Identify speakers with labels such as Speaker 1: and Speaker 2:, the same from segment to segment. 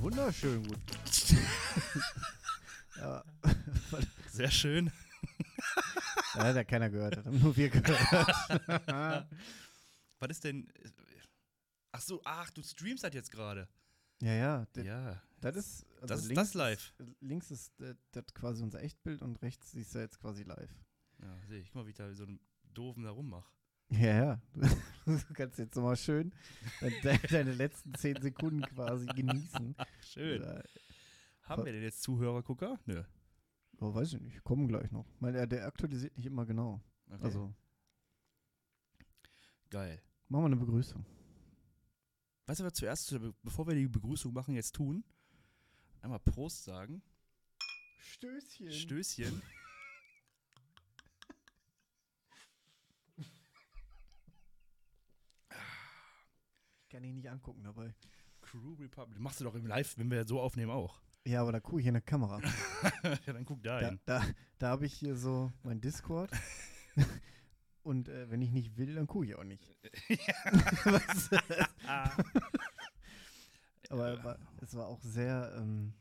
Speaker 1: Wunderschön gut. ja,
Speaker 2: Sehr schön.
Speaker 1: das hat ja keiner gehört, das haben nur wir gehört.
Speaker 2: Was ist denn. Ach so, ach, du streamst das jetzt gerade.
Speaker 1: ja, ja, d-
Speaker 2: Ja.
Speaker 1: das ist. Also
Speaker 2: Das ist
Speaker 1: links
Speaker 2: das live.
Speaker 1: Ist, links ist äh, das quasi unser Echtbild und rechts siehst du jetzt quasi live.
Speaker 2: ja sehe ich. Guck mal, wie ich da so einen doofen da rummache.
Speaker 1: Ja, ja. Du kannst jetzt nochmal schön de deine letzten zehn Sekunden quasi genießen.
Speaker 2: Schön.
Speaker 1: Oder,
Speaker 2: Haben wir denn jetzt Zuhörer, Gucker? Nö.
Speaker 1: oh, weiß ich nicht, kommen gleich noch. Weil äh, der, der aktualisiert nicht immer genau.
Speaker 2: Okay.
Speaker 1: Also,
Speaker 2: Geil.
Speaker 1: machen wir eine Begrüßung.
Speaker 2: Weißt du, was wir zuerst, be- bevor wir die Begrüßung machen, jetzt tun? Einmal Prost sagen.
Speaker 1: Stößchen.
Speaker 2: Stößchen.
Speaker 1: Kann ich nicht angucken dabei.
Speaker 2: Crew Republic. Machst du doch im Live, wenn wir so aufnehmen, auch.
Speaker 1: Ja, aber da gucke ich in der Kamera.
Speaker 2: ja, dann guck da
Speaker 1: Da,
Speaker 2: hin.
Speaker 1: da, da habe ich hier so mein Discord. Und äh, wenn ich nicht will, dann gucke ich auch nicht. Was?
Speaker 2: Ah.
Speaker 1: aber war, es war auch sehr ähm,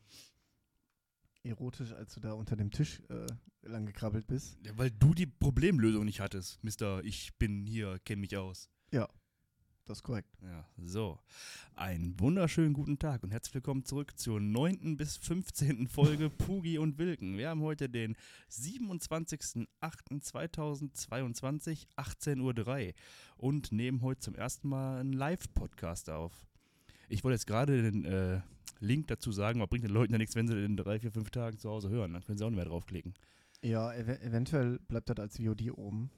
Speaker 1: erotisch, als du da unter dem Tisch äh, lang gekrabbelt bist.
Speaker 2: Ja, weil du die Problemlösung nicht hattest, Mister. Ich bin hier, kenne mich aus.
Speaker 1: Ja, das ist korrekt.
Speaker 2: Ja, so. Einen wunderschönen guten Tag und herzlich willkommen zurück zur 9. bis 15. Folge Pugi und Wilken. Wir haben heute den 27.08.2022, 18.03 Uhr und nehmen heute zum ersten Mal einen Live-Podcast auf. Ich wollte jetzt gerade den äh, Link dazu sagen, aber bringt den Leuten ja nichts, wenn sie den in drei, vier, fünf Tagen zu Hause hören. Dann können sie auch nicht mehr draufklicken.
Speaker 1: Ja, ev eventuell bleibt das als VOD oben.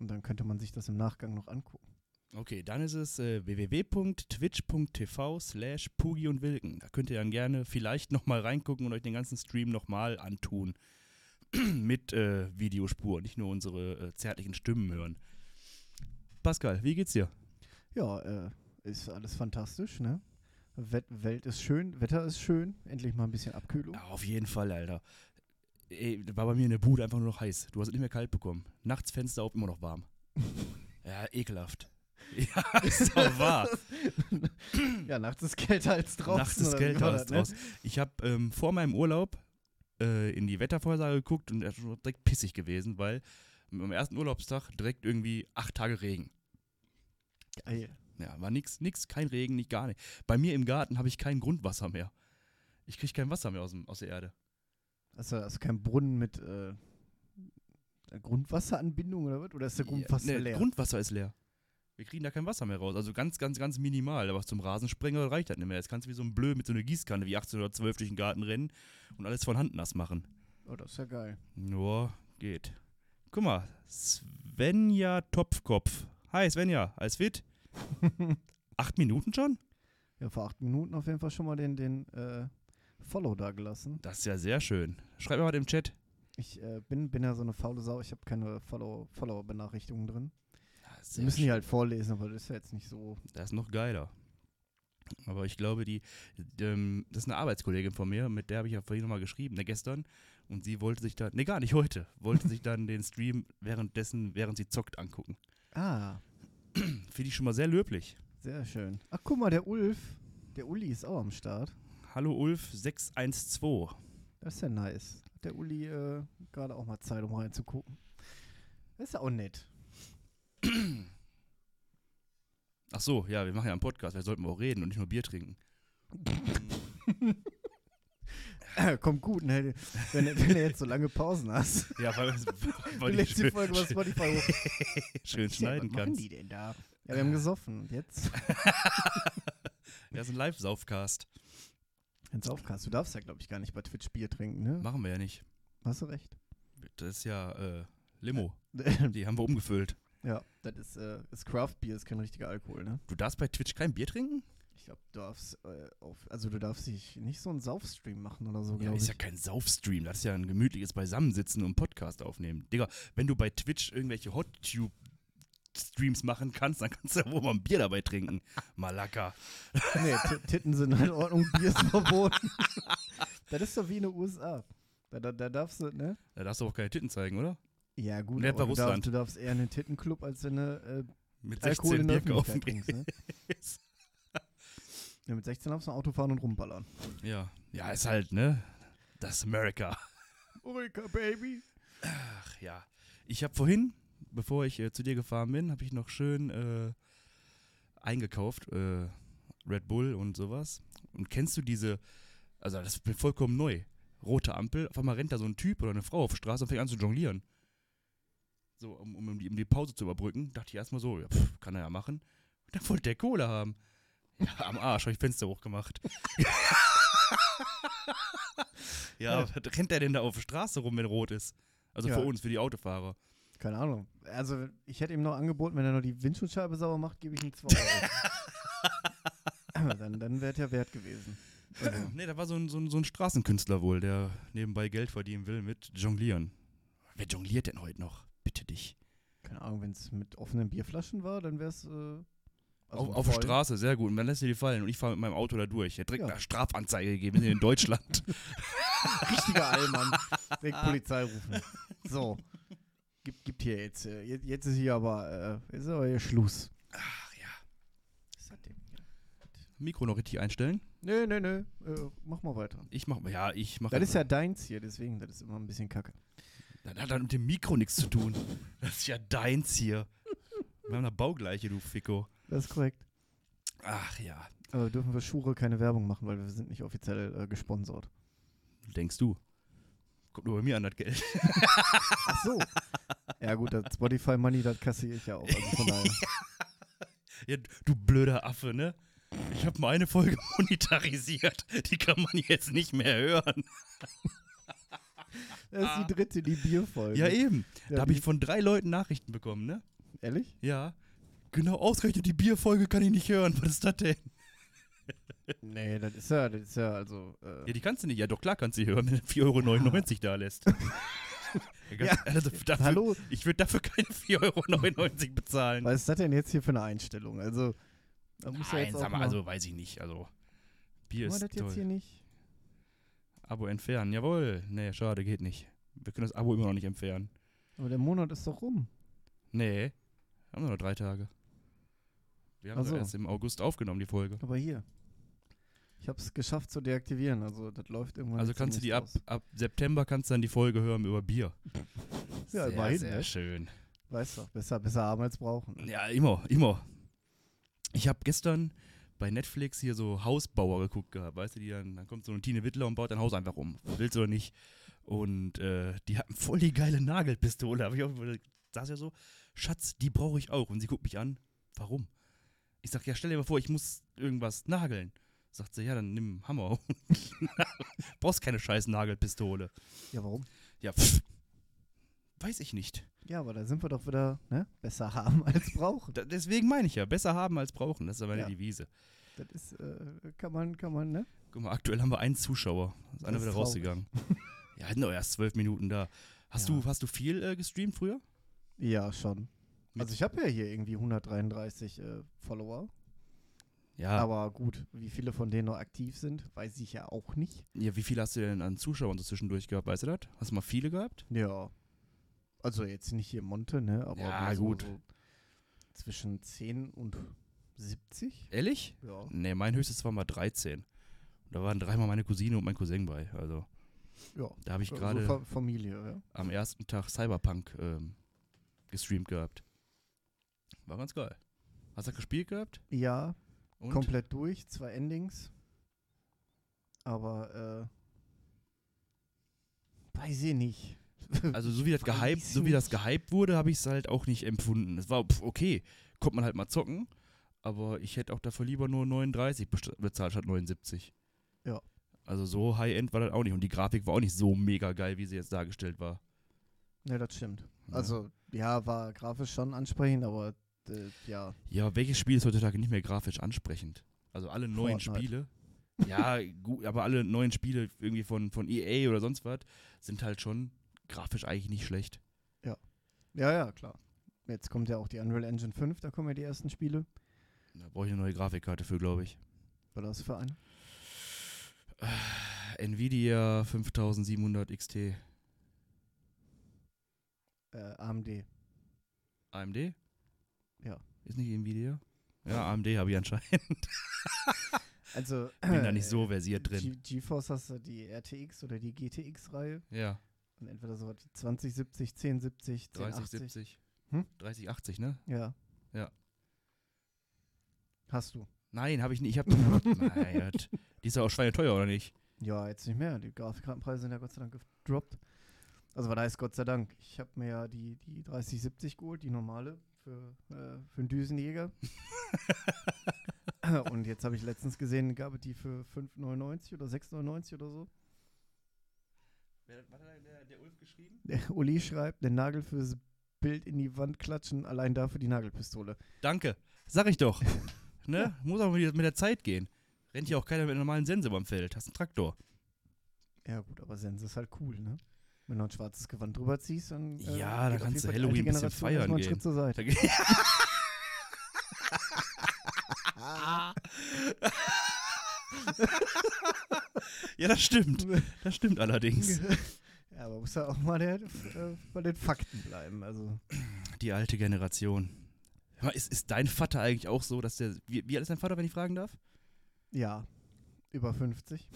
Speaker 1: Und dann könnte man sich das im Nachgang noch angucken.
Speaker 2: Okay, dann ist es äh, www.twitch.tv slash Pugi und Wilken. Da könnt ihr dann gerne vielleicht nochmal reingucken und euch den ganzen Stream nochmal antun. Mit äh, Videospur, nicht nur unsere äh, zärtlichen Stimmen hören. Pascal, wie geht's dir?
Speaker 1: Ja, äh, ist alles fantastisch, ne? Wet Welt ist schön, Wetter ist schön, endlich mal ein bisschen Abkühlung.
Speaker 2: Ja, auf jeden Fall, Alter. Ey, da war bei mir in der Bude einfach nur noch heiß. Du hast es nicht mehr kalt bekommen. Nachts Fenster auf, immer noch warm. ja, ekelhaft. Ja, ist doch wahr.
Speaker 1: Ja, nachts ist kälter als draußen.
Speaker 2: Nachts ist
Speaker 1: oder wie
Speaker 2: kälter
Speaker 1: war
Speaker 2: als
Speaker 1: das, ne?
Speaker 2: draußen. Ich habe ähm, vor meinem Urlaub äh, in die Wettervorhersage geguckt und er ist schon direkt pissig gewesen, weil am ersten Urlaubstag direkt irgendwie acht Tage Regen.
Speaker 1: Geil.
Speaker 2: Ja, war nix, nix, kein Regen, nicht gar nicht. Bei mir im Garten habe ich kein Grundwasser mehr. Ich kriege kein Wasser mehr aus, dem, aus der Erde.
Speaker 1: Also, also kein Brunnen mit äh, Grundwasseranbindung oder was? Oder ist der Grundwasser
Speaker 2: Ja, ne, nee,
Speaker 1: leer?
Speaker 2: Grundwasser ist leer. Wir kriegen da kein Wasser mehr raus. Also ganz, ganz, ganz minimal. Aber zum Rasensprenger reicht das nicht mehr. Jetzt kannst du wie so ein Blö mit so einer Gießkanne wie 18 oder 12 durch den Garten rennen und alles von Hand nass machen.
Speaker 1: oh, das ist ja geil.
Speaker 2: Ja, geht. Guck mal, Svenja Topfkopf. Hi Svenja, alles fit? Acht Minuten schon?
Speaker 1: Ja, vor acht Minuten auf jeden Fall schon mal den, den äh, Follow da gelassen.
Speaker 2: Das ist ja sehr schön. Schreib mir mal im Chat.
Speaker 1: Ich äh, bin, bin ja so eine faule Sau, ich habe keine Follow- Follower-Benachrichtigungen drin. Sie
Speaker 2: Das
Speaker 1: müssen die halt vorlesen, aber das ist ja jetzt nicht so.
Speaker 2: ist noch geiler. Aber ich glaube, die, ähm, das ist eine Arbeitskollegin von mir, mit der habe ich ja vorhin nochmal geschrieben, ne, gestern. Und sie wollte sich dann, ne, gar nicht heute, wollte sich dann den Stream währenddessen, während sie zockt, angucken.
Speaker 1: Ah,
Speaker 2: Finde ich schon mal sehr löblich.
Speaker 1: sehr schön. Ach, guck mal, der Ulf, der Uli ist auch am Start.
Speaker 2: Hallo Ulf 612.
Speaker 1: Das ist ja nice. Hat der Uli äh, gerade auch mal Zeit, um reinzugucken. Das ist ja auch nett.
Speaker 2: Ach so, ja, wir machen ja einen Podcast, wir sollten wir auch reden und nicht nur Bier trinken.
Speaker 1: Kommt gut, ne? wenn, du- wenn du jetzt so lange Pausen hast.
Speaker 2: Ja, weil,
Speaker 1: Du
Speaker 2: weil ich
Speaker 1: lädst die
Speaker 2: schön,
Speaker 1: Folge bei Spotify hoch.
Speaker 2: schön
Speaker 1: ja,
Speaker 2: schneiden
Speaker 1: was machen
Speaker 2: kannst.
Speaker 1: die denn da? Ja, wir haben gesoffen. Jetzt.
Speaker 2: Das ist ein Live-Saufcast.
Speaker 1: Jetzt aufkast. Du darfst ja, glaube ich, gar nicht bei Twitch Bier trinken, ne?
Speaker 2: Machen wir ja nicht.
Speaker 1: Hast du recht.
Speaker 2: Das ist ja äh, Limo. Die haben wir umgefüllt.
Speaker 1: ja, das ist, äh, ist Craft Bier, ist kein richtiger Alkohol, ne?
Speaker 2: Du darfst bei Twitch kein Bier trinken?
Speaker 1: Ich glaube, du darfst äh, auf, also du darfst dich nicht so einen Saufstream machen oder so,
Speaker 2: Ja,
Speaker 1: glaube
Speaker 2: ist
Speaker 1: ich.
Speaker 2: ja kein Saufstream. Das ist ja ein gemütliches Beisammensitzen und Podcast aufnehmen. Digga, wenn du bei Twitch irgendwelche Hot Tube Streams machen kannst, dann kannst du ja wohl mal ein Bier dabei trinken. Malaka.
Speaker 1: Nee, T Titten sind in Ordnung, Bier ist verboten. das ist doch wie in den USA. Da, da, da darfst du, ne?
Speaker 2: Da darfst du auch keine Titten zeigen, oder?
Speaker 1: Ja, gut,
Speaker 2: Nee, bei
Speaker 1: du, darfst,
Speaker 2: Russland.
Speaker 1: du darfst eher in den Tittenclub als in eine äh,
Speaker 2: Mit
Speaker 1: Alkohol
Speaker 2: 16
Speaker 1: in der
Speaker 2: Bier kaufen
Speaker 1: Öffentlichkeit
Speaker 2: gehen.
Speaker 1: trinkst, ne? Ja, mit 16 darfst du Auto fahren und rumballern.
Speaker 2: Ja. ja, ist halt, ne? Das ist America.
Speaker 1: Ulrika, Baby.
Speaker 2: Ach ja. Ich habe vorhin, bevor ich äh, zu dir gefahren bin, habe ich noch schön äh, eingekauft, äh, Red Bull und sowas. Und kennst du diese, also das ist mir vollkommen neu, rote Ampel, auf einmal rennt da so ein Typ oder eine Frau auf die Straße und fängt an zu jonglieren. So, um, um, die, um die Pause zu überbrücken, dachte ich erstmal so, ja, pff, kann er ja machen. Und dann wollte der Kohle haben. Ja, am Arsch, habe ich Fenster hochgemacht.
Speaker 1: Ja.
Speaker 2: ja, rennt der denn da auf der Straße rum, wenn rot ist? Also
Speaker 1: Ja.
Speaker 2: für uns, für die Autofahrer.
Speaker 1: Keine Ahnung. Also, ich hätte ihm noch angeboten, wenn er noch die Windschutzscheibe sauber macht, gebe ich ihm 2 Euro. Aber dann dann wäre es ja wert gewesen. Also,
Speaker 2: Nee, da war so ein, so, ein, so ein Straßenkünstler wohl, der nebenbei Geld verdienen will mit Jonglieren. Wer jongliert denn heute noch? Bitte dich.
Speaker 1: keine Ahnung, wenn es mit offenen Bierflaschen war, dann wäre es. Äh, also
Speaker 2: auf auf der
Speaker 1: voll.
Speaker 2: Straße, sehr gut. Und dann lässt du die fallen und ich fahre mit meinem Auto da durch. Der hat direkt
Speaker 1: Ja.
Speaker 2: eine Strafanzeige gegeben in Deutschland.
Speaker 1: Richtiger Allmann. Direkt Polizei rufen. So. Gibt, gibt hier jetzt. äh, Jetzt, jetzt ist hier aber. Äh, ist aber hier Schluss.
Speaker 2: Ach ja. Mikro noch richtig einstellen.
Speaker 1: Nö, nö, nö. Äh, mach mal weiter.
Speaker 2: Ich mach, ja, ich mach.
Speaker 1: Das ist ja deins hier, deswegen, das ist immer ein bisschen kacke.
Speaker 2: Das hat dann mit dem Mikro nichts zu tun. Das ist ja deins hier. Wir haben eine Baugleiche, du Ficko.
Speaker 1: Das ist korrekt.
Speaker 2: Ach ja.
Speaker 1: Aber dürfen wir Schure keine Werbung machen, weil wir sind nicht offiziell äh, gesponsert.
Speaker 2: Denkst du. Kommt nur bei mir an das Geld.
Speaker 1: Ach so. ja gut, das Spotify Money, das kassiere ich ja auch. Also von daher.
Speaker 2: Ja, du- du blöder Affe, ne? Ich habe meine Folge monetarisiert. Die kann man jetzt nicht mehr hören.
Speaker 1: Das ist die dritte, die Bierfolge.
Speaker 2: Ja, eh. eben.
Speaker 1: Ja,
Speaker 2: da habe
Speaker 1: die-
Speaker 2: ich von drei Leuten Nachrichten bekommen, ne?
Speaker 1: Ehrlich?
Speaker 2: Ja. Genau ausgerechnet die Bierfolge kann ich nicht hören. Was ist das denn?
Speaker 1: Nee, das ist ja, das ist ja also.
Speaker 2: Ja,
Speaker 1: Äh,
Speaker 2: die kannst du nicht. Ja, doch klar kannst du die hören, wenn du 4,99 Euro da lässt. Ja, ganz- also dafür,
Speaker 1: hallo,
Speaker 2: Ich würde dafür keine 4,99 Euro bezahlen.
Speaker 1: was ist das denn jetzt hier für eine Einstellung? Also, da muss ja
Speaker 2: Nein,
Speaker 1: jetzt auch
Speaker 2: sag mal,
Speaker 1: mal,
Speaker 2: also weiß ich nicht. Also,
Speaker 1: Kann
Speaker 2: Bier
Speaker 1: man
Speaker 2: ist
Speaker 1: das jetzt hier
Speaker 2: toll.
Speaker 1: nicht?
Speaker 2: Abo entfernen, jawohl. Nee, schade, geht nicht. Wir können das Abo immer noch nicht entfernen.
Speaker 1: Aber der Monat ist doch rum.
Speaker 2: Nee. Haben wir noch drei Tage. Wir haben
Speaker 1: Ach
Speaker 2: sie
Speaker 1: so.
Speaker 2: erst im August aufgenommen, die Folge.
Speaker 1: Aber hier. Ich habe es geschafft zu deaktivieren, also das läuft irgendwann.
Speaker 2: Also
Speaker 1: jetzt
Speaker 2: kannst du die ab,
Speaker 1: demnächst
Speaker 2: ab September kannst du dann die Folge hören über Bier.
Speaker 1: aus. Ja, immerhin,
Speaker 2: sehr
Speaker 1: ne?
Speaker 2: schön.
Speaker 1: Weißt du, besser, besser haben als brauchen.
Speaker 2: Ja, immer, immer. Ich habe gestern bei Netflix hier so Hausbauer geguckt gehabt, weißt du, die dann, dann kommt so eine Tine Wittler und baut ein Haus einfach um. Willst du oder nicht? Und äh, die hatten voll die geile Nagelpistole. Hab ich auch, äh, saß ja so, Schatz, die brauche ich auch. Und sie guckt mich an, warum? Ich sag, ja, stell dir mal vor, ich muss irgendwas nageln. Sagt sie, ja, dann nimm einen Hammer. Brauchst keine scheiß Nagelpistole.
Speaker 1: Ja, warum?
Speaker 2: Ja, pff. Weiß ich nicht.
Speaker 1: Ja, aber da sind wir doch wieder, ne? Besser haben als brauchen.
Speaker 2: Da, deswegen meine ich ja, besser haben als brauchen. Das ist ja meine
Speaker 1: Ja.
Speaker 2: Devise.
Speaker 1: Das ist, äh, kann man, kann man, ne?
Speaker 2: Guck mal, aktuell haben wir einen Zuschauer. Ist einer
Speaker 1: Das
Speaker 2: wieder
Speaker 1: ist
Speaker 2: rausgegangen. ja, sind doch erst zwölf Minuten da. Hast,
Speaker 1: Ja.
Speaker 2: du, hast du viel äh, gestreamt früher?
Speaker 1: Ja, schon.
Speaker 2: Mit-
Speaker 1: Also ich habe ja hier irgendwie 133 äh, Follower.
Speaker 2: Ja.
Speaker 1: Aber gut, wie viele von denen noch aktiv sind, weiß ich ja auch nicht.
Speaker 2: ja. Wie viele hast du denn an Zuschauern so zwischendurch gehabt? Weißt du das? Hast du mal viele gehabt?
Speaker 1: Ja. Also jetzt nicht hier Monte, ne? Aber
Speaker 2: Ja,
Speaker 1: mehr so,
Speaker 2: gut.
Speaker 1: So zwischen 10 und 70?
Speaker 2: Ehrlich?
Speaker 1: Ja.
Speaker 2: Nee, mein höchstes war mal 13. Und da waren dreimal meine Cousine und mein Cousin bei. Also,
Speaker 1: Ja.
Speaker 2: da habe ich
Speaker 1: So
Speaker 2: gerade
Speaker 1: Fa- Familie, ja.
Speaker 2: am ersten Tag Cyberpunk ähm, gestreamt gehabt. War ganz geil. Hast du das gespielt gehabt?
Speaker 1: Ja,
Speaker 2: Und?
Speaker 1: komplett durch, zwei Endings. Aber äh, weiß ich nicht.
Speaker 2: Also so wie das gehypt,
Speaker 1: Weiß
Speaker 2: so wie das
Speaker 1: nicht.
Speaker 2: gehypt wurde, habe ich es halt auch nicht empfunden. Es war pf, okay, konnte man halt mal zocken, aber ich hätte auch dafür lieber nur 39 best- bezahlt statt 79.
Speaker 1: Ja.
Speaker 2: Also so High-End war das auch nicht und die Grafik war auch nicht so mega geil, wie sie jetzt dargestellt war.
Speaker 1: Ne, das stimmt.
Speaker 2: Ja.
Speaker 1: Also, ja, war grafisch schon ansprechend, aber äh, ja.
Speaker 2: Ja, welches Spiel ist heutzutage nicht mehr grafisch ansprechend? Also alle neuen
Speaker 1: Fortnite.
Speaker 2: Spiele. Ja, gut, aber alle neuen Spiele irgendwie von, von EA oder sonst was sind halt schon grafisch eigentlich nicht schlecht.
Speaker 1: Ja, ja, klar. Jetzt kommt ja auch die Unreal Engine 5, da kommen ja die ersten Spiele.
Speaker 2: Da brauche ich eine neue Grafikkarte für, glaube ich.
Speaker 1: War das für eine?
Speaker 2: Nvidia 5700 XT.
Speaker 1: Äh, AMD.
Speaker 2: AMD?
Speaker 1: Ja.
Speaker 2: Ist nicht Nvidia? Ja, AMD habe ich anscheinend.
Speaker 1: Also,
Speaker 2: Bin da nicht so versiert
Speaker 1: Ge
Speaker 2: drin.
Speaker 1: GeForce hast du die RTX oder die GTX-Reihe.
Speaker 2: Ja,
Speaker 1: Und entweder so die 2070, 1070, 1080.
Speaker 2: 3070.
Speaker 1: Hm?
Speaker 2: 3080, ne?
Speaker 1: Ja.
Speaker 2: Ja.
Speaker 1: Hast du.
Speaker 2: Nein, habe ich nicht. Ich habe. Mein Gott. Die ist ja auch schweineteuer, oder nicht?
Speaker 1: Ja, jetzt nicht mehr. Die Grafikkartenpreise sind ja Gott sei Dank gedroppt. Also was heißt Gott sei Dank? Ich habe mir ja die, die 3070 geholt, die normale, für, äh, für einen Düsenjäger. Und jetzt habe ich letztens gesehen, gab es die für 5,99 oder 6,99 oder so.
Speaker 2: Was hat der, Ulf geschrieben?
Speaker 1: Der Uli schreibt, den Nagel fürs Bild in die Wand klatschen, allein dafür die Nagelpistole.
Speaker 2: Danke. Sag ich doch. ne? Muss auch mit mit der Zeit gehen. Rennt hier auch keiner mit einer normalen Sense beim Feld. Hast einen Traktor.
Speaker 1: Ja gut, aber Sense ist halt cool, ne? Wenn du ein schwarzes Gewand drüber ziehst, dann äh,
Speaker 2: Ja, da
Speaker 1: geht auf
Speaker 2: kannst
Speaker 1: jeden
Speaker 2: du
Speaker 1: Fall die alte
Speaker 2: Halloween ein bisschen
Speaker 1: Generation erstmal
Speaker 2: feiern
Speaker 1: einen Schritt zur Seite.
Speaker 2: Da ge- ja, das stimmt. Das stimmt allerdings.
Speaker 1: ja, aber muss ja auch mal der, äh, bei den Fakten bleiben. Also,
Speaker 2: Die alte Generation. Hör mal, Ist, ist dein Vater eigentlich auch so, dass der. Wie, wie alt ist dein Vater, wenn ich fragen darf?
Speaker 1: ja, über 50.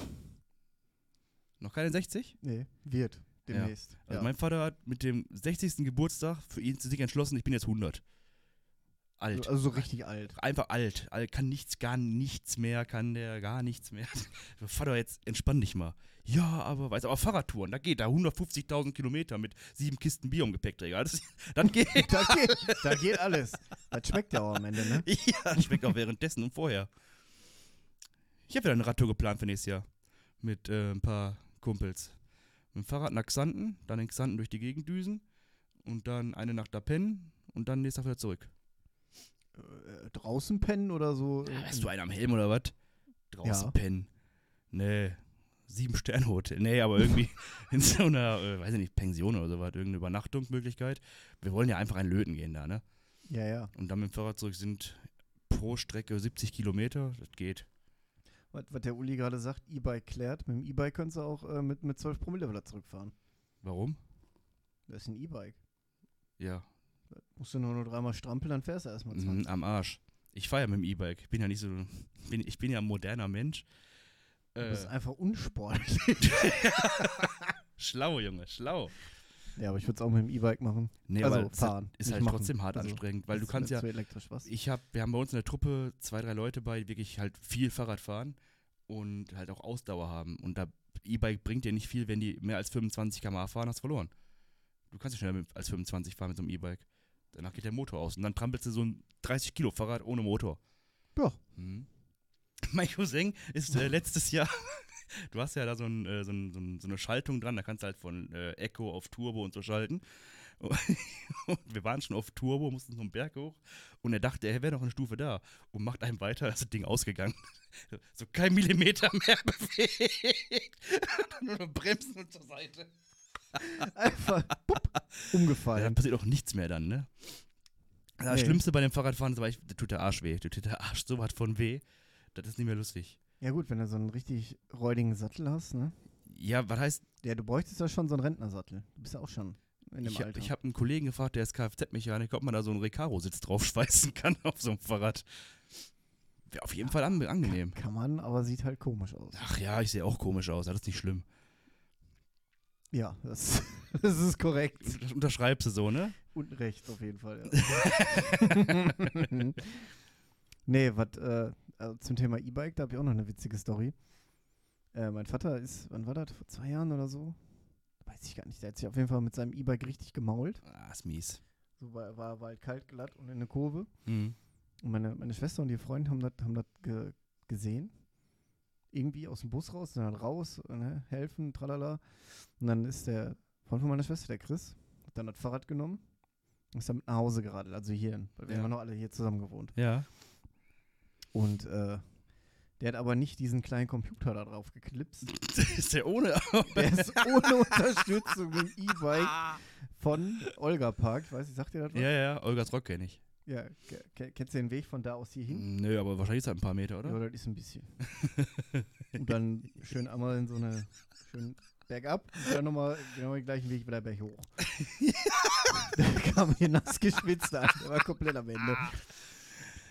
Speaker 2: Noch keine 60?
Speaker 1: Nee, wird demnächst.
Speaker 2: Also
Speaker 1: Ja.
Speaker 2: mein Vater hat mit dem 60. Geburtstag für ihn zu sich entschlossen, ich bin jetzt 100. Alt.
Speaker 1: Also so richtig alt.
Speaker 2: Einfach alt. alt. Kann nichts, gar nichts mehr, kann der gar nichts mehr. Vater, jetzt entspann dich mal. Ja, aber weiß aber Fahrradtouren, da geht da 150.000 Kilometer mit sieben Kisten Bier im Gepäckträger. Das, dann geht.
Speaker 1: Da geht, da geht alles. Das schmeckt ja auch am Ende, ne?
Speaker 2: ja, schmeckt auch währenddessen und vorher. Ich habe wieder eine Radtour geplant für nächstes Jahr. Mit äh, ein paar Kumpels. Mit dem Fahrrad nach Xanten, dann in Xanten durch die Gegend düsen und dann eine Nacht da pennen und dann nächsten Tag wieder zurück.
Speaker 1: Äh, draußen pennen oder so.
Speaker 2: Ja,
Speaker 1: äh,
Speaker 2: hast du einen am Helm oder was? Draußen
Speaker 1: Ja.
Speaker 2: pennen. Nee. Sieben-Sterne-Hotel. Nee, aber irgendwie in so einer, äh, weiß ich nicht, Pension oder sowas, irgendeine Übernachtungsmöglichkeit. Wir wollen ja einfach ein Löten gehen da, ne?
Speaker 1: ja, ja.
Speaker 2: Und dann mit dem Fahrrad zurück sind pro Strecke 70 Kilometer. Das geht.
Speaker 1: Was, was der Uli gerade sagt, E-Bike klärt. Mit dem E-Bike kannst du auch äh, mit, mit 12 Promille wieder zurückfahren.
Speaker 2: Warum?
Speaker 1: Das ist ein E-Bike.
Speaker 2: Ja,
Speaker 1: Musst du nur, nur dreimal strampeln, dann fährst du erstmal 20.
Speaker 2: Mhm, am Arsch. Ich fahre ja mit dem E-Bike. Ich bin ja nicht so. Bin, ich bin ja ein moderner Mensch.
Speaker 1: Das ist
Speaker 2: Äh,
Speaker 1: einfach unsportlich.
Speaker 2: schlau, Junge, schlau.
Speaker 1: ja, aber ich würde es auch mit dem E-Bike machen.
Speaker 2: Nee,
Speaker 1: also
Speaker 2: aber
Speaker 1: fahren.
Speaker 2: ist
Speaker 1: nicht
Speaker 2: halt
Speaker 1: machen.
Speaker 2: trotzdem hart
Speaker 1: Also,
Speaker 2: anstrengend, weil du
Speaker 1: ist
Speaker 2: kannst
Speaker 1: mir
Speaker 2: ja.
Speaker 1: zu elektrisch was.
Speaker 2: Ich hab, wir haben bei uns in der Truppe zwei, drei Leute bei, die wirklich halt viel Fahrrad fahren und halt auch Ausdauer haben. Und da E-Bike bringt dir nicht viel, wenn die mehr als 25 km/h fahren, hast verloren. Du kannst nicht schneller mit, als 25 fahren mit so einem E-Bike. Danach geht der Motor aus und dann trampelst du so ein 30 Kilo Fahrrad ohne Motor.
Speaker 1: Ja.
Speaker 2: Mhm. Mein Cousin ist äh, letztes Jahr. Du hast ja da so, ein, äh, so, ein, so, ein, so eine Schaltung dran, da kannst du halt von äh, Echo auf Turbo und so schalten. Und wir waren schon auf Turbo, mussten so einen Berg hoch und er dachte, er wäre noch eine Stufe da und macht einem weiter, ist das Ding ausgegangen. So kein Millimeter mehr bewegt. Nur noch bremsen und zur Seite.
Speaker 1: Einfach bupp,
Speaker 2: Ja,
Speaker 1: umgefallen.
Speaker 2: dann passiert auch nichts mehr dann, ne? Das
Speaker 1: Nee.
Speaker 2: Schlimmste bei dem Fahrradfahren ist, aber ich, da tut der Arsch weh. Da tut der Arsch so was von weh. Das ist nicht mehr lustig.
Speaker 1: Ja gut, wenn du so einen richtig räudigen Sattel hast, ne?
Speaker 2: Ja, was heißt,
Speaker 1: Ja, du bräuchtest ja schon so einen Rentnersattel. Du bist ja auch schon in dem
Speaker 2: ich, hab-
Speaker 1: Alter.
Speaker 2: ich habe einen Kollegen gefragt, der ist Kfz-Mechaniker, ob man da so einen Recaro-Sitz draufschweißen kann auf so einem Fahrrad. Wäre auf jeden Fall an, angenehm.
Speaker 1: Kann man, aber sieht halt komisch aus.
Speaker 2: Ach ja, ich sehe auch komisch aus, das ist nicht schlimm.
Speaker 1: Ja, das, das ist korrekt.
Speaker 2: Das unterschreibst du so, ne?
Speaker 1: Und rechts auf jeden Fall, ja. nee, was äh, also zum Thema E-Bike, da habe ich auch noch eine witzige Story. Äh, mein Vater ist, wann war das? Vor zwei Jahren oder so? Weiß ich gar nicht. Der hat sich auf jeden Fall mit seinem E-Bike richtig gemault.
Speaker 2: Ah, ist mies.
Speaker 1: So war, war, war halt kalt, glatt und in eine Kurve.
Speaker 2: Mhm.
Speaker 1: Und meine, meine Schwester und die Freundin haben das haben dat ge gesehen. Irgendwie aus dem Bus raus, sind dann raus, ne, helfen, tralala. Und dann ist der Freund von meiner Schwester, der Chris, hat dann das Fahrrad genommen und ist dann mit nach Hause geradelt, also hierhin, weil wir
Speaker 2: Ja.
Speaker 1: haben noch alle hier zusammen gewohnt.
Speaker 2: Ja.
Speaker 1: Und äh, Der hat aber nicht diesen kleinen Computer da drauf geklipst.
Speaker 2: ist der ohne.
Speaker 1: Der ist ohne Unterstützung im E-Bike von Olga Park. Ich weiß nicht, sagt ihr das was?
Speaker 2: ja, ja, Olgas Rock kenne ich.
Speaker 1: Ja, ke- ke- kennst du den Weg von da aus hier hin?
Speaker 2: Hm? Nö, aber wahrscheinlich ist das ein paar Meter, oder?
Speaker 1: Ja, das ist ein bisschen. und dann schön einmal in so eine, schön bergab und dann nochmal genau den gleichen Weg wieder berg hoch. da kam hier nass geschwitzt an. Der war komplett am Ende.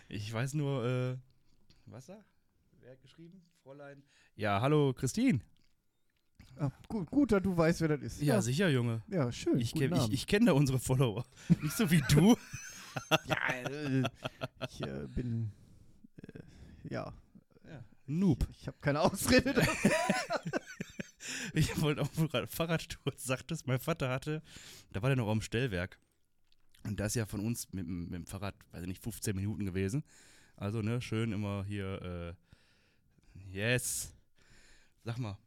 Speaker 2: Ich weiß nur, äh, Wasser? Wer hat geschrieben? Fräulein. Ja, hallo, Christine.
Speaker 1: Ah, gut, gut, dass du weißt, wer das ist.
Speaker 2: Ja, Hm, sicher, Junge.
Speaker 1: ja schön.
Speaker 2: Ich
Speaker 1: guten
Speaker 2: kenne ich,
Speaker 1: Abend.
Speaker 2: ich kenn da unsere Follower. Nicht so wie du.
Speaker 1: ja, äh, ich äh, bin. Äh, ja,
Speaker 2: Noob.
Speaker 1: ich habe keine Ausrede.
Speaker 2: Ich wollte auch gerade Fahrradsturz, sagtest, mein Vater hatte, da war der noch am Stellwerk. Und das ist ja von uns mit, dem- mit dem Fahrrad, weiß ich nicht, 15 Minuten gewesen. Also, ne, schön immer hier, äh, yes. Sag mal,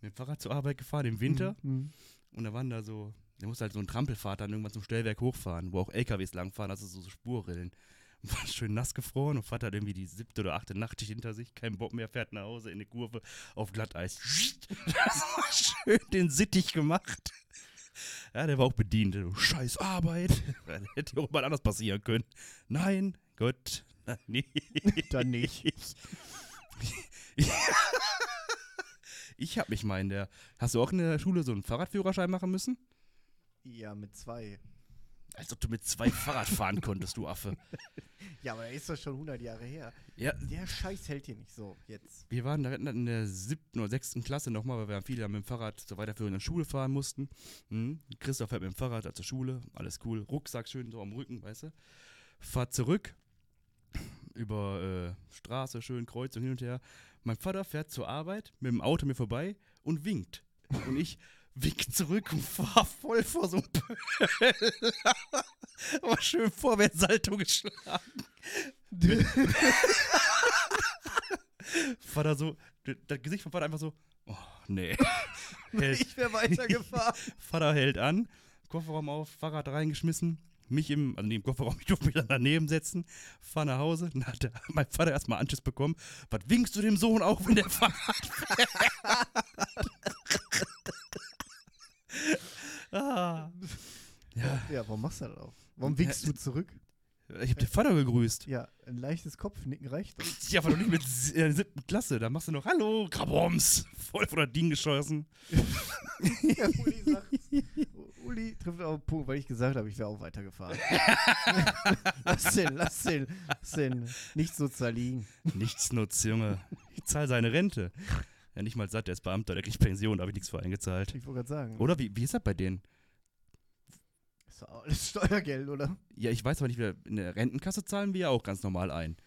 Speaker 2: mit dem Fahrrad zur Arbeit gefahren im Winter.
Speaker 1: Mhm.
Speaker 2: Und da waren da so, da musste halt so ein Trampelfahrt dann irgendwann zum Stellwerk hochfahren, wo auch LKWs langfahren, also so, so Spurrillen. Und War schön nass gefroren und Vater hat irgendwie die siebte oder achte Nachtschicht hinter sich, kein Bock mehr, fährt nach Hause in die Kurve auf Glatteis. Das war schön den Sittich gemacht. Ja, der war auch bedient. Du Scheiß Arbeit. Ja, der hätte ja auch mal anders passieren können. Nein, Gott, na, nee.
Speaker 1: Dann nicht.
Speaker 2: Ich hab mich mal in der. Hast du auch in der Schule so einen Fahrradführerschein machen müssen?
Speaker 1: Ja, mit zwei.
Speaker 2: Als ob du mit zwei Fahrrad fahren konntest, du Affe.
Speaker 1: Ja, aber er ist doch schon 100 Jahre her.
Speaker 2: Ja,
Speaker 1: Der Scheiß hält hier nicht so jetzt.
Speaker 2: Wir waren da in der siebten oder sechsten Klasse nochmal, weil wir viele dann mit dem Fahrrad zur weiterführenden Schule fahren mussten. Mhm. Christoph fährt mit dem Fahrrad da zur Schule, alles cool. Rucksack schön so am Rücken, weißt du. Fahrt zurück über äh, Straße, schön Kreuzung hin und her. Mein Vater fährt zur Arbeit mit dem Auto mir vorbei und winkt. Und ich wink zurück und fahr voll vor so einem Pöller. Aber schön Vorwärtssalto geschlagen. Vater so, d- das Gesicht vom Vater einfach so, oh, nee. Hält,
Speaker 1: Ich wäre weitergefahren.
Speaker 2: Vater hält an, Kofferraum auf, Fahrrad reingeschmissen, mich im, also nicht im Kofferraum, ich durfte mich dann daneben setzen, fahr nach Hause, dann hat der, mein Vater erstmal Anschiss bekommen, was winkst du dem Sohn auch, wenn der Fahrrad fährt?" ah. Ja,
Speaker 1: ja, warum machst du das auch?
Speaker 2: Äh,
Speaker 1: Warum winkst du zurück?
Speaker 2: ich hab den Vater gegrüßt.
Speaker 1: Ja, ein leichtes Kopfnicken reicht doch.
Speaker 2: Ja, aber doch nicht mit si- äh, siebten Klasse, da machst du noch, hallo, Kraboms, voll vor der Ding geschossen.
Speaker 1: Ja, Uli sagt, Uli trifft auf den Punkt, weil ich gesagt habe, ich wäre auch weitergefahren. lass den, lass den, lass den nicht so zerliegen.
Speaker 2: Nichts nutzt, Junge. Ich zahle seine Rente. Ja, nicht mal satt, der ist Beamter, der kriegt Pension, da habe ich nichts für eingezahlt.
Speaker 1: Ich wollte gerade sagen.
Speaker 2: Oder wie, wie ist das bei denen?
Speaker 1: Ist doch alles Steuergeld, oder?
Speaker 2: Ja, ich weiß aber nicht, wie der- in der Rentenkasse zahlen wir ja auch ganz normal ein.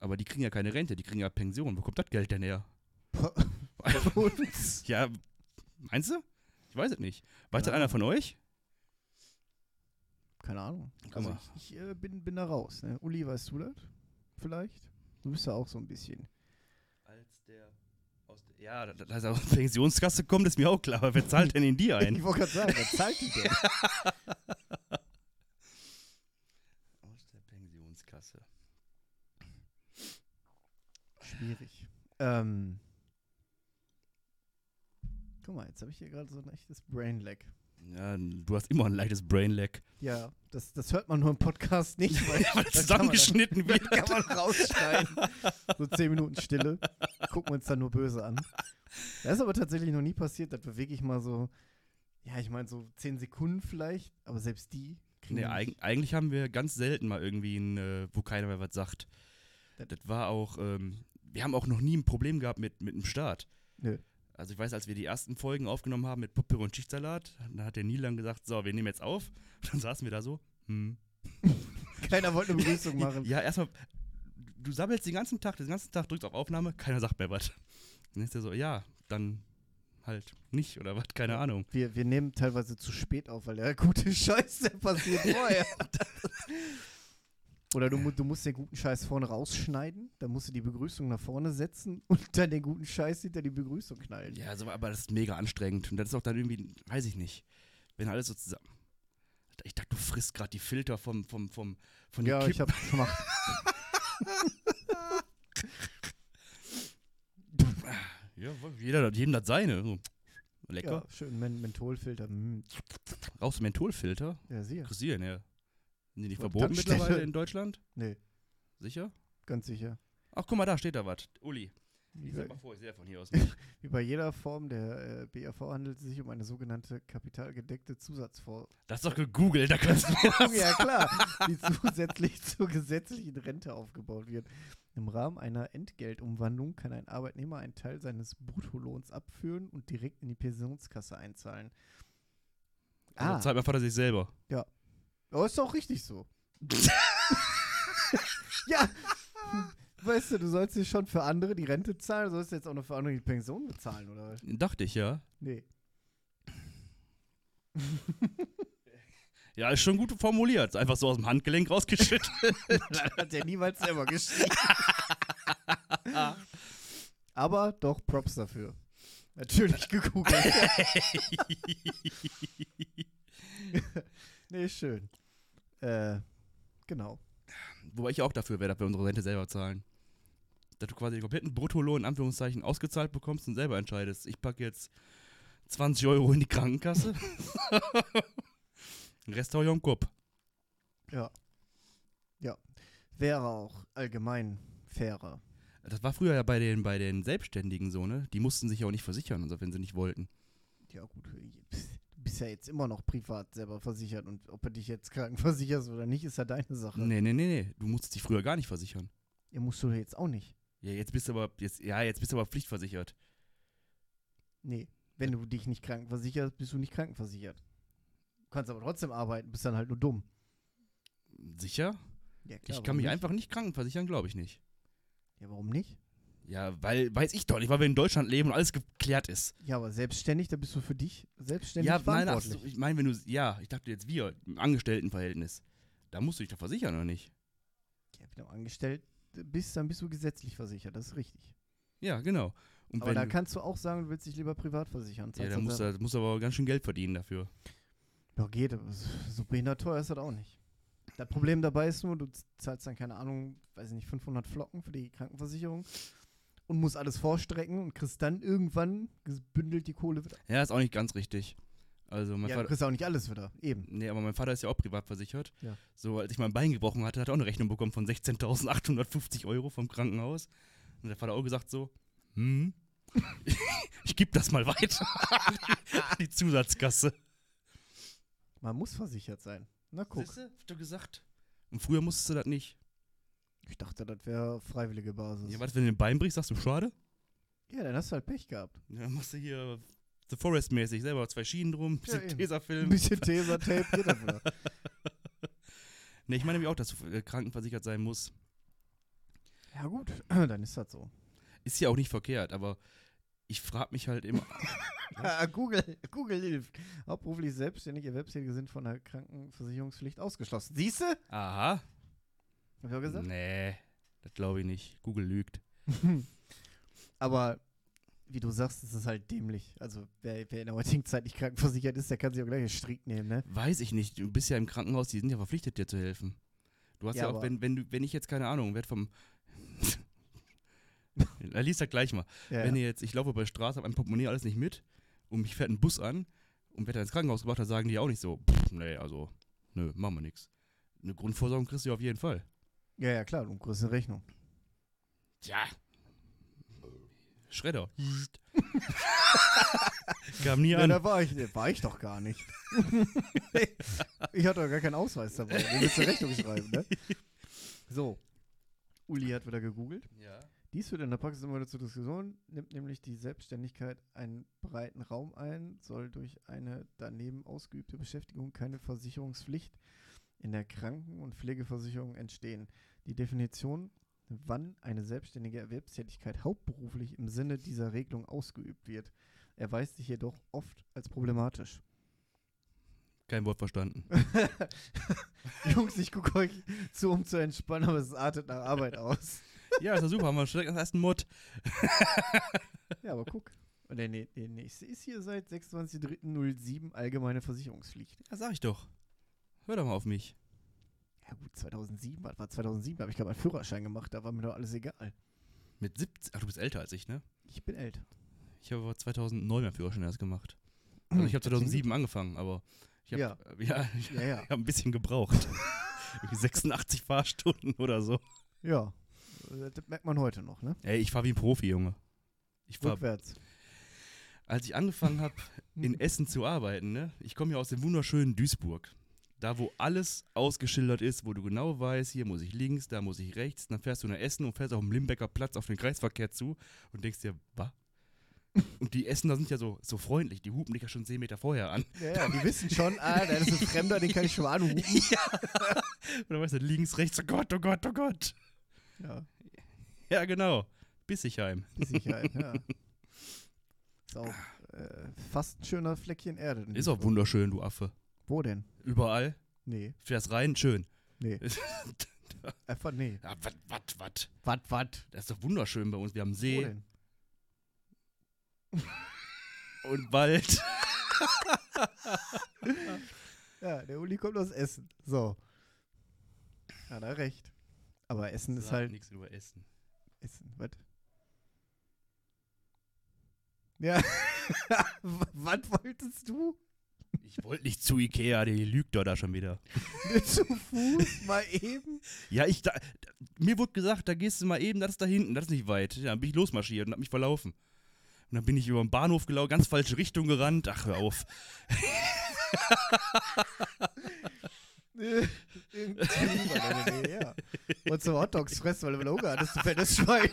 Speaker 2: Aber die kriegen ja keine Rente, die kriegen ja Pension. Wo kommt das Geld denn her?
Speaker 1: Boah. Und
Speaker 2: Ja, meinst du? Ich weiß es nicht. Weiß das
Speaker 1: Ja.
Speaker 2: einer von euch?
Speaker 1: Keine Ahnung.
Speaker 2: Guck
Speaker 1: Also
Speaker 2: mal.
Speaker 1: ich, ich äh, bin, bin da raus. Ne? Uli, weißt du das? Vielleicht? Du bist ja auch so ein bisschen.
Speaker 2: Als der aus der ja, da- dass er aus der Pensionskasse kommt, ist mir auch klar. Aber wer zahlt denn in die ein?
Speaker 1: Ich wollte gerade sagen, was zahlt die denn?
Speaker 2: aus der Pensionskasse.
Speaker 1: Schwierig. Ähm. Guck mal, jetzt habe ich hier gerade so ein echtes Brain Lag.
Speaker 2: Ja, du hast immer ein leichtes Brainlag.
Speaker 1: Ja, das, das hört man nur im Podcast nicht, weil das kann man dann-
Speaker 2: Zusammengeschnitten wird.
Speaker 1: kann man rausschneiden. So zehn Minuten Stille. Gucken wir uns dann nur böse an. Das ist aber tatsächlich noch nie passiert. Das bewege ich mal so, ja, ich meine so zehn Sekunden vielleicht, aber selbst die kriegen
Speaker 2: Nee,
Speaker 1: wir
Speaker 2: eig
Speaker 1: nicht.
Speaker 2: eigentlich haben wir ganz selten mal irgendwie ein, äh, wo keiner mehr was sagt. Das, war auch, ähm, wir haben auch noch nie ein Problem gehabt mit, mit dem Start.
Speaker 1: Nö.
Speaker 2: Also ich weiß, als wir die ersten Folgen aufgenommen haben mit Puppe und Schichtsalat, dann hat der Nilan gesagt, so, wir nehmen jetzt auf. Dann saßen wir da so, hm.
Speaker 1: Keiner wollte eine Begrüßung machen.
Speaker 2: Ja, erstmal, du sammelst den ganzen Tag, den ganzen Tag drückst auf Aufnahme, keiner sagt mehr was. Dann ist er so, ja, dann halt nicht oder was, keine Ahnung.
Speaker 1: Wir, wir nehmen teilweise zu spät auf, weil der gute Scheiß, der passiert vorher. Oder du, mu- du musst den guten Scheiß vorne rausschneiden, dann musst du die Begrüßung nach vorne setzen und dann den guten Scheiß hinter die Begrüßung knallen.
Speaker 2: Ja, so, aber das ist mega anstrengend. Und das ist auch dann irgendwie, weiß ich nicht, wenn alles so zusammen. Ich dachte, du frisst gerade die Filter vom, vom, vom, von den
Speaker 1: Ja, ich
Speaker 2: Kippen.
Speaker 1: hab's gemacht.
Speaker 2: Ja, jeder, jedem das seine. So.
Speaker 1: Ja,
Speaker 2: Lecker.
Speaker 1: schön Men Mentholfilter. mm.
Speaker 2: Rauchst du Mentholfilter?
Speaker 1: Ja, sicher.
Speaker 2: Kursieren, ja. Sind die nicht
Speaker 1: Wollte
Speaker 2: verboten
Speaker 1: gerade stellen.
Speaker 2: mittlerweile in Deutschland?
Speaker 1: Nee,
Speaker 2: Sicher?
Speaker 1: ganz sicher.
Speaker 2: Ach, guck mal, da steht da was. Uli,
Speaker 1: Wie
Speaker 2: ich sag
Speaker 1: bei,
Speaker 2: mal vor, ich sehe von hier aus.
Speaker 1: wie bei jeder Form der äh, BAV handelt es sich um eine sogenannte kapitalgedeckte Zusatzvorsorge.
Speaker 2: Das ist doch gegoogelt, da kannst du mir das
Speaker 1: ja klar, die zusätzlich zur gesetzlichen Rente aufgebaut wird. Im Rahmen einer Entgeltumwandlung kann ein Arbeitnehmer einen Teil seines Bruttolohns abführen und direkt in die Pensionskasse einzahlen.
Speaker 2: Also
Speaker 1: Ah,
Speaker 2: zahlt mein Vater sich selber.
Speaker 1: oh, ist doch richtig so. ja, weißt du, du sollst dir schon für andere die Rente zahlen, sollst jetzt auch noch für andere die Pension bezahlen, oder? was?
Speaker 2: Dachte ich, ja.
Speaker 1: Nee.
Speaker 2: Ja, ist schon gut formuliert. Ist Einfach so aus dem Handgelenk rausgeschüttet.
Speaker 1: Hat er niemals selber geschrieben. Aber doch Props dafür. Natürlich gegoogelt. nee, schön. Äh, genau.
Speaker 2: Wobei ich auch dafür wäre, dass wir unsere Rente selber zahlen. Dass du quasi den kompletten Bruttolohn in Anführungszeichen ausgezahlt bekommst und selber entscheidest. Ich packe jetzt 20 Euro in die Krankenkasse. Den Rest hau ich am Kopf.
Speaker 1: Wäre auch allgemein fairer.
Speaker 2: Das war früher ja bei den, bei den Selbstständigen so, ne? Die mussten sich ja auch nicht versichern, also wenn sie nicht wollten.
Speaker 1: Ja, gut. pst, Du bist ja jetzt immer noch privat selber versichert und ob du dich jetzt krankenversicherst oder nicht, ist ja deine Sache.
Speaker 2: Nee, nee, nee, nee. Du musstest dich früher gar nicht versichern.
Speaker 1: Ja, musst du jetzt auch nicht.
Speaker 2: Ja, jetzt bist du aber, jetzt, ja, jetzt bist du aber pflichtversichert.
Speaker 1: Nee, wenn du dich nicht krankenversicherst, bist du nicht krankenversichert. Du kannst aber trotzdem arbeiten, bist dann halt nur dumm.
Speaker 2: Sicher?
Speaker 1: Ja,
Speaker 2: Ich
Speaker 1: klar,
Speaker 2: kann
Speaker 1: warum
Speaker 2: mich
Speaker 1: nicht?
Speaker 2: einfach nicht krankenversichern, glaube ich nicht.
Speaker 1: Ja, warum nicht?
Speaker 2: Ja, weil, weiß ich doch nicht, weil wir in Deutschland leben und alles geklärt ist.
Speaker 1: Ja, aber selbstständig, da bist du für dich selbstständig
Speaker 2: ja, nein, ach,
Speaker 1: verantwortlich.
Speaker 2: so, ich meine, wenn du, ja, ich dachte jetzt wir, im Angestelltenverhältnis. Da musst du dich doch versichern, oder nicht?
Speaker 1: ja, wenn du angestellt bist, dann bist du gesetzlich versichert, das ist richtig.
Speaker 2: Ja, genau. Und
Speaker 1: Aber
Speaker 2: wenn
Speaker 1: da
Speaker 2: du-
Speaker 1: kannst halt du auch sagen, du willst dich lieber privat versichern.
Speaker 2: ja,
Speaker 1: zahlst
Speaker 2: dann
Speaker 1: dann
Speaker 2: musst halt
Speaker 1: selber.
Speaker 2: du, musst du aber ganz schön Geld verdienen dafür.
Speaker 1: ja, geht, aber so so behindert teuer ist das auch nicht. Das Problem dabei ist nur, du z- zahlst dann, keine Ahnung, weiß ich nicht, 500 Flocken für die Krankenversicherung und musst alles vorstrecken und kriegst dann irgendwann gebündelt die Kohle wieder.
Speaker 2: Ja, ist auch nicht ganz richtig. Also mein
Speaker 1: ja, du
Speaker 2: Vater,
Speaker 1: kriegst auch nicht alles wieder, eben.
Speaker 2: nee, aber mein Vater ist ja auch privat versichert.
Speaker 1: Ja.
Speaker 2: So, als ich mein Bein gebrochen hatte, hat er auch eine Rechnung bekommen von 16.850 Euro vom Krankenhaus. Und der Vater auch gesagt so, hm, ich gebe das mal weiter an die Zusatzkasse.
Speaker 1: Man muss versichert sein. Na guck,
Speaker 2: Siehste, hab du gesagt. Und früher musstest du das nicht.
Speaker 1: ich dachte, das wäre freiwillige Basis.
Speaker 2: Ja, was, wenn du den Bein brichst, sagst du schade?
Speaker 1: ja, dann hast du halt Pech gehabt.
Speaker 2: Ja, Dann machst du hier The Forest-mäßig selber zwei Schienen drum, bisschen
Speaker 1: eben. Ein
Speaker 2: Tesafilm.
Speaker 1: bisschen Tape geht dafür.
Speaker 2: Ne, ich meine nämlich auch, dass du äh, krankenversichert sein musst.
Speaker 1: Ja gut, dann ist das so.
Speaker 2: Ist ja auch nicht verkehrt, aber ich frage mich halt immer. Ah,
Speaker 1: Google, Google hilft. Hauptberuflich selbstständige Erwerbstätige sind von der Krankenversicherungspflicht ausgeschlossen. Siehst du? Hab
Speaker 2: Aha.
Speaker 1: ich ja
Speaker 2: Mhm.
Speaker 1: gesagt.
Speaker 2: Nee, das glaube ich nicht. Google lügt.
Speaker 1: Aber wie du sagst, ist es halt dämlich. Also wer, wer in der heutigen Zeit nicht krankenversichert ist, der kann sich auch gleich einen Strick nehmen, ne?
Speaker 2: Weiß ich nicht. Du bist ja im Krankenhaus, die sind ja verpflichtet, dir zu helfen. Du hast
Speaker 1: Ja,
Speaker 2: ja, auch,
Speaker 1: aber-
Speaker 2: wenn, wenn, du, wenn ich jetzt, keine Ahnung, werd vom. Er liest das gleich mal.
Speaker 1: Ja,
Speaker 2: Wenn
Speaker 1: ja.
Speaker 2: ihr jetzt, ich laufe über die Straße, habe mein Portemonnaie alles nicht mit und mich fährt ein Bus an und werde dann ins Krankenhaus gebracht, dann sagen die auch nicht so, pff, nee, also, nö, machen wir nix. Eine Grundversorgung kriegst du ja auf jeden Fall.
Speaker 1: ja, ja klar, du kriegst eine Rechnung.
Speaker 2: Tja. Schredder. Kam nie
Speaker 1: Ja,
Speaker 2: an.
Speaker 1: da war ich, da war ich doch gar nicht. ich hatte doch gar keinen Ausweis dabei. Du willst eine Rechnung schreiben, ne? So. Uli hat wieder gegoogelt.
Speaker 2: Ja.
Speaker 1: Dies führt in der Praxis immer wieder zur Diskussion, nimmt nämlich die Selbstständigkeit einen breiten Raum ein, soll durch eine daneben ausgeübte Beschäftigung keine Versicherungspflicht in der Kranken- und Pflegeversicherung entstehen. Die Definition, wann eine selbstständige Erwerbstätigkeit hauptberuflich im Sinne dieser Regelung ausgeübt wird, erweist sich jedoch oft als problematisch.
Speaker 2: Kein Wort verstanden.
Speaker 1: Jungs, ich gucke euch zu, um zu entspannen, aber es artet nach Arbeit aus.
Speaker 2: ja, ist doch super, haben wir direkt als ersten Mod.
Speaker 1: Ja, aber guck. Und der, nä- der nächste ist hier seit 26.03.07 allgemeine Versicherungspflicht.
Speaker 2: Ja, sag ich doch. Hör doch mal auf mich.
Speaker 1: Ja gut, 2007, was war 2007? Da habe ich gerade meinen Führerschein gemacht, da war mir doch alles egal.
Speaker 2: Mit 17, ach, du bist älter als ich, ne?
Speaker 1: Ich bin alt.
Speaker 2: Ich habe aber 2009 meinen Führerschein erst gemacht. Also ich habe 2007 angefangen, aber ich habe
Speaker 1: Hm, Ja.
Speaker 2: ja, ich
Speaker 1: Ja, ja.
Speaker 2: hab ein bisschen gebraucht. Irgendwie 86 Fahrstunden oder so.
Speaker 1: Ja. Äh, Das merkt man heute noch, ne?
Speaker 2: Ey, ich fahre wie ein Profi, Junge. Ich fahr,
Speaker 1: Rückwärts.
Speaker 2: als ich angefangen habe, in
Speaker 1: Hm.
Speaker 2: Essen zu arbeiten, ne? Ich komme ja aus dem wunderschönen Duisburg. Da, wo alles ausgeschildert ist, wo du genau weißt, hier muss ich links, da muss ich rechts. Dann fährst du nach Essen und fährst auf dem Limbecker Platz auf den Kreisverkehr zu und denkst dir, wa? Und die Essener sind ja so, so freundlich, die hupen dich ja schon 10 Meter vorher an.
Speaker 1: Ja, ja, die wissen schon, ah, da ist ein Fremder, den kann ich schon anrufen.
Speaker 2: Und dann weißt du, links, rechts, oh Gott, oh Gott, oh Gott.
Speaker 1: Ja,
Speaker 2: Ja, genau. Bissichheim.
Speaker 1: die Sicherheit, ja. Ist auch äh, fast ein schöner Fleckchen Erde. in
Speaker 2: Ist auch
Speaker 1: Duisburg.
Speaker 2: wunderschön, du Affe.
Speaker 1: Wo denn?
Speaker 2: Überall.
Speaker 1: Nee,
Speaker 2: Fährst rein, schön.
Speaker 1: nee, einfach nee.
Speaker 2: Ja, wat, wat, wat.
Speaker 1: Wat, wat?
Speaker 2: Das ist doch wunderschön bei uns. Wir haben
Speaker 1: Wo
Speaker 2: See
Speaker 1: denn?
Speaker 2: und Wald.
Speaker 1: Ja, der Uli kommt aus Essen. So. Hat er recht. Aber Essen ist
Speaker 2: Sag
Speaker 1: halt
Speaker 2: nichts über Essen.
Speaker 1: Essen, was? Ja, was wolltest du?
Speaker 2: Ich wollte nicht zu Ikea, die lügt doch da schon wieder.
Speaker 1: Zu Fuß mal eben?
Speaker 2: Ja, ich da, da- mir wurde gesagt, da gehst du mal eben, das ist da hinten, das ist nicht weit. Ja, dann bin ich losmarschiert und hab mich verlaufen. Und dann bin ich über den Bahnhof gelaufen, ganz falsche Richtung gerannt. Ach, hör auf.
Speaker 1: Äh, Irgendwie war deine Idee, ja. Wolltest du Hotdogs fressen, weil du Hunger hattest, du fettes Schwein.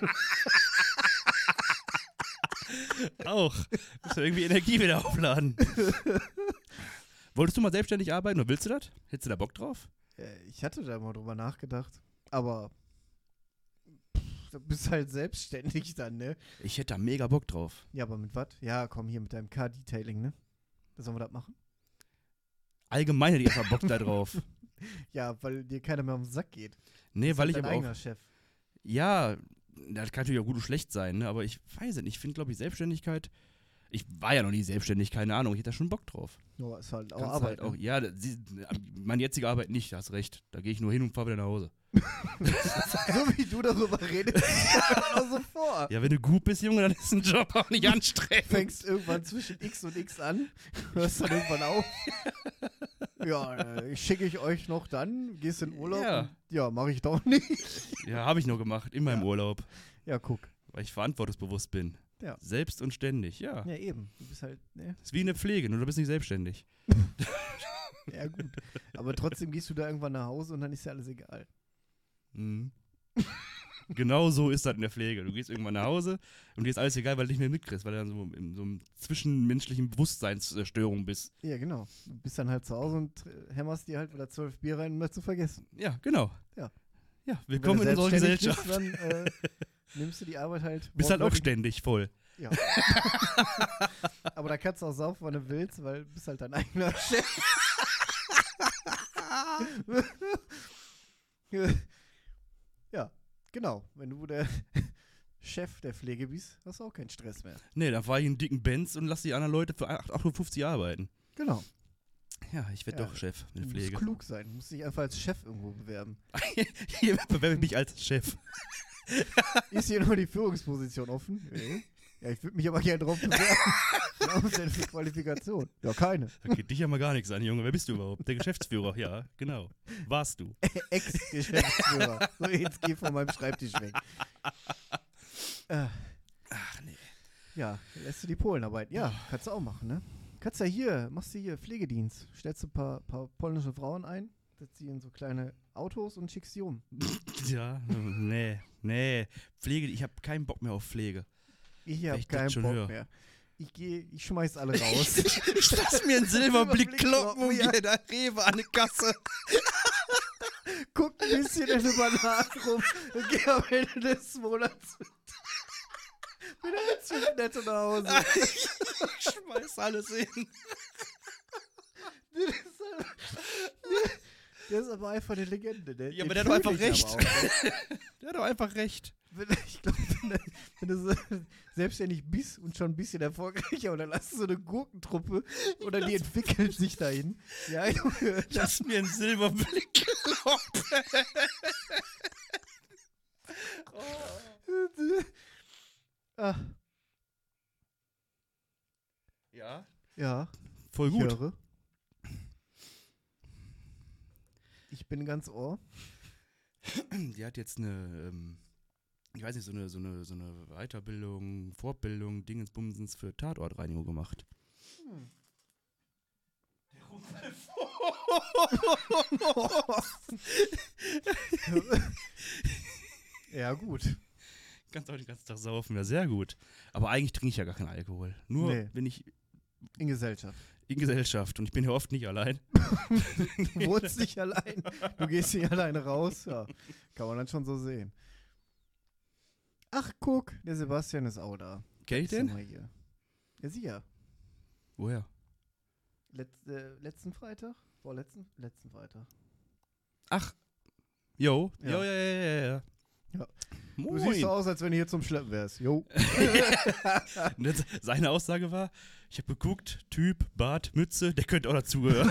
Speaker 2: Auch. Muss ja irgendwie Energie wieder aufladen. Wolltest du mal selbstständig arbeiten oder willst du das? Hättest du da Bock drauf?
Speaker 1: Äh, Ich hatte da mal drüber nachgedacht, aber pff, du bist halt selbstständig dann, ne?
Speaker 2: Ich hätte da mega Bock drauf.
Speaker 1: Ja, aber mit was? Ja, komm, hier mit deinem Car-Detailing, ne? Sollen wir das machen?
Speaker 2: Allgemein hätte ich einfach Bock da drauf.
Speaker 1: Ja, weil dir keiner mehr auf den Sack geht.
Speaker 2: Nee,
Speaker 1: Ist
Speaker 2: weil
Speaker 1: halt
Speaker 2: ich
Speaker 1: dein
Speaker 2: aber auch.
Speaker 1: eigener Chef.
Speaker 2: Ja, das kann natürlich auch gut und schlecht sein, ne? aber ich weiß es nicht. Ich finde, glaube ich, Selbstständigkeit. Ich war ja noch nie selbstständig, keine Ahnung. Ich hätte da schon Bock drauf.
Speaker 1: Nur ist halt auch
Speaker 2: Kannst
Speaker 1: Arbeit.
Speaker 2: halt auch, ja, das- sie, meine jetzige Arbeit nicht, hast recht. Da gehe ich nur hin und fahre wieder nach Hause.
Speaker 1: ne? so wie du darüber redest, kommt man auch so vor.
Speaker 2: Ja, wenn du gut bist, Junge, dann ist ein Job auch nicht anstrengend.
Speaker 1: Fängst irgendwann zwischen X und X an, hörst dann irgendwann auf. ja, äh, schicke ich euch noch dann, gehst in Urlaub.
Speaker 2: Ja.
Speaker 1: und- ja mache ich doch nicht.
Speaker 2: Ja, habe ich noch gemacht, in meinem
Speaker 1: Ja.
Speaker 2: Urlaub,
Speaker 1: Ja, guck.
Speaker 2: weil ich verantwortungsbewusst bin.
Speaker 1: Ja.
Speaker 2: Selbst und ständig, ja.
Speaker 1: Ja, eben. Du bist halt, ne?
Speaker 2: Ist wie eine Pflege, nur du bist nicht selbstständig.
Speaker 1: Ja, gut. Aber trotzdem gehst du da irgendwann nach Hause und dann ist ja alles egal.
Speaker 2: Mhm. genau so ist das in der Pflege. Du gehst irgendwann nach Hause und dir ist alles egal, weil du nicht mehr mitkriegst, weil du dann so in so einem zwischenmenschlichen Bewusstseinsstörung bist.
Speaker 1: Ja, genau. Du bist dann halt zu Hause und äh, hämmerst dir halt wieder zwölf Bier rein, um das zu vergessen.
Speaker 2: Ja, genau.
Speaker 1: Ja.
Speaker 2: Ja,
Speaker 1: Und wenn
Speaker 2: willkommen
Speaker 1: du
Speaker 2: in unserer
Speaker 1: selbstständig
Speaker 2: Gesellschaft.
Speaker 1: bist, Dann äh, nimmst du die Arbeit halt.
Speaker 2: Bist halt auch
Speaker 1: wortwörtlich
Speaker 2: ständig voll.
Speaker 1: Aber da kannst du auch saufen, wann du willst, weil du bist halt dein eigener Chef. ja, genau. Wenn du der Chef der Pflege bist, hast du auch keinen Stress mehr.
Speaker 2: Nee, dann fahr ich in dicken Benz und lass die anderen Leute für 8,50 Uhr arbeiten.
Speaker 1: Genau.
Speaker 2: Ja, ich werde
Speaker 1: Ja.
Speaker 2: doch Chef
Speaker 1: Du
Speaker 2: in
Speaker 1: musst
Speaker 2: Pflege.
Speaker 1: klug sein. Du musst dich einfach als Chef irgendwo bewerben.
Speaker 2: Hier bewerbe ich mich als Chef.
Speaker 1: Ist hier noch die Führungsposition offen? Nee. Ja, ich würde mich aber gerne drauf bewerben. Was ist denn für Qualifikation? Ja, keine.
Speaker 2: Da geht dich ja mal gar nichts an, Junge. Wer bist du überhaupt? Der Geschäftsführer, ja, genau. Warst du.
Speaker 1: Ex-Geschäftsführer. So, jetzt geh von meinem Schreibtisch weg. Äh,
Speaker 2: Ach nee.
Speaker 1: ja, lässt du die Polen arbeiten. Ja, kannst du auch machen, ne? Kannst ja hier, machst du hier Pflegedienst. Stellst du ein paar, paar polnische Frauen ein, setzt sie in so kleine Autos und schickst sie um.
Speaker 2: Ja, hm, nee, nee. Pflege, ich habe keinen Bock mehr auf Pflege.
Speaker 1: Ich
Speaker 2: Wenn
Speaker 1: hab
Speaker 2: ich das
Speaker 1: keinen
Speaker 2: schon
Speaker 1: Bock
Speaker 2: höre.
Speaker 1: mehr. Ich gehe, ich schmeiß alle raus.
Speaker 2: Ich lass mir einen Silberblick kloppen und
Speaker 1: Ja.
Speaker 2: gehe da Rewe an die Kasse.
Speaker 1: Guck ein bisschen in den Bananen rum und geh am Ende des Monats wieder mit netto nach Hause.
Speaker 2: Ich schmeiß alles hin.
Speaker 1: Der ist, der ist aber einfach eine Legende. ne? Der,
Speaker 2: Ja, aber
Speaker 1: den
Speaker 2: der hat doch
Speaker 1: fühl
Speaker 2: einfach
Speaker 1: ich aber auch, ne?
Speaker 2: Der hat doch einfach recht.
Speaker 1: Wenn- Ich glaube, wenn, du- wenn du so selbstständig bist und schon ein bisschen erfolgreicher und dann lass du so eine Gurkentruppe oder die entwickelt sich dahin. Ja, Junge.
Speaker 2: Lass mir einen Silberblick kloppen.
Speaker 1: Ah.
Speaker 2: Ja.
Speaker 1: Ja,
Speaker 2: Voll
Speaker 1: ich
Speaker 2: gut.
Speaker 1: höre. Ich bin ganz ohr.
Speaker 2: Hm, Die hat jetzt eine, ähm, ich weiß nicht, so eine, so eine, so eine Weiterbildung, Fortbildung, Dingensbumsens für Tatortreinigung gemacht.
Speaker 1: ja, gut.
Speaker 2: Kannst auch den ganzen Tag saufen, ja, sehr gut. Aber eigentlich trinke ich ja gar keinen Alkohol. Nur
Speaker 1: Nee.
Speaker 2: wenn ich
Speaker 1: In Gesellschaft.
Speaker 2: in Gesellschaft und ich bin ja oft nicht allein.
Speaker 1: Du wohnst nicht allein. Du gehst nicht alleine raus. Ja. Kann man dann schon so sehen. Ach, guck, der Sebastian ist auch da.
Speaker 2: Kenn ich
Speaker 1: Ist er
Speaker 2: den?
Speaker 1: mal hier. Ja, sie ja.
Speaker 2: Woher?
Speaker 1: Letz, äh, letzten Freitag? Vorletzten? Letzten Freitag.
Speaker 2: Ach, jo,
Speaker 1: Ja.
Speaker 2: jo, ja, ja, ja, ja.
Speaker 1: Ja. Du siehst
Speaker 2: Moin.
Speaker 1: so aus, als wenn du hier zum Schleppen wärst. Jo.
Speaker 2: Und jetzt, seine Aussage war, ich habe geguckt, Typ, Bart, Mütze, der könnte auch dazugehören.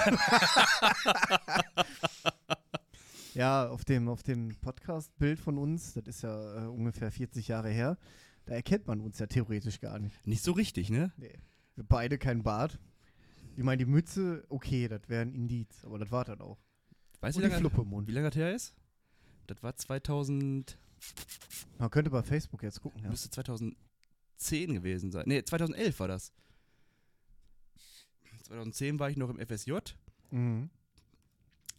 Speaker 1: Ja, auf dem, auf dem Podcast-Bild von uns, das ist ja äh, ungefähr 40 Jahre her, da erkennt man uns ja theoretisch gar nicht.
Speaker 2: nicht so richtig, ne?
Speaker 1: Nee. Wir beide kein Bart. Ich meine, die Mütze, okay, das wäre ein Indiz, aber das war dann auch.
Speaker 2: Weißt du,
Speaker 1: Und
Speaker 2: wie
Speaker 1: die
Speaker 2: lange,
Speaker 1: Fluppe im
Speaker 2: wie
Speaker 1: Mund.
Speaker 2: lange das her ist? Das war 2000,
Speaker 1: Man könnte bei Facebook jetzt gucken, ja.
Speaker 2: müsste 2010 gewesen sein. Ne, 2011 war das. 2010 war ich noch im FSJ.
Speaker 1: Mhm.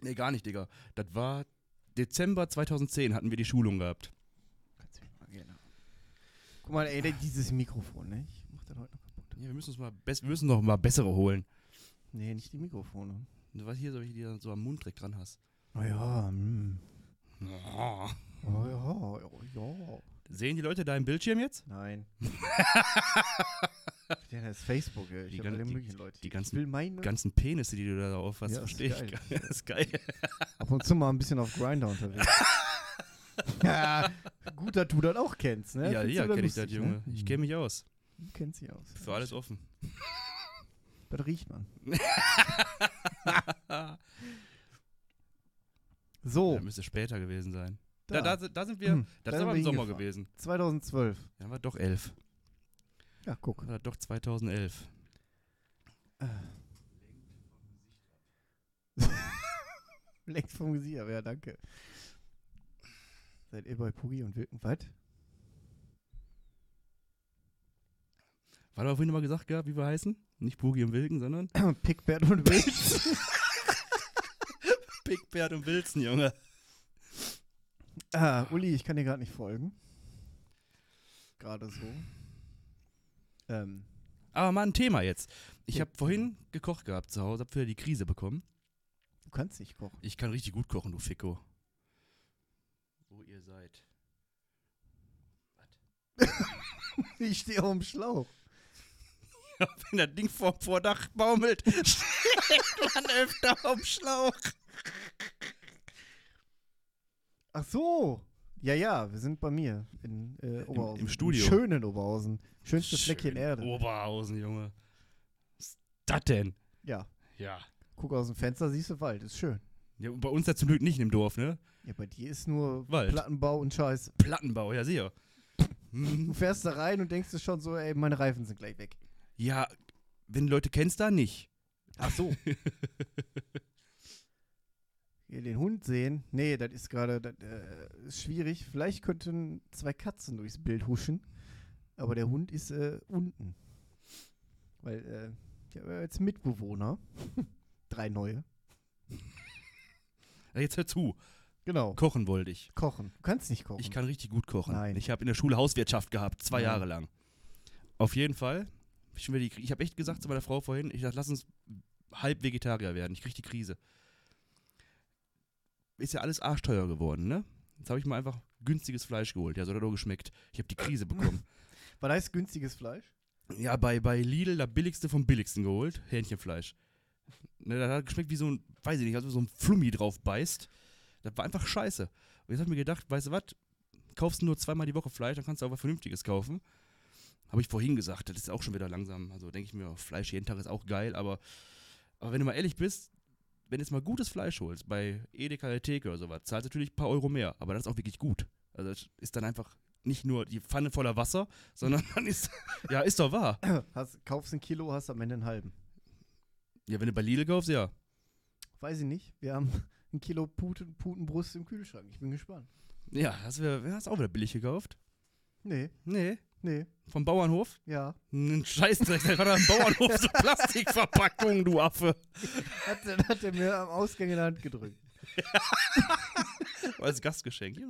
Speaker 2: Ne, gar nicht, Digga. Das war Dezember 2010 hatten wir die Schulung gehabt.
Speaker 1: Kannst du mal gerne. Guck mal, ey, der- dieses Mikrofon, ne? Ich mach das heute noch kaputt.
Speaker 2: Ja, wir müssen uns mal, bess- wir müssen noch mal bessere holen.
Speaker 1: Nee, nicht die Mikrofone.
Speaker 2: Du weißt hier, solche, die du so am Mund direkt dran hast.
Speaker 1: Oh ja, mm.
Speaker 2: Oh.
Speaker 1: oh ja, oh ja.
Speaker 2: Sehen die Leute deinen Bildschirm jetzt?
Speaker 1: Nein. ja, das ist Facebook, ey.
Speaker 2: Die
Speaker 1: Ich hab
Speaker 2: gan-
Speaker 1: alle
Speaker 2: die-
Speaker 1: möglichen Leute.
Speaker 2: die
Speaker 1: ich
Speaker 2: ganzen-
Speaker 1: will meine.
Speaker 2: Ganzen Penisse, die du da drauf hast,
Speaker 1: Ja, ist
Speaker 2: verstehe ich.
Speaker 1: geil.
Speaker 2: gar nicht. Das ist geil.
Speaker 1: Ab und zu mal ein bisschen auf Grinder unterwegs. ja, gut, dass du das auch kennst, ne?
Speaker 2: Ja, ja,
Speaker 1: Findest du
Speaker 2: kenne ich das,
Speaker 1: lustig,
Speaker 2: Junge.
Speaker 1: Ne?
Speaker 2: Ich kenne mich aus.
Speaker 1: Du kennst dich aus.
Speaker 2: Für alles offen.
Speaker 1: Das riecht man.
Speaker 2: Oh.
Speaker 1: so,
Speaker 2: Das Oh. müsste später gewesen sein. Da,
Speaker 1: da,
Speaker 2: da, si- da sind wir,
Speaker 1: Hm,
Speaker 2: das
Speaker 1: da
Speaker 2: ist
Speaker 1: sind
Speaker 2: aber im
Speaker 1: wir
Speaker 2: Sommer
Speaker 1: hingefahren.
Speaker 2: gewesen.
Speaker 1: 2012.
Speaker 2: Dann war doch 11.
Speaker 1: Ja, guck.
Speaker 2: Oder doch 2011.
Speaker 1: Lenkt vom Gesicht ab, ja, danke. Seid ihr bei Pugi und Wilken? Was?
Speaker 2: War da vorhin mal gesagt gehabt, wie wir heißen? Nicht Boogie und Wilken, sondern
Speaker 1: Pickbert und Wilken?
Speaker 2: Big Bird und Wilson, Junge.
Speaker 1: ah, Uli, ich kann dir gerade nicht folgen. Gerade so. Ähm,
Speaker 2: Aber mal ein Thema jetzt. Ich habe vorhin gekocht gehabt zu Hause, habe wieder die Krise bekommen.
Speaker 1: du kannst nicht kochen.
Speaker 2: Ich kann richtig gut kochen, du Ficko. Wo ihr seid.
Speaker 1: Ich stehe auf dem Schlauch.
Speaker 2: Wenn das Ding vorm Vordach baumelt, steht man öfter am Schlauch.
Speaker 1: Ach so. Ja, ja, wir sind bei mir in äh, Oberhausen.
Speaker 2: im Studio.
Speaker 1: schönen Oberhausen. Schönstes Fleckchen
Speaker 2: Schön.
Speaker 1: Erde.
Speaker 2: Oberhausen, Junge. Was ist das denn?
Speaker 1: Ja,
Speaker 2: Ja.
Speaker 1: guck aus dem Fenster, siehst du Wald. Ist schön.
Speaker 2: ja. Bei uns ja zum Glück nicht im Dorf, ne?
Speaker 1: Ja, bei dir ist nur
Speaker 2: Wald.
Speaker 1: Plattenbau und Scheiß.
Speaker 2: Plattenbau, ja, sicher. Hm.
Speaker 1: Du fährst da rein und denkst dir schon so, ey, meine Reifen sind gleich weg.
Speaker 2: Ja, wenn du Leute kennst, da nicht.
Speaker 1: Ach so. Hier den Hund sehen. Nee, das ist gerade das, äh, ist schwierig. Vielleicht könnten zwei Katzen durchs Bild huschen. Aber der Hund ist äh, unten. Weil äh, ich habe ja jetzt Mitbewohner. Drei neue.
Speaker 2: Ja, Jetzt hör zu.
Speaker 1: Genau.
Speaker 2: Kochen wollte ich.
Speaker 1: Kochen. Du kannst nicht kochen.
Speaker 2: Ich kann richtig gut kochen.
Speaker 1: Nein.
Speaker 2: Ich habe in der Schule Hauswirtschaft gehabt, zwei
Speaker 1: Nein.
Speaker 2: Jahre lang. Auf jeden Fall. Ich, will die- ich habe echt gesagt zu meiner Frau vorhin, ich dachte, lass uns halb Vegetarier werden. Ich kriege die Krise. Ist ja alles arschteuer geworden, ne? Jetzt habe ich mal einfach günstiges Fleisch geholt. Ja, so hat er geschmeckt. Ich habe die Krise bekommen.
Speaker 1: War das günstiges Fleisch?
Speaker 2: ja, bei, bei Lidl, das billigste vom billigsten geholt. Hähnchenfleisch. Ne, das hat geschmeckt wie so ein, weiß ich nicht, als ob so ein Flummi drauf beißt. Das war einfach scheiße. Und jetzt habe ich mir gedacht, weißt du was, kaufst du nur zweimal die Woche Fleisch, dann kannst du auch was Vernünftiges kaufen. Habe ich vorhin gesagt, das ist auch schon wieder langsam. Also denke ich mir, Fleisch jeden Tag ist auch geil, aber, aber wenn du mal ehrlich bist, wenn du jetzt mal gutes Fleisch holst, bei Edeka der Theke oder sowas, zahlst du natürlich ein paar Euro mehr, aber das ist auch wirklich gut. Also das ist dann einfach nicht nur die Pfanne voller Wasser, sondern dann ist. ja, ist doch wahr.
Speaker 1: Hast, kaufst ein Kilo, hast am Ende einen halben.
Speaker 2: Ja, wenn du bei Lidl kaufst, ja.
Speaker 1: Weiß ich nicht. Wir haben ein Kilo Puten, Putenbrust im Kühlschrank. Ich bin gespannt.
Speaker 2: Ja, hast du hast auch wieder billig gekauft.
Speaker 1: Nee,
Speaker 2: Nee.
Speaker 1: nee,
Speaker 2: Vom Bauernhof? Hm,
Speaker 1: ja.
Speaker 2: Ein Scheißdreck, der war da im Bauernhof so Plastikverpackung, du Affe.
Speaker 1: Hat, er- hat er mir am Ausgang in die Hand gedrückt.
Speaker 2: Als Gastgeschenk. Ja.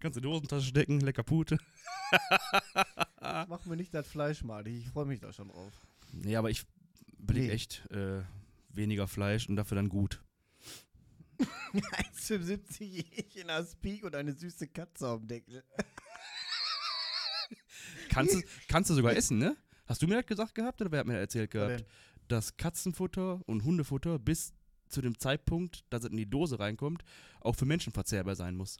Speaker 2: Kannst du in die Hosentasche stecken, lecker Pute.
Speaker 1: Mach mir nicht das Fleisch madig. Ich freue mich da schon drauf.
Speaker 2: Nee, aber ich überlege
Speaker 1: Nee.
Speaker 2: echt äh, weniger Fleisch und dafür dann gut.
Speaker 1: 1,75 in Aspik und eine süße Katze am Deckel.
Speaker 2: Kannst du, kannst du sogar essen, ne? Hast du mir das gesagt gehabt oder wer hat mir das erzählt
Speaker 1: Was
Speaker 2: gehabt?
Speaker 1: denn?
Speaker 2: Dass Katzenfutter und Hundefutter bis zu dem Zeitpunkt, dass es in die Dose reinkommt, auch für Menschen verzehrbar sein muss.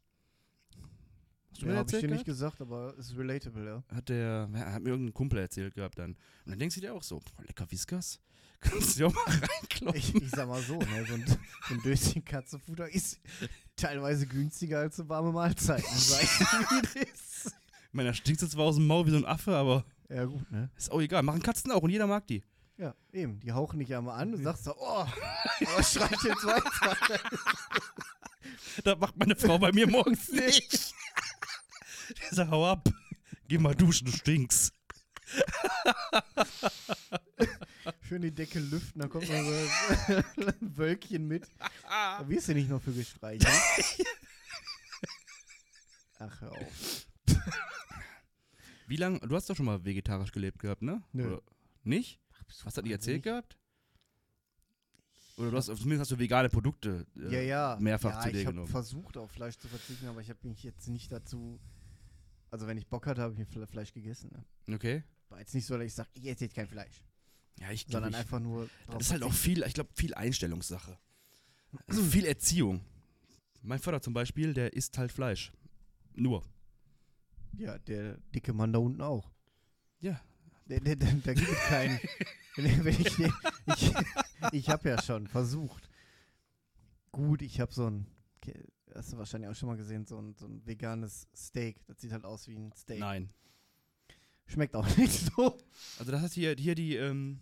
Speaker 2: Hast du mir
Speaker 1: Ja,
Speaker 2: das
Speaker 1: hab ich
Speaker 2: erzählt
Speaker 1: dir nicht
Speaker 2: gehabt?
Speaker 1: gesagt, aber es ist relatable, ja.
Speaker 2: Hat der, ja, hat mir irgendein Kumpel erzählt gehabt dann. Und dann denkst du dir auch so, boah, lecker Whiskas, kannst du dir auch mal reinkloppen.
Speaker 1: Ich, ich sag mal so, ne, so, ein, so ein Döschen Katzenfutter ist teilweise günstiger als so warme Mahlzeiten. Sag ich dir, wie das ist.
Speaker 2: Ich meine, da stinkt es zwar aus dem Maul wie so ein Affe, aber
Speaker 1: Ja, gut, ne?
Speaker 2: ist auch egal. Machen Katzen auch und jeder mag die.
Speaker 1: Ja, eben. Die hauchen dich ja mal an und sagst so, oh, aber schreit jetzt weiter.
Speaker 2: Das macht meine Frau bei mir morgens nicht. Ich sag, hau ab. Geh mal duschen, du stinkst.
Speaker 1: Schön die Decke lüften, dann kommt noch so ein Wölkchen mit.
Speaker 2: Ah.
Speaker 1: Da wirst du nicht noch für gestreichelt. Ach, hör auf.
Speaker 2: Wie lange, du hast doch schon mal vegetarisch gelebt gehabt, ne?
Speaker 1: Nö.
Speaker 2: Oder, nicht? Hast du das nicht erzählt gehabt? Oder du hast, zumindest hast du vegane Produkte. äh,
Speaker 1: ja, ja.
Speaker 2: mehrfach
Speaker 1: ja,
Speaker 2: zu dir
Speaker 1: ich habe
Speaker 2: genommen.
Speaker 1: versucht, auf Fleisch zu verzichten, aber ich habe mich jetzt nicht dazu. Also, wenn ich Bock hatte, habe ich Fle- Fleisch gegessen. Ne?
Speaker 2: Okay.
Speaker 1: War jetzt nicht so, dass ich sage, ich esse jetzt kein Fleisch,
Speaker 2: Ja, ich glaube,
Speaker 1: sondern einfach nur. drauf
Speaker 2: Das ist halt auch
Speaker 1: verzichten.
Speaker 2: viel, ich glaube, viel Einstellungssache. Also viel Erziehung. Mein Vater zum Beispiel, der isst halt Fleisch. Nur.
Speaker 1: Ja, der dicke Mann da unten auch.
Speaker 2: Ja.
Speaker 1: Da, da, da, da gibt es keinen. wenn, wenn ich ich, ich habe ja schon versucht. Gut, ich habe so ein, ke- hast du wahrscheinlich auch schon mal gesehen, so ein, so ein veganes Steak. Das sieht halt aus wie ein Steak.
Speaker 2: Nein.
Speaker 1: Schmeckt auch nicht so.
Speaker 2: Also das heißt hier, hier die, ähm,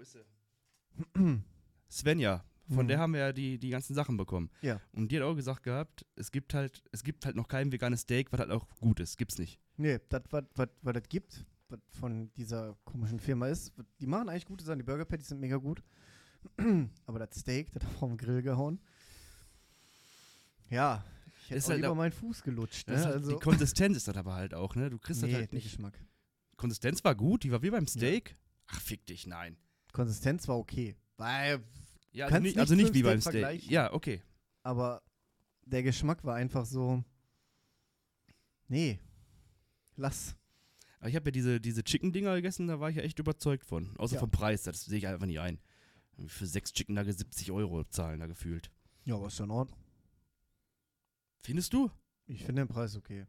Speaker 2: ist sie? Svenja. Von
Speaker 1: Mhm.
Speaker 2: der haben wir ja die, die ganzen Sachen bekommen.
Speaker 1: Ja.
Speaker 2: Und die hat auch gesagt gehabt, es gibt halt, es gibt halt noch kein veganes Steak, was halt auch gut ist. Gibt's nicht.
Speaker 1: Nee, das, was das gibt, was von dieser komischen Firma ist, wat- die machen eigentlich gute Sachen. Die Burger Patties sind mega gut. Aber das Steak, das hat vom Grill gehauen. Ja, ich hätte
Speaker 2: Ist
Speaker 1: auch
Speaker 2: halt
Speaker 1: lieber
Speaker 2: auch-
Speaker 1: meinen Fuß gelutscht. Ne?
Speaker 2: Das ist halt,
Speaker 1: also,
Speaker 2: Die Konsistenz ist das aber halt auch, ne? Du kriegst das
Speaker 1: nee,
Speaker 2: halt
Speaker 1: der
Speaker 2: nicht.
Speaker 1: Geschmack.
Speaker 2: Konsistenz war gut, die war wie beim Steak. Ach, fick dich, nein.
Speaker 1: Konsistenz war okay. Weil,
Speaker 2: Ja, also
Speaker 1: Kannst
Speaker 2: nicht,
Speaker 1: nicht
Speaker 2: also nicht
Speaker 1: mit
Speaker 2: wie
Speaker 1: dem
Speaker 2: beim
Speaker 1: Steak
Speaker 2: Steak.
Speaker 1: vergleichen.
Speaker 2: Ja, okay.
Speaker 1: aber der Geschmack war einfach so. Nee. Lass.
Speaker 2: Aber ich habe ja diese, diese Chicken-Dinger gegessen, da war ich ja echt überzeugt von. Außer
Speaker 1: Ja.
Speaker 2: vom Preis, das sehe ich einfach nicht ein. Für sechs Chicken Nuggets 70 Euro zahlen da gefühlt.
Speaker 1: Ja, aber ist ja in Ordnung.
Speaker 2: Findest du?
Speaker 1: Ich finde den Preis okay.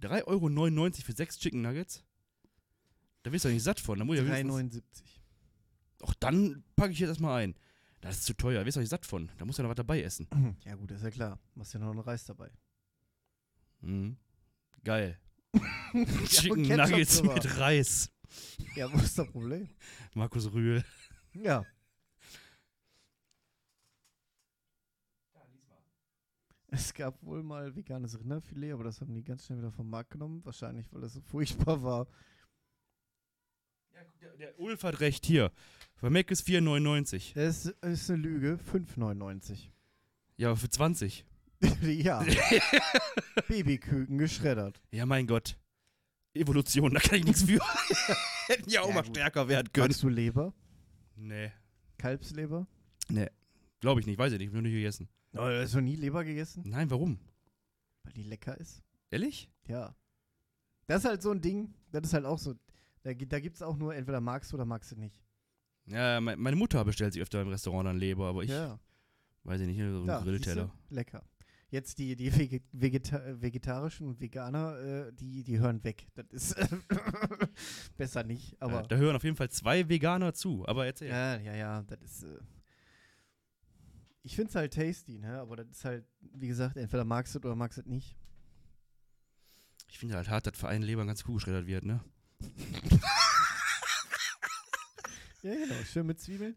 Speaker 2: 3,99 Euro für sechs Chicken Nuggets? Da wirst du ja nicht satt von. Da muss ich Oh ja wenigstens-
Speaker 1: 3,79.
Speaker 2: Auch dann packe ich jetzt erstmal ein. Das ist zu teuer, da wirst du ja nicht satt von. Da musst du ja noch was dabei essen.
Speaker 1: Ja, gut, ist ja klar. Machst ja noch einen Reis dabei.
Speaker 2: Mhm. Geil.
Speaker 1: Ja,
Speaker 2: Chicken
Speaker 1: und Ketchup
Speaker 2: Nuggets
Speaker 1: drüber.
Speaker 2: mit Reis.
Speaker 1: Ja, wo ist das Problem?
Speaker 2: Markus Rühl.
Speaker 1: Ja. Es gab wohl mal veganes Rinderfilet, aber das haben die ganz schnell wieder vom Markt genommen. Wahrscheinlich, weil das so furchtbar war.
Speaker 2: Der, der Ulf hat recht hier. Bei Mac ist 4,99.
Speaker 1: Das ist eine Lüge. 5,99.
Speaker 2: Ja, aber für 20.
Speaker 1: ja. Babyküken geschreddert.
Speaker 2: Ja, mein Gott. Evolution, da kann ich nichts für. Hätten ja auch
Speaker 1: Ja,
Speaker 2: mal
Speaker 1: gut.
Speaker 2: stärker werden können.
Speaker 1: Magst du Leber?
Speaker 2: Nee.
Speaker 1: Kalbsleber?
Speaker 2: Glaube ich nicht, weiß ich nicht, ich hab noch nicht gegessen.
Speaker 1: Hast du noch nie Leber gegessen?
Speaker 2: Nein, warum?
Speaker 1: Weil die lecker ist?
Speaker 2: Ehrlich?
Speaker 1: Ja. Das ist halt so ein Ding. Das ist halt auch so. Da, gi- da gibt es auch nur entweder magst du oder magst du nicht.
Speaker 2: Ja, me- meine Mutter bestellt sich öfter im Restaurant dann Leber, aber ich
Speaker 1: ja.
Speaker 2: weiß ich nicht, so ein
Speaker 1: Ja,
Speaker 2: Grillteller.
Speaker 1: siehste, lecker. Jetzt die, die Vege- Vegeta äh, vegetarischen und Veganer, äh, die, die hören weg. Das ist äh, besser nicht,
Speaker 2: Ja,
Speaker 1: aber
Speaker 2: da hören auf jeden Fall zwei Veganer zu, aber erzähl.
Speaker 1: ja, ja, ja, das ist. Äh, ich finde es halt tasty, ne? Aber das ist halt, wie gesagt, entweder magst du es oder magst du es nicht.
Speaker 2: Ich finde halt hart, dass Verein Leber ganz kugelschreddert wird, ne?
Speaker 1: Ja, genau, schön mit Zwiebeln.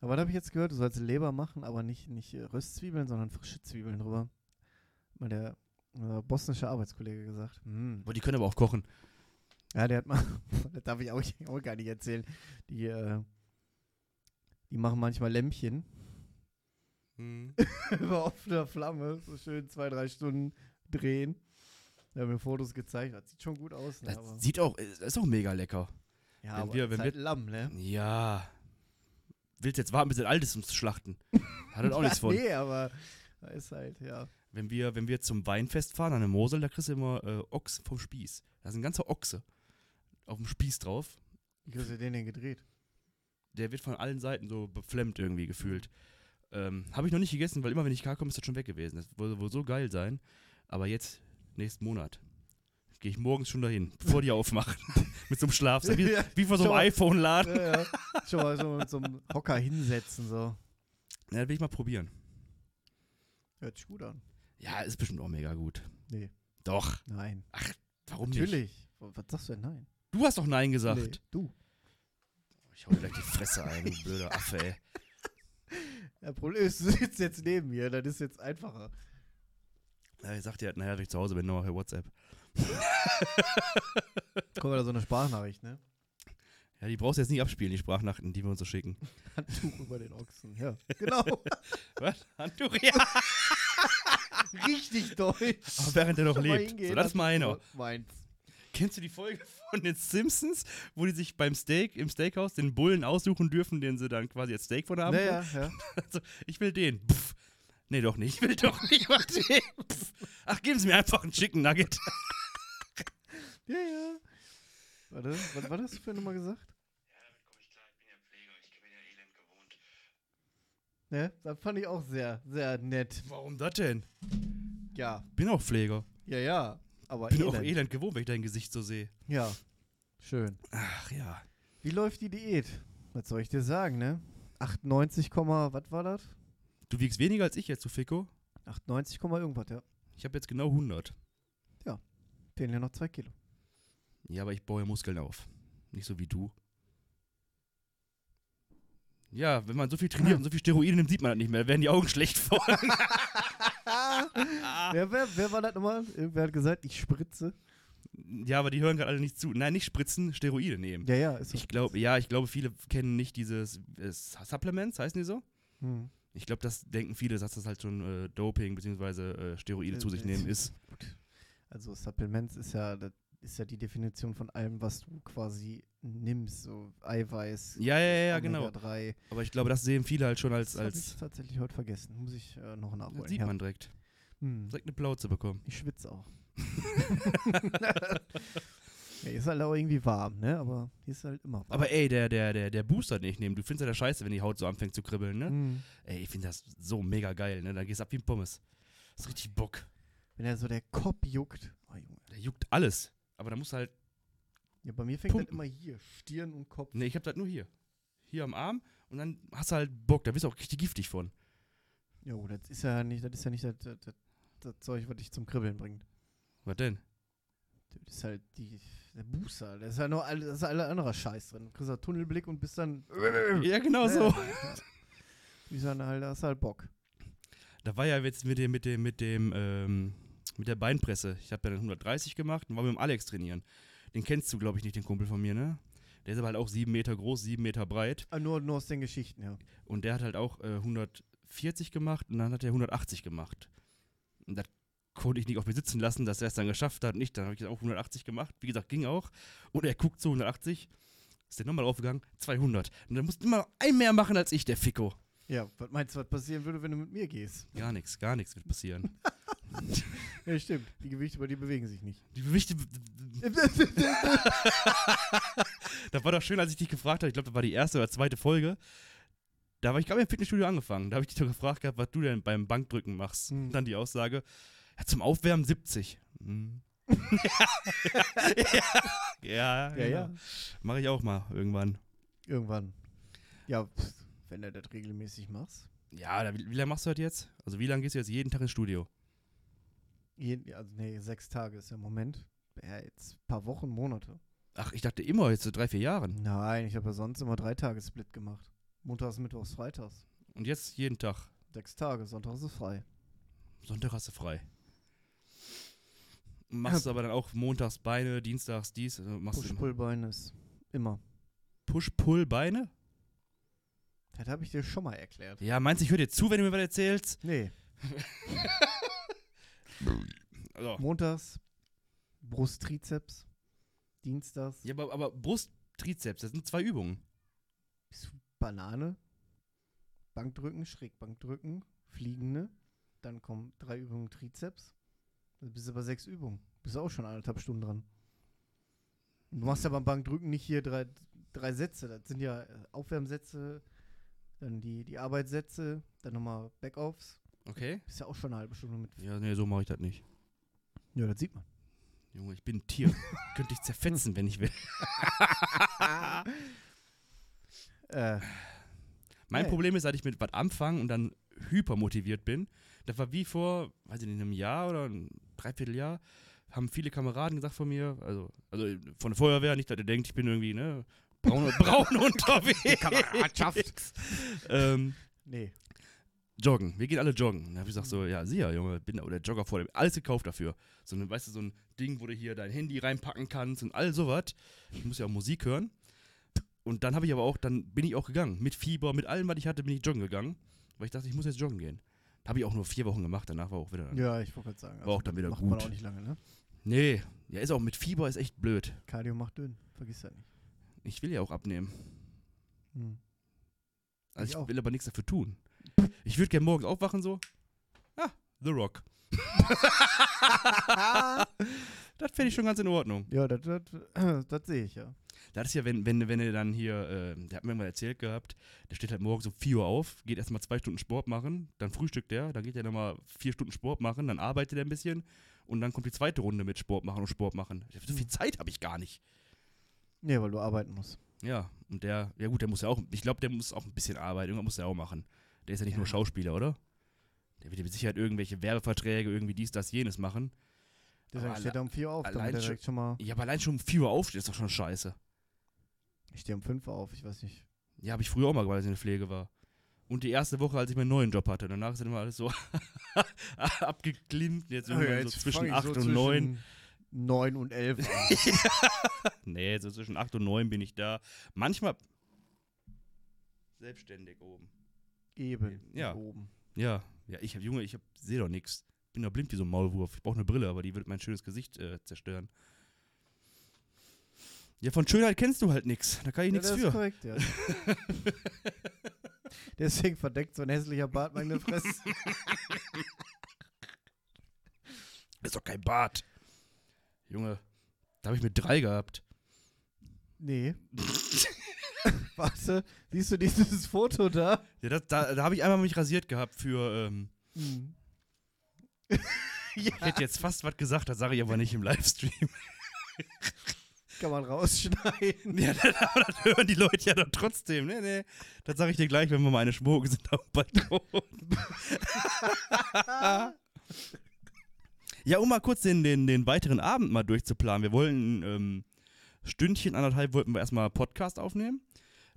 Speaker 1: Aber da habe ich jetzt gehört, du sollst Leber machen, aber nicht, nicht äh, Röstzwiebeln, sondern frische Zwiebeln drüber. Hat Mal der, unser bosnische Arbeitskollege gesagt. Hm.
Speaker 2: Aber die können aber auch kochen.
Speaker 1: Ja, der hat mal, das darf ich auch, auch gar nicht erzählen. Die, äh, die machen manchmal Lämpchen
Speaker 2: Hm.
Speaker 1: über offener Flamme, so schön zwei, drei Stunden drehen. Er hat mir Fotos gezeigt, das sieht schon gut aus. Ne?
Speaker 2: Das
Speaker 1: Aber,
Speaker 2: sieht auch, äh, das ist auch mega lecker.
Speaker 1: ja,
Speaker 2: wenn
Speaker 1: aber
Speaker 2: wir-
Speaker 1: ist
Speaker 2: wenn
Speaker 1: halt Lamm, ne?
Speaker 2: Ähm, Ja. Willst jetzt warten, bis es alt ist, um zu schlachten? Hat halt auch nichts von.
Speaker 1: Nee, aber da ist halt, ja.
Speaker 2: Wenn wir, wenn wir zum Weinfest fahren an der Mosel, da kriegst du immer äh, Ochs vom Spieß. Da ist ein ganzer Ochse auf dem Spieß drauf.
Speaker 1: Wie hast du den denn gedreht?
Speaker 2: Der wird von allen Seiten so beflemmt irgendwie gefühlt. Ähm, Habe ich noch nicht gegessen, weil immer wenn ich klar komme, ist das schon weg gewesen. Das würde wohl so geil sein. Aber jetzt, nächsten Monat, gehe ich morgens schon dahin, bevor die aufmachen. Mit so einem Schlafsack. Wie,
Speaker 1: Ja,
Speaker 2: wie vor so einem
Speaker 1: Schau mal.
Speaker 2: iPhone-Laden.
Speaker 1: ja, ja. Schon mal so mit so einem Hocker hinsetzen, so.
Speaker 2: Ja, das will ich mal probieren.
Speaker 1: Hört sich gut an.
Speaker 2: Ja, ist bestimmt auch mega gut.
Speaker 1: Nee.
Speaker 2: Doch,
Speaker 1: Nein.
Speaker 2: warum nicht?
Speaker 1: Natürlich. Was sagst du denn nein?
Speaker 2: Du hast doch Nein gesagt.
Speaker 1: Nee, du.
Speaker 2: Ich hau dir gleich die Fresse ein, du blöder Affe, ey.
Speaker 1: Das Problem ist, du sitzt jetzt neben mir, das ist jetzt einfacher.
Speaker 2: Ja, ich sagte ja, naja, wenn ich zu Hause bin, nochmal per WhatsApp.
Speaker 1: Kommt da so eine Sprachnachricht, ne?
Speaker 2: Ja, die brauchst du jetzt nicht abspielen, die Sprachnachten, die wir uns so schicken.
Speaker 1: Handtuch über den Ochsen. Ja, genau.
Speaker 2: Was? Handtuch? Ja.
Speaker 1: Richtig deutsch.
Speaker 2: Aber während er noch
Speaker 1: Schon mal
Speaker 2: lebt.
Speaker 1: hingehen,
Speaker 2: So, das ist meiner.
Speaker 1: so Meins.
Speaker 2: Kennst du die Folge von den Simpsons, wo die sich beim Steak, im Steakhouse, den Bullen aussuchen dürfen, den sie dann quasi als Steak von haben?
Speaker 1: Naja, ja.
Speaker 2: Also, ich will den. Pff. Nee, doch nicht. Ich will doch nicht mal den. Pff. Ach, geben Sie mir einfach einen Chicken Nugget.
Speaker 1: Ja, ja. Warte, was war das für eine Nummer gesagt? Ne? Das fand ich auch sehr, sehr nett.
Speaker 2: Warum das denn?
Speaker 1: Ja,
Speaker 2: Bin auch Pfleger.
Speaker 1: ja, ja. Aber
Speaker 2: Bin
Speaker 1: elend.
Speaker 2: auch elend gewohnt, wenn ich dein Gesicht so sehe.
Speaker 1: Ja, schön.
Speaker 2: Ach ja.
Speaker 1: Wie läuft die Diät? Was soll ich dir sagen, ne? 98, Komma- was war das?
Speaker 2: Du wiegst weniger als ich jetzt, du Fico.
Speaker 1: 98, Komma irgendwas, ja.
Speaker 2: Ich habe jetzt genau 100.
Speaker 1: Fehlen ja noch zwei Kilo.
Speaker 2: Ja, aber ich baue ja Muskeln auf. Nicht so wie du. Ja, wenn man so viel trainiert und so viel Steroide nimmt, sieht man das nicht mehr. Da werden die Augen schlecht voll. Ah.
Speaker 1: Wer, wer, wer war das nochmal? Irgendwer hat gesagt, ich spritze.
Speaker 2: ja, aber die hören gerade alle nicht zu. Nein, nicht spritzen, Steroide nehmen.
Speaker 1: Ja, ja, ist so.
Speaker 2: Ich glaube, ja, ich glaube, viele kennen nicht dieses äh, Supplements, heißen die so?
Speaker 1: Hm.
Speaker 2: Ich glaube, das denken viele, dass das halt schon äh, Doping bzw. Äh, Steroide zu sich
Speaker 1: Äh, äh,
Speaker 2: nehmen ist.
Speaker 1: Also Supplements ist ja, das ist ja die Definition von allem, was du quasi nimmst. So Eiweiß,
Speaker 2: Ja, ja, ja, ja, genau.
Speaker 1: Omega-3.
Speaker 2: Aber ich glaube, das sehen viele halt schon als.
Speaker 1: Das habe ich
Speaker 2: als
Speaker 1: tatsächlich heute vergessen. Muss ich äh, noch nachholen.
Speaker 2: das sieht
Speaker 1: ja.
Speaker 2: man direkt.
Speaker 1: Hm.
Speaker 2: Direkt eine Plauze bekommen.
Speaker 1: Ich schwitze auch. ja, ist halt auch irgendwie warm, ne? Aber hier ist halt immer warm.
Speaker 2: Aber äh, ey, der, der, der, der Booster, den ich nehme, du findest ja der Scheiße, wenn die Haut so anfängt zu kribbeln, ne?
Speaker 1: Hm.
Speaker 2: Ey, ich finde das so mega geil, ne? Da gehst du ab wie ein Pommes. Das ist richtig Bock.
Speaker 1: Wenn er so der Kopf juckt. Oh, Junge.
Speaker 2: Da juckt alles. Aber da musst du halt.
Speaker 1: Ja, bei mir fängt das
Speaker 2: Pumpen.
Speaker 1: immer hier. Stirn und Kopf.
Speaker 2: Ne, ich hab das nur hier. Hier am Arm und dann hast du halt Bock. Da bist du auch richtig giftig von.
Speaker 1: Jo, das ist ja nicht, das ist ja nicht das, das, das, das Zeug, was dich zum Kribbeln bringt.
Speaker 2: Was denn?
Speaker 1: Das ist halt die, der Booster. Da ist ja nur alle, das ist alle anderer Scheiß drin. Du kriegst halt Tunnelblick und bist dann.
Speaker 2: Ja, genau so.
Speaker 1: Ja. Wie sagen halt, da hast du halt Bock.
Speaker 2: Da war ja jetzt mit dem, mit dem, mit dem, ähm, mit der Beinpresse. Ich habe ja dann 130 gemacht und war mit dem Alex trainieren. Den kennst du, glaube ich, nicht, den Kumpel von mir, ne? Der ist aber halt auch sieben Meter groß, sieben Meter breit.
Speaker 1: Ah, nur, nur aus den Geschichten, ja.
Speaker 2: Und der hat halt auch äh, 140 gemacht und dann hat er 180 gemacht. Und das konnte ich nicht auf mir sitzen lassen, dass er es dann geschafft hat. Nicht, dann habe ich auch 180 gemacht. Wie gesagt, ging auch. Und er guckt zu 180. Ist der nochmal aufgegangen? 200. Und dann musste immer noch ein mehr machen als ich, der Ficko.
Speaker 1: Ja, was meinst du, was passieren würde, wenn du mit mir gehst?
Speaker 2: Gar nichts, gar nichts wird passieren.
Speaker 1: Ja, stimmt. Die Gewichte bei dir bewegen sich nicht.
Speaker 2: Die Gewichte. Das war doch schön, als ich dich gefragt habe. Ich glaube, das war die erste oder zweite Folge. Da war ich gerade im Fitnessstudio angefangen. Da habe ich dich doch gefragt gehabt, was du denn beim Bankdrücken machst.
Speaker 1: Hm.
Speaker 2: Und dann die Aussage: ja, Zum Aufwärmen 70. Hm. ja, ja,
Speaker 1: ja, ja.
Speaker 2: Mache ich auch mal irgendwann.
Speaker 1: Irgendwann. Ja, pff, wenn du das regelmäßig machst.
Speaker 2: Ja, da- wie, wie lange machst du das jetzt? Also, wie lange gehst du jetzt jeden Tag ins Studio?
Speaker 1: Jeden, also, nee, sechs Tage ist der Moment. ja, jetzt ein paar Wochen, Monate.
Speaker 2: Ach, ich dachte immer, jetzt so drei, vier Jahren.
Speaker 1: Nein, ich habe ja sonst immer drei Tage Split gemacht. Montags, Mittwochs, Freitags.
Speaker 2: Und jetzt jeden Tag.
Speaker 1: Sechs Tage, Sonntag ist es frei.
Speaker 2: Sonntag hast du frei. Machst aber dann auch montags Beine, dienstags dies. Also machst du
Speaker 1: Push-Pull-Bein ist immer.
Speaker 2: Push-Pull-Beine?
Speaker 1: Das habe ich dir schon mal erklärt.
Speaker 2: Ja, meinst du, ich höre dir zu, wenn du mir was erzählst?
Speaker 1: Nee,
Speaker 2: Also,
Speaker 1: montags Brusttrizeps, dienstags
Speaker 2: ja, aber, aber Brust, Trizeps, das sind zwei Übungen.
Speaker 1: bist du Banane, Bankdrücken, Schrägbankdrücken, Fliegende, dann kommen drei Übungen Trizeps, dann bist du bei sechs Übungen. Bist du auch schon anderthalb Stunden dran. Und Du machst ja beim Bankdrücken nicht hier drei, drei Sätze, das sind ja äh, Aufwärmsätze, dann die, die Arbeitssätze, dann nochmal Backoffs.
Speaker 2: Okay?
Speaker 1: Bist ja auch schon eine halbe Stunde mit.
Speaker 2: Ja, nee, so mache ich das nicht.
Speaker 1: Ja, das sieht man.
Speaker 2: Junge, ich bin ein Tier. Könnte ich zerfetzen, wenn ich will.
Speaker 1: Äh,
Speaker 2: Mein
Speaker 1: Nee.
Speaker 2: Problem ist, seit ich mit was anfange und dann hypermotiviert bin, das war wie vor, weiß ich nicht, einem Jahr oder ein Dreivierteljahr, haben viele Kameraden gesagt von mir, also, also von der Feuerwehr, nicht, dass ihr denkt, ich bin irgendwie, ne, braun, braun unterwegs.
Speaker 1: Kameradschaft.
Speaker 2: ähm,
Speaker 1: nee.
Speaker 2: joggen, wir gehen alle joggen. Und Da habe ich gesagt so, ja, sieh ja, Junge, bin da, oder Jogger vor dem, alles gekauft dafür. So ein, weißt du, so ein Ding, wo du hier dein Handy reinpacken kannst und all sowas. Ich muss ja auch Musik hören. Und dann habe ich aber auch, dann bin ich auch gegangen. Mit Fieber, mit allem, was ich hatte, bin ich joggen gegangen. Weil ich dachte, ich muss jetzt joggen gehen. Habe ich auch nur vier Wochen gemacht, danach war auch wieder.
Speaker 1: Ja, ich wollte gerade sagen. also
Speaker 2: auch dann wieder
Speaker 1: macht
Speaker 2: gut.
Speaker 1: man auch nicht lange, ne?
Speaker 2: Nee, ja, ist auch mit Fieber ist echt blöd.
Speaker 1: Cardio macht dünn. Vergiss das nicht.
Speaker 2: Ich will ja auch abnehmen.
Speaker 1: Hm.
Speaker 2: Also
Speaker 1: Ich
Speaker 2: ich,
Speaker 1: auch.
Speaker 2: will aber nichts dafür tun. Ich würde gerne morgens aufwachen so. Ah, The Rock. das fände ich schon ganz in Ordnung.
Speaker 1: Ja, das, das, das sehe ich ja.
Speaker 2: Das ist ja, wenn, wenn, wenn er dann hier, äh, der hat mir mal erzählt gehabt, der steht halt morgens um 4 Uhr auf, geht erstmal zwei Stunden Sport machen, dann frühstückt er, dann geht er nochmal vier Stunden Sport machen, dann arbeitet er ein bisschen und dann kommt die zweite Runde mit Sport machen und Sport machen. So viel Zeit habe ich gar nicht.
Speaker 1: Nee, weil du arbeiten musst.
Speaker 2: Ja, und der, ja gut, der muss ja auch, ich glaube, der muss auch ein bisschen arbeiten, irgendwas muss er auch machen. Der ist ja nicht nur Schauspieler, oder? Der wird ja mit Sicherheit irgendwelche Werbeverträge, irgendwie dies, das, jenes machen.
Speaker 1: Deswegen
Speaker 2: Aber
Speaker 1: steht er um vier auf, damit
Speaker 2: allein
Speaker 1: er
Speaker 2: schon-
Speaker 1: direkt schon mal.
Speaker 2: Ja, aber allein schon um 4 Uhr aufstehen ist doch schon scheiße.
Speaker 1: Ich stehe um fünf auf, ich weiß nicht.
Speaker 2: Ja, habe ich früher auch mal gemacht, als ich in der Pflege war. Und die erste Woche, als ich meinen neuen Job hatte. Danach ist dann immer alles so abgeklimmt. Jetzt irgendwann so zwischen 8 und 9.
Speaker 1: 9 und 11.
Speaker 2: Nee, so zwischen 8 und 9 bin ich da. Manchmal selbstständig oben.
Speaker 1: Eben.
Speaker 2: Ja.
Speaker 1: nach Oben.
Speaker 2: Ja, ja ich hab, Junge, ich hab, sehe doch nichts. Bin doch blind wie so ein Maulwurf. Ich brauche eine Brille, aber die wird mein schönes Gesicht äh, zerstören. Ja, von Schönheit kennst du halt nichts. Da kann ich
Speaker 1: Ja,
Speaker 2: nichts
Speaker 1: das ist
Speaker 2: für.
Speaker 1: korrekt, ja. Deswegen verdeckt so ein hässlicher Bart meine Fresse.
Speaker 2: Ist doch kein Bart. Junge, da habe ich mit drei gehabt.
Speaker 1: Nee. Warte, siehst du dieses Foto da?
Speaker 2: Ja, das, da, da habe ich einmal mich rasiert gehabt für. Ähm,
Speaker 1: Hm.
Speaker 2: Ich hätte jetzt fast was gesagt, das sage ich aber nicht im Livestream.
Speaker 1: Kann man rausschneiden.
Speaker 2: ja, dann, aber das hören die Leute ja dann trotzdem. Nee, nee. Das sage ich dir gleich, wenn wir mal eine Schmoke sind auf dem Balkon. ja, um mal kurz den, den, den weiteren Abend mal durchzuplanen. Wir wollen ähm, Stündchen, anderthalb wollten wir erstmal Podcast aufnehmen.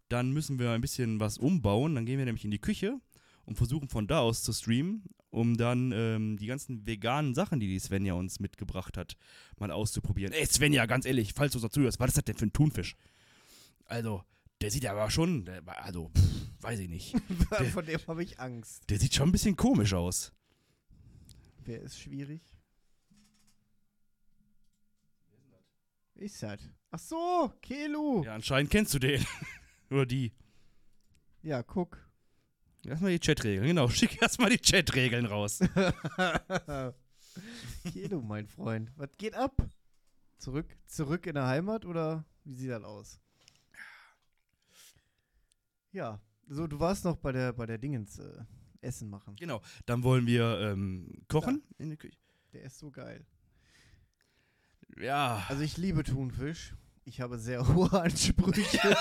Speaker 2: Dann müssen wir ein bisschen was umbauen. Dann gehen wir nämlich in die Küche und versuchen von da aus zu streamen, um dann ähm, die ganzen veganen Sachen, die die Svenja uns mitgebracht hat, mal auszuprobieren. Ey, Svenja, ganz ehrlich, falls du uns noch zuhörst, was ist das denn für ein Thunfisch? Also, der sieht ja aber schon, der, also, pff, weiß ich nicht.
Speaker 1: Von dem habe ich Angst.
Speaker 2: Der sieht schon ein bisschen komisch aus.
Speaker 1: Wer ist schwierig? Wer ist das? Ach so, Kelu. Ja,
Speaker 2: Ja, anscheinend kennst du den. Oder die.
Speaker 1: guck.
Speaker 2: Erstmal die Chatregeln, genau. Schick erstmal die Chatregeln raus.
Speaker 1: Kelu, mein Freund. Was geht ab? Zurück, zurück in der Heimat oder wie sieht das aus? Ja, so du warst noch bei der bei der Dingens äh, Essen machen.
Speaker 2: genau. Dann wollen wir ähm, kochen in der Küche.
Speaker 1: Der ist so geil.
Speaker 2: Ja.
Speaker 1: Also ich liebe Thunfisch. Ich habe sehr hohe Ansprüche.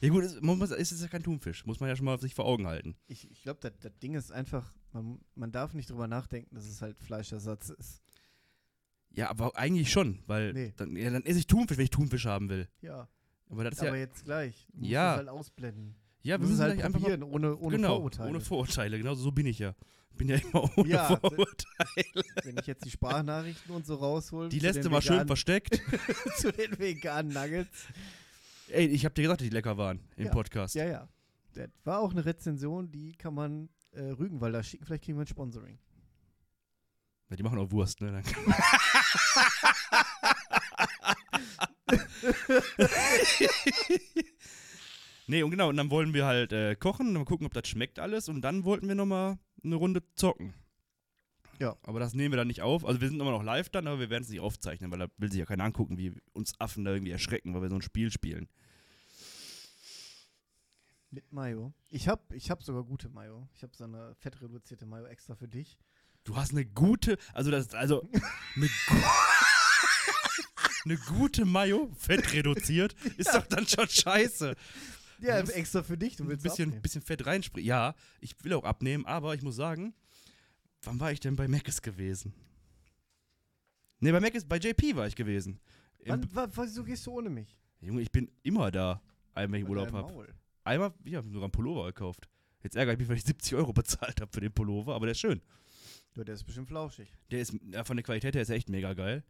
Speaker 2: Ja gut, es muss- es ist ja kein Thunfisch. Muss man ja schon mal sich vor Augen halten.
Speaker 1: Ich, ich glaube, das Ding ist einfach, man, man darf nicht drüber nachdenken, dass es halt Fleischersatz ist.
Speaker 2: Ja, aber eigentlich schon, weil
Speaker 1: Nee.
Speaker 2: dann, ja, dann esse ich Thunfisch, wenn ich Thunfisch haben will.
Speaker 1: Ja,
Speaker 2: Aber das ist
Speaker 1: aber
Speaker 2: ja,
Speaker 1: jetzt gleich. Du musst
Speaker 2: Ja.
Speaker 1: das halt ausblenden.
Speaker 2: ja,
Speaker 1: Du
Speaker 2: wir
Speaker 1: musst es
Speaker 2: müssen
Speaker 1: halt
Speaker 2: halt einfach mal,
Speaker 1: probieren, ohne, ohne
Speaker 2: genau,
Speaker 1: Vorurteile.
Speaker 2: ohne Vorurteile. Genau so bin ich ja. Bin ja immer ohne
Speaker 1: Ja, das-
Speaker 2: Vorurteile.
Speaker 1: Wenn ich jetzt die Sprachnachrichten und so raushole.
Speaker 2: Die
Speaker 1: zu
Speaker 2: letzte
Speaker 1: den
Speaker 2: war schön
Speaker 1: veganen-
Speaker 2: versteckt.
Speaker 1: zu den veganen Nuggets.
Speaker 2: Ey, ich hab dir gesagt, dass die lecker waren im
Speaker 1: Ja.
Speaker 2: Podcast.
Speaker 1: Ja, ja. Das war auch eine Rezension, die kann man äh, Rügenwalder schicken. Vielleicht kriegen wir ein Sponsoring.
Speaker 2: Ja, die machen auch Wurst, ne? Dann nee, und genau, und dann wollen wir halt äh, kochen, mal gucken, ob das schmeckt alles. Und dann wollten wir nochmal eine Runde zocken.
Speaker 1: Ja.
Speaker 2: Aber das nehmen wir dann nicht auf. Also wir sind immer noch live dann, aber wir werden es nicht aufzeichnen, weil da will sich ja keiner angucken, wie uns Affen da irgendwie erschrecken, weil wir so ein Spiel spielen.
Speaker 1: Mit Mayo. Ich habe ich hab sogar gute Mayo. Ich habe so eine fettreduzierte Mayo extra für dich.
Speaker 2: Du hast eine gute, also das, also eine, gu eine gute Mayo, fett reduziert, ist doch dann schon scheiße.
Speaker 1: Ja,
Speaker 2: musst
Speaker 1: extra für dich. Du
Speaker 2: ein
Speaker 1: willst
Speaker 2: bisschen,
Speaker 1: abnehmen.
Speaker 2: bisschen Fett reinspringen. Ja, ich will auch abnehmen, aber ich muss sagen, wann war ich denn bei Mc's gewesen? Nee, bei Mc's, bei JP war ich gewesen. Im-
Speaker 1: Wann, wa, wieso gehst du ohne mich?
Speaker 2: Junge, ich bin immer da, einmal wenn ich
Speaker 1: Mit
Speaker 2: Urlaub
Speaker 1: deinem
Speaker 2: habe.
Speaker 1: Maul.
Speaker 2: Einmal, ich habe sogar einen Pullover gekauft. Jetzt ärgere ich mich, weil ich 70 Euro bezahlt habe für den Pullover, aber der ist schön.
Speaker 1: Ja, der ist bestimmt flauschig.
Speaker 2: Der ist, ja, von der Qualität her ist er echt mega geil.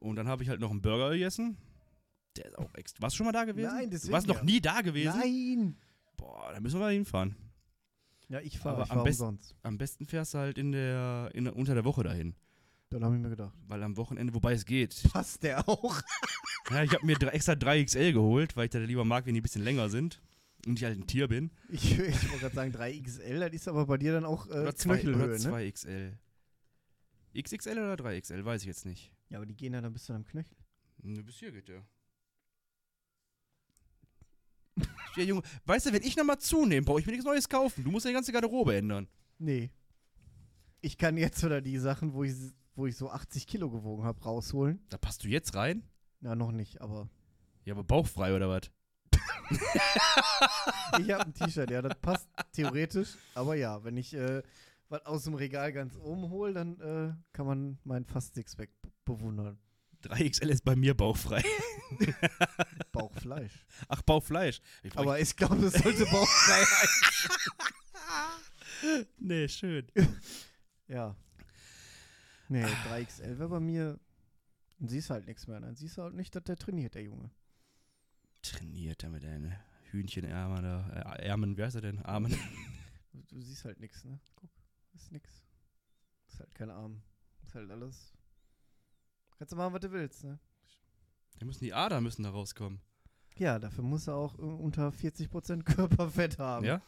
Speaker 2: Und dann habe ich halt noch einen Burger gegessen. Der ist auch extra. Warst du schon mal da gewesen?
Speaker 1: Nein,
Speaker 2: Du
Speaker 1: deswegen
Speaker 2: warst noch
Speaker 1: ja.
Speaker 2: nie da gewesen?
Speaker 1: Nein!
Speaker 2: Boah, da müssen wir mal hinfahren.
Speaker 1: Ja, ich fahre.
Speaker 2: Aber
Speaker 1: Ich
Speaker 2: am
Speaker 1: fahr
Speaker 2: besten-
Speaker 1: umsonst.
Speaker 2: Am besten fährst du halt in der, in, unter der Woche dahin.
Speaker 1: Dann habe ich mir gedacht.
Speaker 2: Weil am Wochenende, wobei es geht.
Speaker 1: Passt der auch?
Speaker 2: Ja, ich habe mir dr- extra 3XL geholt, weil ich da lieber mag, wenn die ein bisschen länger sind. Und ich halt ein Tier bin.
Speaker 1: Ich, ich wollte gerade sagen 3XL, das ist aber bei dir dann auch äh,
Speaker 2: oder zwei, oder
Speaker 1: Knöchelhöhe, ne?
Speaker 2: 2XL. XXL oder 3XL, weiß ich jetzt nicht.
Speaker 1: Ja, aber die gehen ja dann bis zu deinem Knöchel.
Speaker 2: Ne, bis hier geht der. Ja, Junge, weißt du, wenn ich nochmal zunehmen, brauche ich mir nichts Neues kaufen. Du musst ja die ganze Garderobe ändern.
Speaker 1: Nee. Ich kann jetzt oder die Sachen, wo ich, s- wo ich so 80 Kilo gewogen habe, rausholen.
Speaker 2: Da passt du jetzt rein?
Speaker 1: Na, noch nicht, aber
Speaker 2: Ja, aber bauchfrei oder was?
Speaker 1: ich habe ein T-Shirt, ja, das passt theoretisch. Aber ja, wenn ich äh, was aus dem Regal ganz oben hole, dann äh, kann man meinen fast Sixpack b- bewundern.
Speaker 2: 3XL ist bei mir bauchfrei.
Speaker 1: Bauchfleisch.
Speaker 2: Ach, Bauchfleisch. Ich brauch-
Speaker 1: aber ich glaube, das sollte bauchfrei sein.
Speaker 2: Nee, schön.
Speaker 1: Ja. Nee, 3XL wäre bei mir. Dann siehst halt nichts mehr. Dann siehst du halt nicht, dass der trainiert, der Junge.
Speaker 2: Trainiert damit deine Hühnchenärmer da. Äh, Ärmen, wie heißt er denn? Armen.
Speaker 1: Du, du siehst halt nichts, ne? Guck, ist nix. Ist halt kein Arm. Ist halt alles. Kannst du machen, was du willst, ne?
Speaker 2: Da müssen die Adern müssen da rauskommen.
Speaker 1: Ja, dafür muss er auch äh, unter 40% Körperfett haben.
Speaker 2: Ja?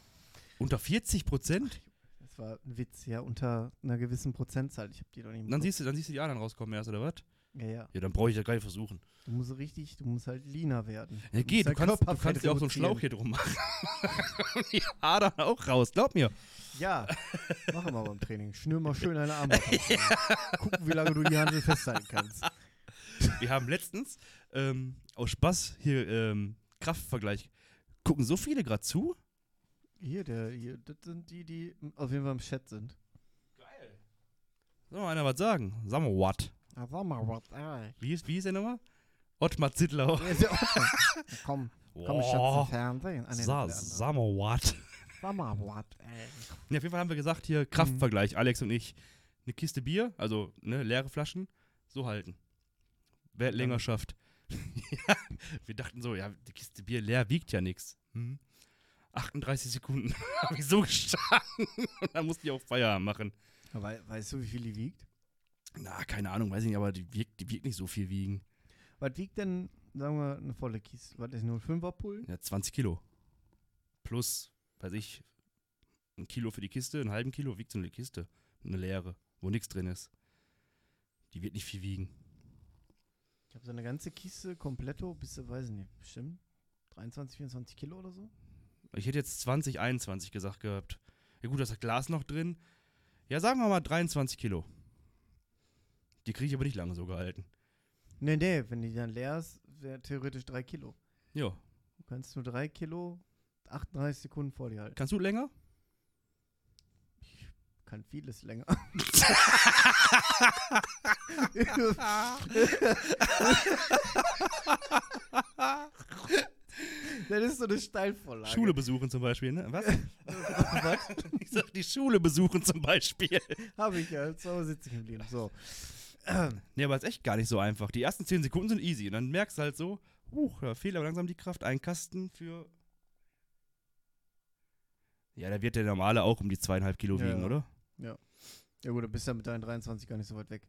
Speaker 2: Unter 40 Prozent?
Speaker 1: Das war ein Witz, ja, unter einer gewissen Prozentzahl. Ich hab die doch nicht im
Speaker 2: Dann
Speaker 1: Kopf.
Speaker 2: siehst, du, dann siehst du die Adern rauskommen erst, oder was?
Speaker 1: Ja, ja.
Speaker 2: Ja, dann brauche ich das gar nicht versuchen.
Speaker 1: Du musst richtig, du musst halt leaner werden.
Speaker 2: Ja,
Speaker 1: musst
Speaker 2: geht, du
Speaker 1: dein
Speaker 2: kannst, du
Speaker 1: Körperfett
Speaker 2: kannst dir auch so einen Schlauch hier
Speaker 1: reduzieren.
Speaker 2: drum machen. Und die Adern auch raus, glaub mir.
Speaker 1: Ja, machen wir beim Training. Schnür mal schön deine Arme. ja. Gucken, wie lange du die Handel festhalten kannst.
Speaker 2: Wir haben letztens ähm, aus Spaß hier ähm, Kraftvergleich. Gucken so viele gerade zu?
Speaker 1: Hier, der, hier, das sind die, die auf jeden Fall im Chat sind.
Speaker 2: Geil. Soll mal einer was sagen? Sag mal, what?
Speaker 1: Ah, sag mal, was, ey.
Speaker 2: Wie ist, wie ist der nochmal? Ottmar Zittler.
Speaker 1: Ja, ist ja auch- Komm, komm, ich
Speaker 2: Oh,
Speaker 1: zum Fernsehen. Ah, nee,
Speaker 2: sa,
Speaker 1: das ist der
Speaker 2: sag mal, what?
Speaker 1: andere. Sag mal, what, ey.
Speaker 2: Ja, auf jeden Fall haben wir gesagt, hier Kraftvergleich, Alex und ich. Eine Kiste Bier, also ne, leere Flaschen, so halten. Wer länger
Speaker 1: Damit-
Speaker 2: schafft. ja, wir dachten so, ja, die Kiste Bier leer wiegt ja nichts. Hm. 38 Sekunden habe ich so gestanden. Und dann mussten die auch Feierabend machen.
Speaker 1: Wei- weißt du, wie viel die wiegt?
Speaker 2: Na, keine Ahnung, weiß ich nicht, aber die wiegt, die wiegt nicht so viel wiegen.
Speaker 1: Was wiegt denn, sagen wir, eine volle Kiste? Was ist 05er Pullen?
Speaker 2: Ja, 20 Kilo. Plus, weiß ich, ein Kilo für die Kiste, einen halben Kilo wiegt so eine Kiste. Eine leere, wo nichts drin ist. Die wird nicht viel wiegen.
Speaker 1: Ich habe so eine ganze Kiste, kompletto, bis, zu, weiß ich nicht, bestimmt 23, 24 Kilo oder so?
Speaker 2: Ich hätte jetzt 20, 21 gesagt gehabt. Ja gut, da ist das Glas noch drin. Ja, sagen wir mal 23 Kilo. Die kriege ich aber nicht lange so gehalten.
Speaker 1: Nee, nee, wenn die dann leer ist, wäre theoretisch 3 Kilo.
Speaker 2: Ja,
Speaker 1: Du kannst nur 3 Kilo 38 Sekunden vor dir halten.
Speaker 2: kannst du länger?
Speaker 1: kann vieles länger. das ist so eine Steilvorlage.
Speaker 2: Schule besuchen zum Beispiel, ne? Was?
Speaker 1: Was?
Speaker 2: Ich sag, die Schule besuchen zum Beispiel.
Speaker 1: Habe ich ja. So sitze ich im Leben. So.
Speaker 2: Nee, aber ist echt gar nicht so einfach. Die ersten 10 Sekunden sind easy. Und dann merkst du halt so, huch, da fehlt aber langsam die Kraft. Ein Kasten für. Ja, da wird der normale auch um die zweieinhalb Kilo
Speaker 1: Ja,
Speaker 2: wiegen,
Speaker 1: ja.
Speaker 2: oder?
Speaker 1: Ja gut, du bist ja mit deinen 23 gar nicht so weit weg.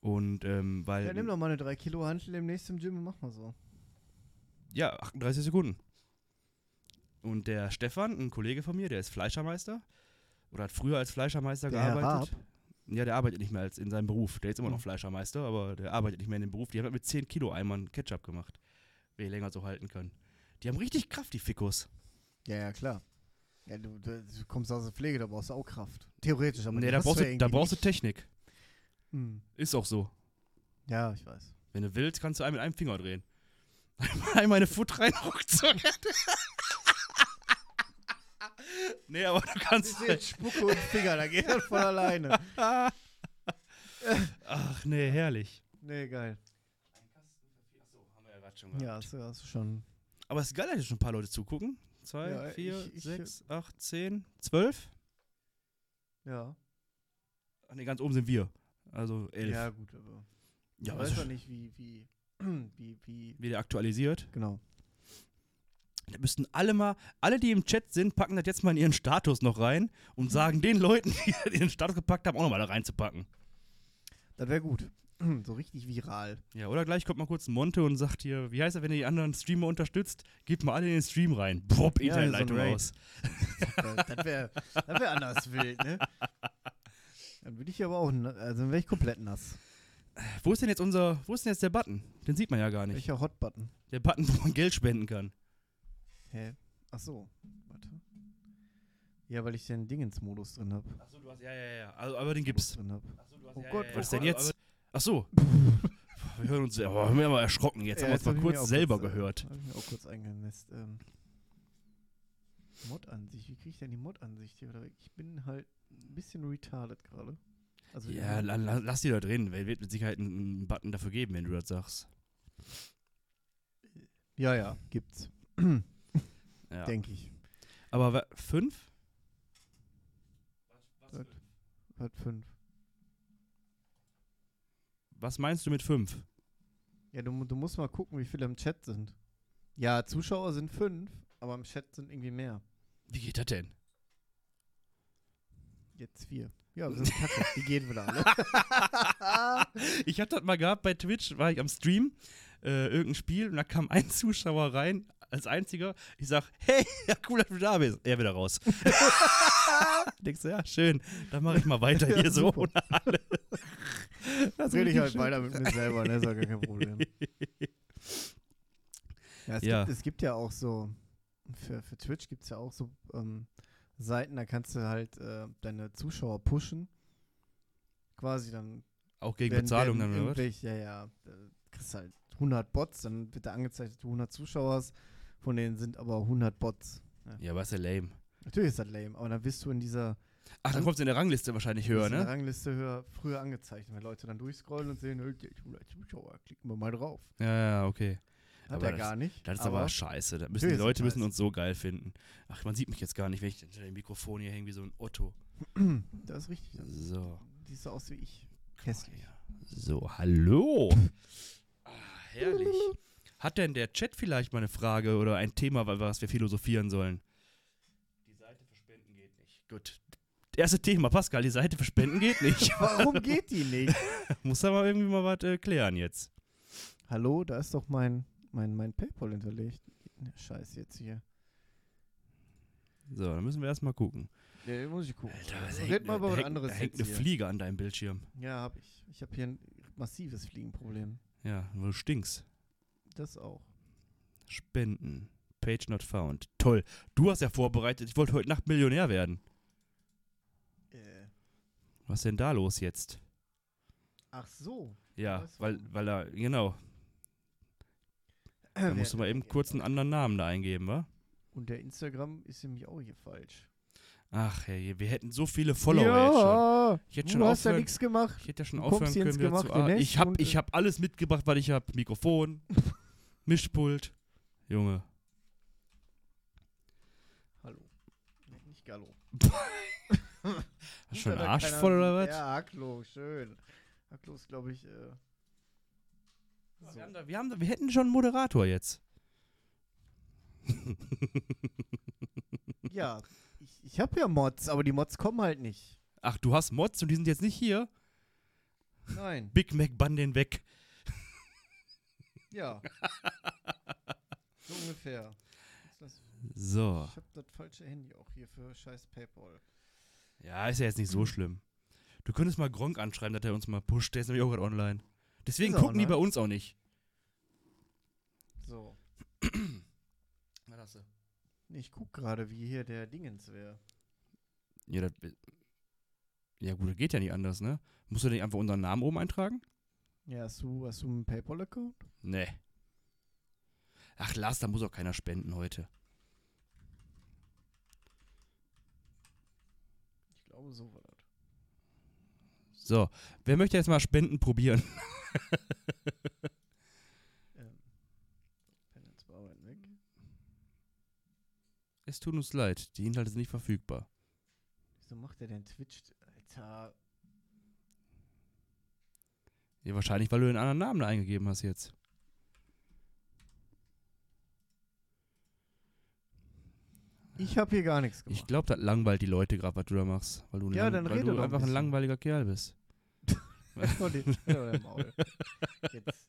Speaker 2: Und ähm, weil.
Speaker 1: Ja, nimm doch mal eine 3 Kilo Hantel im nächsten Gym und mach mal so.
Speaker 2: Ja, 38 Sekunden. Und der Stefan, ein Kollege von mir, der ist Fleischermeister oder hat früher als Fleischermeister
Speaker 1: Der Herr
Speaker 2: gearbeitet.
Speaker 1: Raab?
Speaker 2: Ja, der arbeitet nicht mehr als in seinem Beruf. Der ist immer noch
Speaker 1: Mhm.
Speaker 2: Fleischermeister, aber der arbeitet nicht mehr in dem Beruf. Die haben halt mit 10 Kilo Eimern Ketchup gemacht, wer länger so halten kann. Die haben richtig Kraft, die Fickos.
Speaker 1: Ja, ja, klar. Ja, du, du, du kommst aus der Pflege, da brauchst du auch Kraft. Theoretisch, aber
Speaker 2: nee,
Speaker 1: die
Speaker 2: da
Speaker 1: hast
Speaker 2: brauchst,
Speaker 1: ja
Speaker 2: du, da
Speaker 1: irgendwie
Speaker 2: brauchst du
Speaker 1: nicht.
Speaker 2: Technik.
Speaker 1: Hm.
Speaker 2: Ist auch so.
Speaker 1: Ja, ich weiß.
Speaker 2: Wenn du willst, kannst du einen mit einem Finger drehen. Einmal eine Foot rein, ruckzuck. nee, aber du
Speaker 1: Ich
Speaker 2: kannst.
Speaker 1: sehe
Speaker 2: halt-
Speaker 1: Spucke und Finger, da geht das von alleine.
Speaker 2: Ach nee, herrlich.
Speaker 1: Nee, geil. Ja, hast du, hast du schon.
Speaker 2: Aber es ist geil, dass schon ein paar Leute zugucken. Zwei,
Speaker 1: Ja,
Speaker 2: vier,
Speaker 1: ich- ich-
Speaker 2: sechs, acht, zehn, zwölf.
Speaker 1: Ja.
Speaker 2: Ach nee, ganz oben sind wir. Also elf.
Speaker 1: Ja, gut, aber.
Speaker 2: Ja, also
Speaker 1: ich
Speaker 2: aber
Speaker 1: weiß
Speaker 2: ist
Speaker 1: doch
Speaker 2: schon
Speaker 1: nicht, wie, wie, wie, wie.
Speaker 2: wieder aktualisiert.
Speaker 1: Genau.
Speaker 2: Da müssten alle mal, alle, die im Chat sind, packen das jetzt mal in ihren Status noch rein
Speaker 1: Hm.
Speaker 2: und sagen den Leuten, die ihren Status gepackt haben, auch nochmal da reinzupacken.
Speaker 1: Das wäre gut. So richtig viral.
Speaker 2: Ja, oder gleich kommt mal kurz ein Monte und sagt hier, wie heißt er, wenn ihr die anderen Streamer unterstützt, gebt mal alle in den Stream rein. Bob,
Speaker 1: Ja, so ein
Speaker 2: Internetleitung
Speaker 1: Raid.
Speaker 2: aus.
Speaker 1: Das wäre das wär anders wild, ne? Dann würde ich aber auch, na- also dann wäre ich komplett nass.
Speaker 2: Wo ist denn jetzt unser, wo ist denn jetzt der Button? Den sieht man ja gar nicht.
Speaker 1: Welcher Hotbutton?
Speaker 2: Der Button, wo man Geld spenden kann.
Speaker 1: Hä? Ach so, warte. Ja, weil ich den Dingens-Modus drin habe.
Speaker 2: Achso, du hast. Ja, ja, ja. Also, aber den gibt's.
Speaker 1: Drin hab.
Speaker 2: Oh
Speaker 1: ja,
Speaker 2: Gott,
Speaker 1: ja, ja.
Speaker 2: was ist denn jetzt? Achso. Wir hören uns. Aber haben wir mal erschrocken. Jetzt haben wir uns
Speaker 1: hab
Speaker 2: mal
Speaker 1: ich mir
Speaker 2: kurz
Speaker 1: auch
Speaker 2: selber
Speaker 1: kurz, äh,
Speaker 2: gehört.
Speaker 1: Hab ich mir auch kurz eingenässt. Ähm, Mod-Ansicht, wie kriege ich denn die Mod-Ansicht hier? wieder weg? Ich bin halt ein bisschen retarded gerade. Also
Speaker 2: Ja, la, la, lass die da drin. Weil wird mit Sicherheit einen- einen Button dafür geben, wenn du das sagst.
Speaker 1: ja, ja, gibt's,
Speaker 2: Ja.
Speaker 1: denke ich.
Speaker 2: Aber wa- fünf?
Speaker 1: Was, was Halt fünf?
Speaker 2: Was meinst du mit fünf?
Speaker 1: Ja, du, mu- du musst mal gucken, wie viele im Chat sind. Ja, Zuschauer sind fünf, aber im Chat sind irgendwie mehr.
Speaker 2: Wie geht das denn?
Speaker 1: Jetzt vier. Ja, wir sind kacke. Die gehen wieder alle.
Speaker 2: ich hatte das mal gehabt bei Twitch, war ich am Stream, äh, irgendein Spiel, und da kam ein Zuschauer rein, als einziger. Ich sag, hey, ja, cool, dass du da bist. Er wieder raus. Denkst du, ja, schön, dann mache ich mal weiter
Speaker 1: Ja,
Speaker 2: hier so
Speaker 1: super.
Speaker 2: ohne alle. Das ist
Speaker 1: rede ich
Speaker 2: richtig
Speaker 1: halt
Speaker 2: schön.
Speaker 1: weiter mit mir selber, ne? Ist ja gar kein Problem. Ja, es,
Speaker 2: Ja.
Speaker 1: Gibt, es gibt ja auch so, für, für Twitch gibt es ja auch so ähm, Seiten, da kannst du halt äh, deine Zuschauer pushen. Quasi dann.
Speaker 2: Auch gegen
Speaker 1: werden-
Speaker 2: Bezahlung
Speaker 1: werden
Speaker 2: dann, oder was?
Speaker 1: irgendwelche- Ja, ja. Da kriegst halt 100 Bots, dann wird da angezeigt, dass du 100 Zuschauer hast, von denen sind aber 100 Bots.
Speaker 2: Ja, was ja lame.
Speaker 1: Natürlich ist das lame, aber dann bist du in dieser,
Speaker 2: Ach,
Speaker 1: Hm?
Speaker 2: dann kommst du in der Rangliste wahrscheinlich höher,
Speaker 1: bist in der
Speaker 2: ne?
Speaker 1: Rangliste höher, früher angezeichnet, weil Leute dann durchscrollen und sehen, "Hey, der hat 100 Zuschauer, klicken wir mal drauf.
Speaker 2: Ja, ja, okay.
Speaker 1: Hat
Speaker 2: Aber
Speaker 1: er
Speaker 2: das-
Speaker 1: gar nicht.
Speaker 2: Das ist aber, scheiße. Da müssen
Speaker 1: Natürlich
Speaker 2: die
Speaker 1: ist das
Speaker 2: Leute müssen
Speaker 1: scheiße.
Speaker 2: uns so geil finden. Ach, man sieht mich jetzt gar nicht, wenn ich hinter dem Mikrofon hier hänge wie so ein Otto.
Speaker 1: das ist richtig. Das,
Speaker 2: So.
Speaker 1: siehst so aus wie ich. Hässlich.
Speaker 2: So, hallo. Ah, herrlich. Hat denn der Chat vielleicht mal eine Frage oder ein Thema, über was wir philosophieren sollen? Die Seite verspenden geht nicht. Gut. Erste Thema, Pascal, die Seite verspenden geht nicht.
Speaker 1: Warum geht die nicht?
Speaker 2: Muss da mal irgendwie mal was äh, klären jetzt.
Speaker 1: Hallo, da ist doch mein, mein, mein Paypal hinterlegt. Ne, Scheiße jetzt hier.
Speaker 2: So, dann müssen wir erstmal gucken.
Speaker 1: Ja, muss ich gucken.
Speaker 2: was
Speaker 1: Red mal über was
Speaker 2: hängt,
Speaker 1: anderes
Speaker 2: da hängt
Speaker 1: jetzt
Speaker 2: eine
Speaker 1: hier.
Speaker 2: Fliege an deinem Bildschirm.
Speaker 1: Äh. Ja, hab ich. Ich habe hier ein massives Fliegenproblem.
Speaker 2: Ja, du stinkst.
Speaker 1: Das auch.
Speaker 2: Spenden. Page not found. Toll. Du hast ja vorbereitet, ich wollte heute Nacht Millionär werden.
Speaker 1: Äh,
Speaker 2: Was ist denn da los jetzt?
Speaker 1: ach so.
Speaker 2: Ja,
Speaker 1: Was?
Speaker 2: weil, weil er, genau,
Speaker 1: Äh,
Speaker 2: Da musst du mal eben kurz einen anderen Namen da eingeben, wa?
Speaker 1: Und der Instagram ist nämlich auch hier falsch.
Speaker 2: Ach, hey, wir hätten so viele Follower jetzt schon. Ich hätte schon
Speaker 1: du hast ja
Speaker 2: aufhören,
Speaker 1: nichts gemacht.
Speaker 2: ich hätte ja schon
Speaker 1: Du
Speaker 2: aufhören
Speaker 1: kommst hier
Speaker 2: können.
Speaker 1: ins
Speaker 2: wieder zu,
Speaker 1: Gemachte,
Speaker 2: ah,
Speaker 1: ne?
Speaker 2: ich habe
Speaker 1: Und,
Speaker 2: ich
Speaker 1: äh,
Speaker 2: hab alles mitgebracht, weil ich habe Mikrofon, Mischpult. Junge.
Speaker 1: Hallo. Nee, Nicht Gallo.
Speaker 2: Hast du schon
Speaker 1: Hat
Speaker 2: einen
Speaker 1: er
Speaker 2: Arsch
Speaker 1: keiner-
Speaker 2: voll oder was?
Speaker 1: Ja, Hacklo, schön. Hacklo ist, glaube ich, äh, so.
Speaker 2: Wir, haben da, wir, haben da, wir hätten schon einen Moderator jetzt.
Speaker 1: Ja, ich, ich habe ja Mods, aber die Mods kommen halt nicht.
Speaker 2: Ach, du hast Mods und die sind jetzt nicht hier.
Speaker 1: Nein,
Speaker 2: Big Mac bann den weg.
Speaker 1: ja. so ungefähr. Ist das-
Speaker 2: So.
Speaker 1: Ich habe das falsche Handy auch hier für scheiß Paypal.
Speaker 2: Ja, ist ja jetzt nicht
Speaker 1: Hm.
Speaker 2: so schlimm. Du könntest mal Gronk anschreiben, dass er uns mal pusht. Der ist nämlich auch gerade online. Deswegen
Speaker 1: Ist er
Speaker 2: gucken die bei
Speaker 1: online?
Speaker 2: uns auch nicht.
Speaker 1: So.
Speaker 2: Was hast du?
Speaker 1: Nee, Ich guck gerade, wie hier der Dingens wäre.
Speaker 2: Ja, das, ja, gut, das geht ja nicht anders, ne? Musst du nicht einfach unseren Namen oben eintragen?
Speaker 1: Ja, hast du, hast du einen Paypal-Account?
Speaker 2: Nee. Ach, Lars, da muss auch keiner spenden heute.
Speaker 1: Ich glaube, so war das.
Speaker 2: So, wer möchte jetzt mal Spenden probieren?
Speaker 1: Ähm, Penance bearbeiten weg.
Speaker 2: Es tut uns leid, die Inhalte sind nicht verfügbar.
Speaker 1: Wieso macht er denn Twitch? Alter.
Speaker 2: Ja, wahrscheinlich, weil du den anderen Namen da eingegeben hast jetzt.
Speaker 1: Ich habe hier gar nichts
Speaker 2: Ich
Speaker 1: gemacht.
Speaker 2: glaube, das langweilt die Leute gerade, was du da machst. Weil du, ein
Speaker 1: Ja,
Speaker 2: lang-
Speaker 1: dann
Speaker 2: weil
Speaker 1: rede
Speaker 2: du
Speaker 1: doch ein
Speaker 2: einfach ein
Speaker 1: bisschen.
Speaker 2: langweiliger Kerl bist.
Speaker 1: Oh, die- oh, der Maul. jetzt,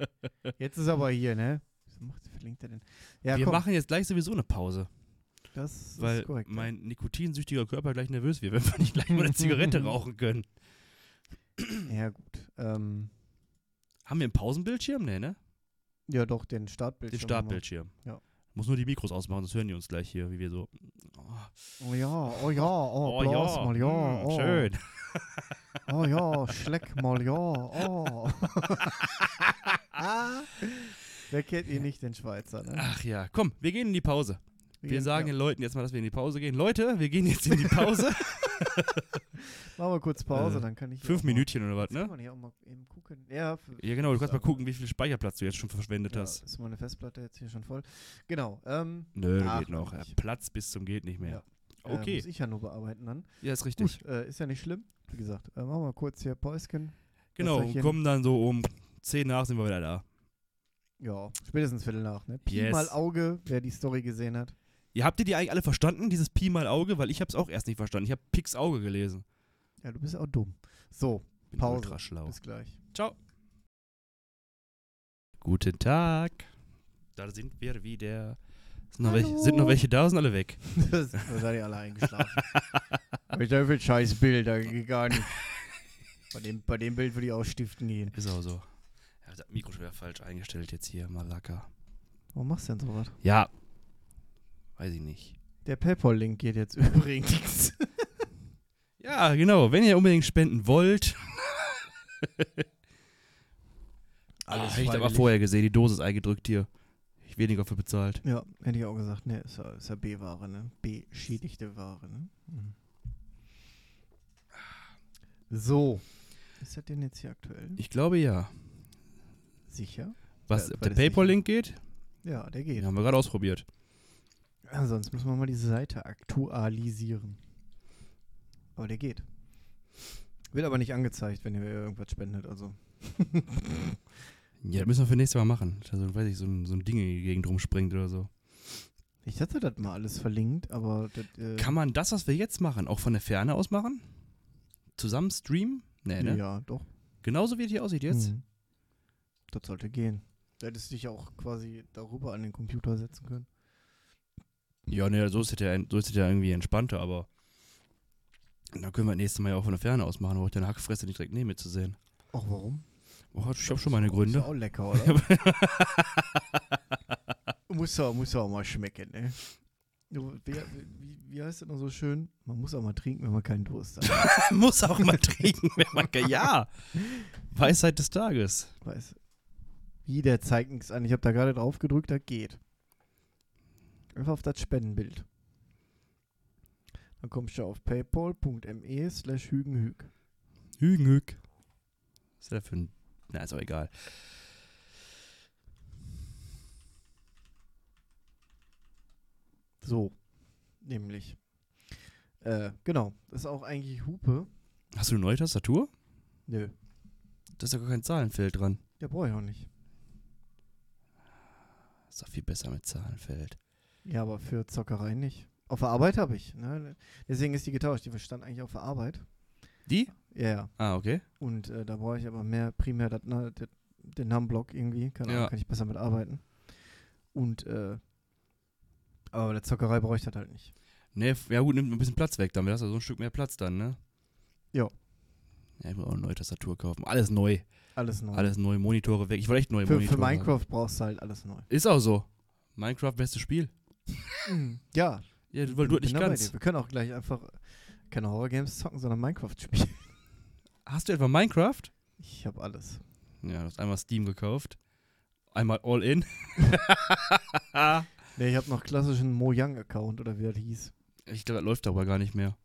Speaker 1: jetzt ist aber hier, ne? Wieso macht, verlinkt er denn? Ja,
Speaker 2: wir
Speaker 1: komm,
Speaker 2: machen jetzt gleich sowieso eine Pause,
Speaker 1: das
Speaker 2: weil
Speaker 1: ist korrekt. ja.
Speaker 2: mein nikotinsüchtiger Körper gleich nervös wird, wenn wir nicht gleich mal eine Zigarette rauchen können.
Speaker 1: ja, gut. Ähm,
Speaker 2: Haben wir einen Pausenbildschirm? Nee, ne?
Speaker 1: ja, doch, den
Speaker 2: Den
Speaker 1: Startbildschirm.
Speaker 2: Startbildschirm.
Speaker 1: Ja.
Speaker 2: Muss nur die Mikros ausmachen, sonst hören die uns gleich hier, wie wir so. Oh,
Speaker 1: Oh ja, oh ja, oh, blas mal ja.
Speaker 2: mm,
Speaker 1: Oh,
Speaker 2: Schön.
Speaker 1: Oh ja, schleck mal ja. Oh. Wer kennt ihr nicht den Schweizer, ne?
Speaker 2: Ach ja, komm, wir gehen in die Pause. Wir sagen
Speaker 1: ja,
Speaker 2: den Leuten jetzt mal, dass wir in die Pause gehen. Leute, wir gehen jetzt in die Pause.
Speaker 1: Machen wir kurz Pause,
Speaker 2: äh,
Speaker 1: dann kann ich. hier
Speaker 2: Fünf
Speaker 1: auch mal-
Speaker 2: Minütchen oder was,
Speaker 1: Jetzt Kann
Speaker 2: ne?
Speaker 1: man hier auch mal eben gucken. Ja, f-
Speaker 2: Ja, genau, du kannst mal
Speaker 1: Sag mal.
Speaker 2: gucken, wie viel Speicherplatz du jetzt schon verschwendet
Speaker 1: ja
Speaker 2: hast.
Speaker 1: ist meine Festplatte jetzt hier schon voll. Genau. Ähm,
Speaker 2: Nö, das
Speaker 1: Ach,
Speaker 2: geht noch.
Speaker 1: ich-
Speaker 2: Platz bis zum geht nicht mehr.
Speaker 1: äh,
Speaker 2: Okay,
Speaker 1: muss ich ja nur bearbeiten dann.
Speaker 2: ja, ist richtig.
Speaker 1: Gut, äh, ist ja nicht schlimm. Wie gesagt, äh, machen wir kurz hier Päuschen.
Speaker 2: Genau, und
Speaker 1: Wasserchen.
Speaker 2: kommen dann so um 10 nach sind wir wieder da.
Speaker 1: Ja, spätestens Viertel nach, ne? Pi
Speaker 2: Yes.
Speaker 1: mal Auge, wer die Story gesehen hat.
Speaker 2: Ja, habt ihr die eigentlich alle verstanden, dieses Pi mal Auge? Weil ich hab's auch erst nicht verstanden. Ich hab Pix Auge gelesen.
Speaker 1: Ja, du bist auch dumm. So,
Speaker 2: Bin
Speaker 1: Pause.
Speaker 2: ultra schlau.
Speaker 1: bis gleich.
Speaker 2: Ciao. Guten Tag. Da sind wir wieder. Sind noch,
Speaker 1: Hallo.
Speaker 2: welche, sind noch welche da? Sind alle weg?
Speaker 1: das, da seid ihr alle eingeschlafen. Mit so viel scheiß Bilder gegangen. Bei dem, bei dem Bild würde ich auch stiften gehen.
Speaker 2: Ist auch so. Ich hab das Mikro schon wieder falsch eingestellt jetzt hier. Malaka.
Speaker 1: Warum machst du denn sowas?
Speaker 2: Ja. Weiß ich nicht.
Speaker 1: Der Paypal-Link geht jetzt übrigens.
Speaker 2: Ja, genau. Wenn ihr unbedingt spenden wollt.
Speaker 1: Alles
Speaker 2: ah, hätte ich aber
Speaker 1: freiwillig.
Speaker 2: vorher gesehen, die Dose ist eingedrückt hier. Ich weniger für bezahlt.
Speaker 1: Ja, hätte ich auch gesagt, ne, ist ja, ist ja B-Ware, ne? Beschädigte Ware, ne? Mhm. So. Ist das denn jetzt hier aktuell?
Speaker 2: Ich glaube ja.
Speaker 1: Sicher?
Speaker 2: Was,
Speaker 1: Ja,
Speaker 2: ob
Speaker 1: weil
Speaker 2: der
Speaker 1: das nicht-
Speaker 2: PayPal-Link geht?
Speaker 1: Ja, der
Speaker 2: Den
Speaker 1: geht.
Speaker 2: haben wir gerade ausprobiert.
Speaker 1: Ja, sonst müssen wir mal die Seite aktualisieren. Aber der geht. Wird aber nicht angezeigt, wenn ihr mir irgendwas spendet, also.
Speaker 2: Ja, das müssen wir für nächstes Mal machen. Also, weiß ich, so ein, so ein Ding in die Gegend rumspringt oder so.
Speaker 1: Ich hatte das mal alles verlinkt, aber das, äh,
Speaker 2: Kann man das, was wir jetzt machen, auch von der Ferne aus machen? Zusammen streamen? Nee, ne?
Speaker 1: Ja, doch.
Speaker 2: Genauso wie es hier aussieht jetzt?
Speaker 1: Mhm. Das sollte gehen. Du hättest dich auch quasi darüber an den Computer setzen können.
Speaker 2: Ja, ne, so ist es ja, ein- so ist es ja irgendwie entspannter, aber dann können wir das nächste Mal ja auch von der Ferne aus machen, wo ich deine Hackfresse nicht direkt neben mir zu sehen.
Speaker 1: Ach, warum?
Speaker 2: Oh, ich habe schon meine Gründe.
Speaker 1: Ist auch lecker, oder? muss, auch, muss auch mal schmecken, ne? Du, Wie, wie, wie heißt das noch so schön? Man muss auch mal trinken, wenn man keinen Durst hat.
Speaker 2: Man muss auch mal trinken, wenn man kann. Ja. Weisheit des Tages.
Speaker 1: Weiß. Wie, der zeigt nichts an. Ich habe da gerade drauf gedrückt, da geht. Einfach auf das Spendenbild. Dann kommst du auf paypal.me slash hügenhüg.
Speaker 2: Hügenhüg. Was ist das für ein. Na, ist auch egal.
Speaker 1: So, nämlich. Äh, genau, das ist auch eigentlich Hupe.
Speaker 2: Hast du eine neue Tastatur?
Speaker 1: Nö,
Speaker 2: Da ist ja gar kein Zahlenfeld dran.
Speaker 1: der brauche ich auch nicht.
Speaker 2: Ist doch viel besser mit Zahlenfeld.
Speaker 1: Ja, aber für Zockerei nicht. Auf der Arbeit habe ich. Ne? Deswegen ist die getauscht. Die stand eigentlich auf der Arbeit.
Speaker 2: Die?
Speaker 1: Ja, ja.
Speaker 2: Ah, okay.
Speaker 1: Und äh, da brauche ich aber mehr primär dat, na, dat, den Namenblock irgendwie. Keine Ahnung,
Speaker 2: Ja.
Speaker 1: kann ich besser mit arbeiten. Und, äh, aber bei der Zockerei brauche ich das halt nicht.
Speaker 2: Ne, ja gut, nimmt ein bisschen Platz weg, dann hast du so ein Stück mehr Platz dann, ne?
Speaker 1: Ja.
Speaker 2: Ja, ich muss auch eine neue Tastatur kaufen. Alles neu.
Speaker 1: Alles neu.
Speaker 2: Alles neu, Monitore weg. Ich wollte echt neue
Speaker 1: für,
Speaker 2: Monitore.
Speaker 1: für
Speaker 2: haben.
Speaker 1: Minecraft brauchst du halt alles neu.
Speaker 2: Ist auch so. Minecraft, bestes Spiel.
Speaker 1: Ja,
Speaker 2: Ja, weil du
Speaker 1: bin
Speaker 2: halt nicht
Speaker 1: dabei
Speaker 2: ganz.
Speaker 1: dir. Wir können auch gleich einfach keine Horror-Games zocken, sondern Minecraft spielen.
Speaker 2: Hast du etwa Minecraft?
Speaker 1: Ich habe alles.
Speaker 2: Ja, du hast einmal Steam gekauft. Einmal All In.
Speaker 1: Nee, ich habe noch klassischen Mojang-Account oder wie das hieß.
Speaker 2: Ich glaube, das läuft aber gar nicht mehr.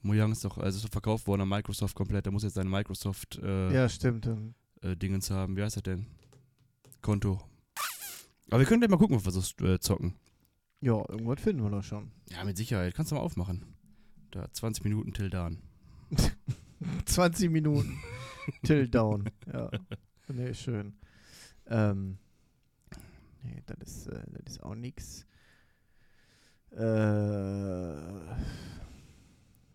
Speaker 2: Mojang ist doch, also ist doch verkauft worden an Microsoft komplett. Der muss jetzt seine Microsoft-Dingens
Speaker 1: Ja, stimmt. ähm,
Speaker 2: äh, Dingens haben. Wie heißt das denn? Konto. Aber wir können gleich mal gucken, ob wir so äh, zocken.
Speaker 1: Ja, irgendwas finden wir doch schon.
Speaker 2: Ja, mit Sicherheit. Kannst du mal aufmachen. Da, 20 Minuten Tildan.
Speaker 1: 20 Minuten till down. Ja. Nee, schön. Ähm, nee, das ist, äh, das ist auch nix. Äh,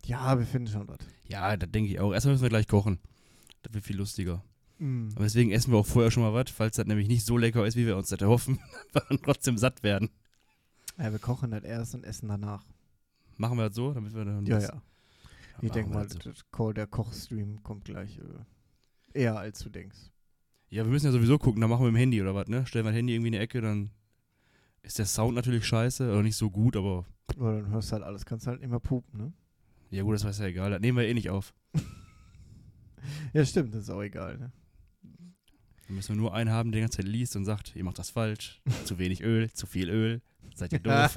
Speaker 1: ja, wir finden schon was.
Speaker 2: Ja, da denke ich auch. Erstmal müssen wir gleich kochen. Das wird viel lustiger.
Speaker 1: Mm.
Speaker 2: Aber deswegen essen wir auch vorher schon mal was, falls das nämlich nicht so lecker ist, wie wir uns das erhoffen, weil wir trotzdem satt werden.
Speaker 1: Ja, wir kochen das erst und essen danach.
Speaker 2: Machen wir das so, damit wir dann
Speaker 1: Ja,
Speaker 2: das-
Speaker 1: ja.
Speaker 2: Ja,
Speaker 1: Ich
Speaker 2: machen
Speaker 1: denke
Speaker 2: wir also.
Speaker 1: mal,
Speaker 2: das so.
Speaker 1: das Call, der Kochstream kommt gleich äh, eher als du denkst.
Speaker 2: Ja, wir müssen ja sowieso gucken, dann machen wir mit dem Handy oder was, ne? Stellen wir das Handy irgendwie in die Ecke, dann ist der Sound natürlich scheiße oder nicht so gut, aber
Speaker 1: Weil dann hörst du halt alles, kannst halt immer pupen, ne?
Speaker 2: ja gut, das ist ja egal, das nehmen wir eh nicht auf.
Speaker 1: Ja, stimmt, das ist auch egal, ne?
Speaker 2: Dann müssen wir nur einen haben, der die ganze Zeit liest und sagt, ihr macht das falsch, zu wenig Öl, zu viel Öl, seid ihr doof.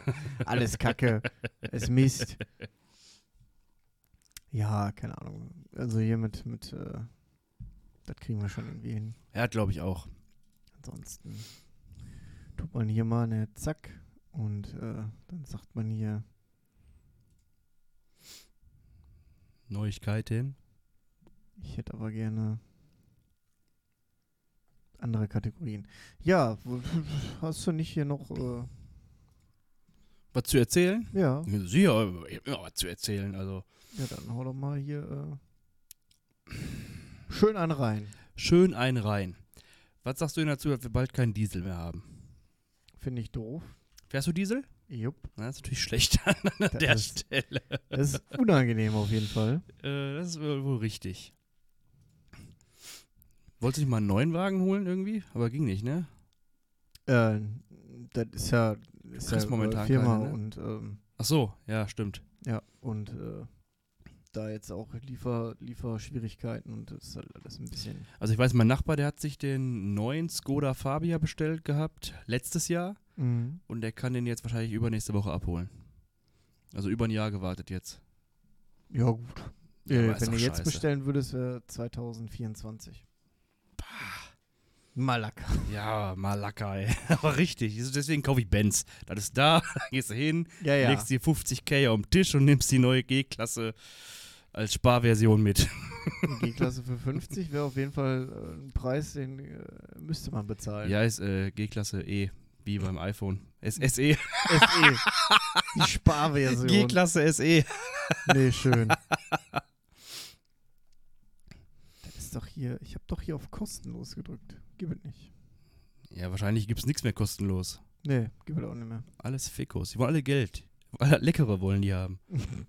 Speaker 1: Alles Kacke. es Mist. Ja, keine Ahnung. Also hier mit, mit äh, das kriegen wir schon irgendwie hin.
Speaker 2: ja, glaube ich auch.
Speaker 1: Ansonsten tut man hier mal eine Zack und äh, dann sagt man hier,
Speaker 2: Neuigkeiten.
Speaker 1: ich hätte aber gerne andere Kategorien. Ja, wo- hast du nicht hier noch, äh,
Speaker 2: Was zu erzählen?
Speaker 1: ja,
Speaker 2: Ja, Sicher, ich hab immer was zu erzählen, also
Speaker 1: ja, dann hau doch mal hier äh, schön einen rein.
Speaker 2: schön einen rein. Was sagst du denn dazu, dass wir bald keinen Diesel mehr haben?
Speaker 1: Finde ich doof.
Speaker 2: Fährst du Diesel?
Speaker 1: Jupp.
Speaker 2: Na, das ist natürlich schlecht an
Speaker 1: Das
Speaker 2: der
Speaker 1: ist-
Speaker 2: Stelle.
Speaker 1: Das ist unangenehm auf jeden Fall.
Speaker 2: Äh, das ist wohl, wohl richtig. Wolltest du nicht mal einen neuen Wagen holen irgendwie? Aber ging nicht, ne?
Speaker 1: Äh, das ist ja, ist ja
Speaker 2: kriegst momentan
Speaker 1: Firma
Speaker 2: keine, ne?
Speaker 1: und ähm,
Speaker 2: Ach so, ja, stimmt.
Speaker 1: ja und äh, da jetzt auch Liefer Lieferschwierigkeiten und das ist halt alles ein bisschen.
Speaker 2: Also ich weiß, mein Nachbar, der hat sich den neuen Skoda Fabia bestellt gehabt, letztes Jahr. Und der kann den jetzt wahrscheinlich übernächste Woche abholen. Also über ein Jahr gewartet jetzt.
Speaker 1: Ja gut.
Speaker 2: Ja, aber
Speaker 1: Äh,
Speaker 2: ist
Speaker 1: wenn
Speaker 2: doch
Speaker 1: du jetzt
Speaker 2: scheiße.
Speaker 1: bestellen würdest, wäre 2024. Malaka.
Speaker 2: Ja, Malaka, ey. Aber richtig. Also Deswegen kaufe ich Benz. Das ist da, da gehst du hin,
Speaker 1: Ja ja.
Speaker 2: legst dir 50k auf den Tisch und nimmst die neue G-Klasse als Sparversion mit.
Speaker 1: Die G-Klasse für 50 wäre auf jeden Fall äh, ein Preis, den äh, müsste man bezahlen.
Speaker 2: Ja, ist äh, G-Klasse E, wie beim iPhone. S E.
Speaker 1: SE.
Speaker 2: SE.
Speaker 1: E. Die Sparversion.
Speaker 2: G-Klasse E. SE.
Speaker 1: Nee, schön. das ist doch hier, ich habe doch hier auf kostenlos gedrückt. Gib es nicht.
Speaker 2: Ja, wahrscheinlich gibt es nichts mehr kostenlos.
Speaker 1: Nee, gib es auch nicht mehr.
Speaker 2: Alles Fickos. Die wollen alle Geld. Alle Leckere wollen die haben.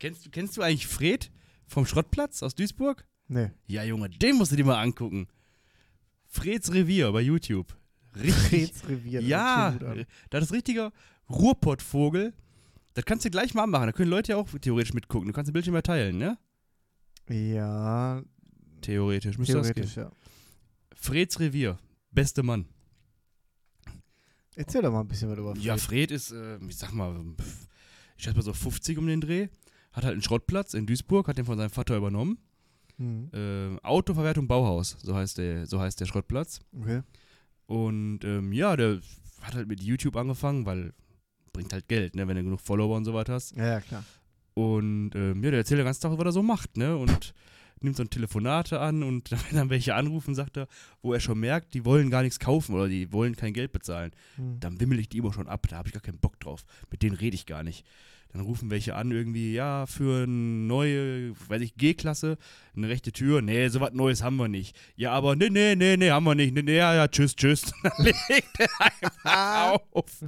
Speaker 2: kennst, du- kennst du eigentlich Fred vom Schrottplatz aus Duisburg?
Speaker 1: Nee.
Speaker 2: Ja, Junge, den musst du dir mal angucken. Freds Revier bei YouTube. Richtig.
Speaker 1: Krebsrevier. das
Speaker 2: ja,
Speaker 1: hört sich gut an.
Speaker 2: das ist richtiger Ruhrpottvogel. Das kannst du gleich mal machen. Da können Leute ja auch theoretisch mitgucken. Du kannst den Bildschirm ja teilen, ne?
Speaker 1: Ja,
Speaker 2: Theoretisch. Müsste das gehen.
Speaker 1: theoretisch, ja.
Speaker 2: Freds Revier. Beste Mann.
Speaker 1: Erzähl doch mal ein bisschen was über Fred.
Speaker 2: Ja, Fred ist, äh, ich sag ähm, mal, pf, ich schätze mal so 50 um den Dreh, hat halt einen Schrottplatz in Duisburg, hat den von seinem Vater übernommen.
Speaker 1: Mhm.
Speaker 2: Äh, Autoverwertung Bauhaus, so heißt der, so heißt der Schrottplatz.
Speaker 1: Okay.
Speaker 2: Und ähm, ja, der hat halt mit YouTube angefangen, weil bringt halt Geld, ne, wenn du genug Follower und so weiter hast.
Speaker 1: Ja, ja, klar.
Speaker 2: Und ähm, ja, der erzählt den ganzen Tag, was er so macht, ne? Und nimmt so ein Telefonate an und wenn dann welche anrufen, sagt er, wo er schon merkt, die wollen gar nichts kaufen oder die wollen kein Geld bezahlen,
Speaker 1: Mhm.
Speaker 2: dann wimmel ich die immer schon ab, da habe ich gar keinen Bock drauf. Mit denen rede ich gar nicht. Dann rufen welche an, irgendwie, ja, für eine neue, weiß ich, G-Klasse, eine rechte Tür, nee, sowas Neues haben wir nicht. Ja, aber nee, nee, nee, nee, haben wir nicht. Nee, nee, ja, ja, tschüss, tschüss. Dann legt er einfach auf.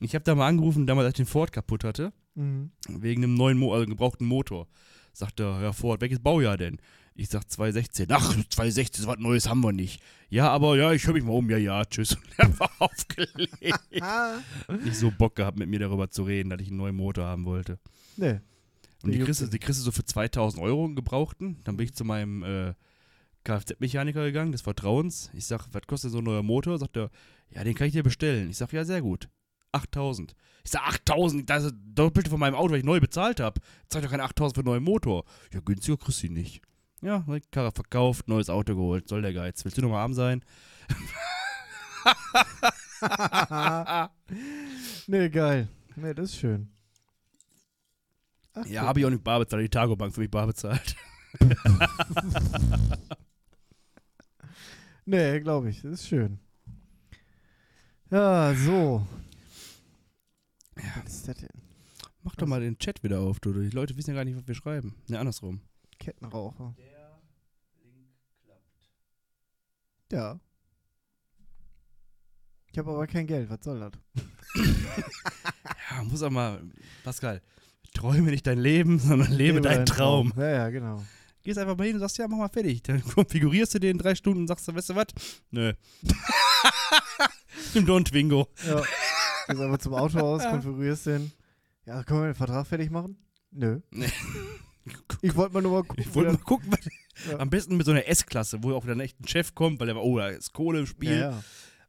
Speaker 2: Ich habe da mal angerufen, damals, als ich den Ford kaputt hatte
Speaker 1: Mhm.
Speaker 2: wegen einem neuen Mo also gebrauchten Motor. Sagt er, ja, Ford, welches Baujahr denn? Ich sag 2016. Ach, 2016, was Neues haben wir nicht. Ja, aber ja, ich höre mich mal um. Ja, ja, tschüss. Und er war aufgelegt.
Speaker 1: Ah.
Speaker 2: Nicht so Bock gehabt, mit mir darüber zu reden, dass ich einen neuen Motor haben wollte.
Speaker 1: Nee.
Speaker 2: Und
Speaker 1: Die
Speaker 2: die kriegst, du,
Speaker 1: juckt's
Speaker 2: die kriegst du so für 2000 Euro einen gebrauchten. Dann bin ich zu meinem äh, Kfz-Mechaniker gegangen, des Vertrauens. Ich sag, was kostet so ein neuer Motor? Sagt er, ja, den kann ich dir bestellen. Ich sag, ja, sehr gut. 8000. Ich sag, 8000, das ist das Doppelte von meinem Auto, weil ich neu bezahlt habe. Zeig doch kein 8000 für einen neuen Motor. Ja, günstiger kriegst du ihn nicht. Ja, hab ich Karre verkauft, neues Auto geholt. Soll der Geiz. Willst du nochmal arm sein?
Speaker 1: nee, geil. Nee, das ist schön. Ach,
Speaker 2: Ja,
Speaker 1: guck.
Speaker 2: habe ich auch nicht bar bezahlt. Die Targobank für mich bar bezahlt.
Speaker 1: Nee, glaube ich. Das ist schön. Ja, so. Was ist das denn?
Speaker 2: Mach doch mal den Chat wieder auf, du. Die Leute wissen ja gar nicht, was wir schreiben. Ne, andersrum.
Speaker 1: Kettenraucher. Ja. Ich habe aber kein Geld. Was soll das?
Speaker 2: Ja, muss auch mal, Pascal, träume nicht dein Leben, sondern lebe, deinen Traum.
Speaker 1: Ja, ja, genau.
Speaker 2: Gehst einfach mal hin und sagst, ja, mach mal fertig. Dann konfigurierst du den in drei Stunden und sagst, weißt du was? Nö. Nimm doch einen Twingo.
Speaker 1: Ja. Gehst einfach zum Auto aus, konfigurierst den. Ja, können wir den Vertrag fertig machen? Nö.
Speaker 2: Nee.
Speaker 1: Ich wollte mal nur mal gucken.
Speaker 2: Ich wollte mal gucken, was-
Speaker 1: Ja.
Speaker 2: am besten mit so einer S-Klasse, wo auch wieder ein echter Chef kommt, weil er oh, da ist Kohle im Spiel.
Speaker 1: ja, ja.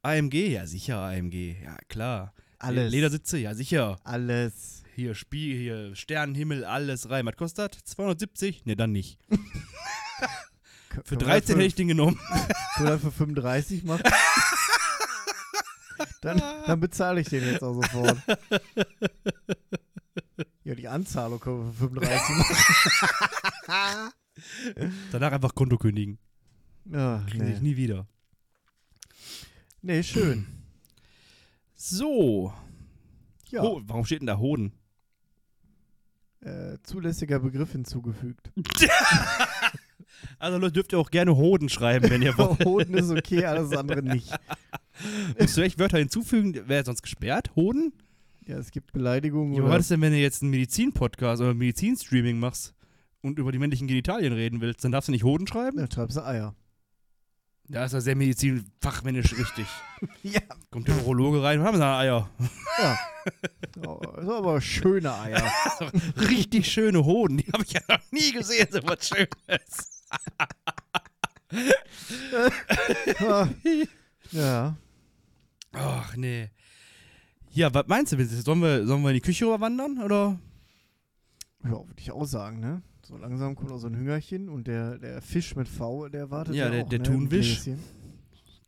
Speaker 2: AMG, ja sicher, AMG, ja klar.
Speaker 1: Alles.
Speaker 2: Ledersitze, ja sicher.
Speaker 1: Alles.
Speaker 2: Hier Spiel, hier Sternenhimmel, alles rein. Was kostet das? 270? Ne, dann nicht.
Speaker 1: K-
Speaker 2: Für
Speaker 1: können wir
Speaker 2: 13
Speaker 1: das
Speaker 2: hätte ich den genommen.
Speaker 1: für- Können wir das für 35 machen? dann, dann bezahle ich den jetzt auch sofort. Ja, die Anzahlung können wir für 35 machen.
Speaker 2: Danach einfach Konto kündigen.
Speaker 1: Ja,
Speaker 2: Kriegen sie dich
Speaker 1: nee.
Speaker 2: nie wieder.
Speaker 1: nee, schön.
Speaker 2: So.
Speaker 1: Ja,
Speaker 2: Ho- warum steht denn da Hoden?
Speaker 1: äh, zulässiger Begriff hinzugefügt.
Speaker 2: Also Leute, dürft ihr auch gerne Hoden schreiben, wenn ihr wollt.
Speaker 1: Hoden ist okay, alles andere nicht.
Speaker 2: Müsst ihr echt Wörter hinzufügen? Wäre sonst gesperrt? Hoden?
Speaker 1: Ja, es gibt Beleidigungen
Speaker 2: Ja, aber
Speaker 1: oder
Speaker 2: was ist denn, wenn du jetzt einen Medizin-Podcast oder Medizin-Streaming machst und über die männlichen Genitalien reden willst? Dann darfst du nicht Hoden schreiben?
Speaker 1: Dann schreibst du Eier.
Speaker 2: Da ist er sehr medizinfachmännisch richtig.
Speaker 1: Ja.
Speaker 2: Kommt der Urologe rein, haben sie da Eier.
Speaker 1: ja. Oh, das sind aber schöne Eier.
Speaker 2: Richtig schöne Hoden, die habe ich ja noch nie gesehen, so was Schönes.
Speaker 1: Ah. ja.
Speaker 2: Ach, nee. Ja, was meinst du? Sollen wir, sollen wir in die Küche wandern oder
Speaker 1: Ja, würde ich auch sagen, ne? So langsam kommt auch so ein Hüngerchen und der, der Fisch mit V, der wartet
Speaker 2: Ja,
Speaker 1: ja,
Speaker 2: der-
Speaker 1: auch,
Speaker 2: der
Speaker 1: ne?
Speaker 2: Thunfisch.
Speaker 1: Im Gläschen.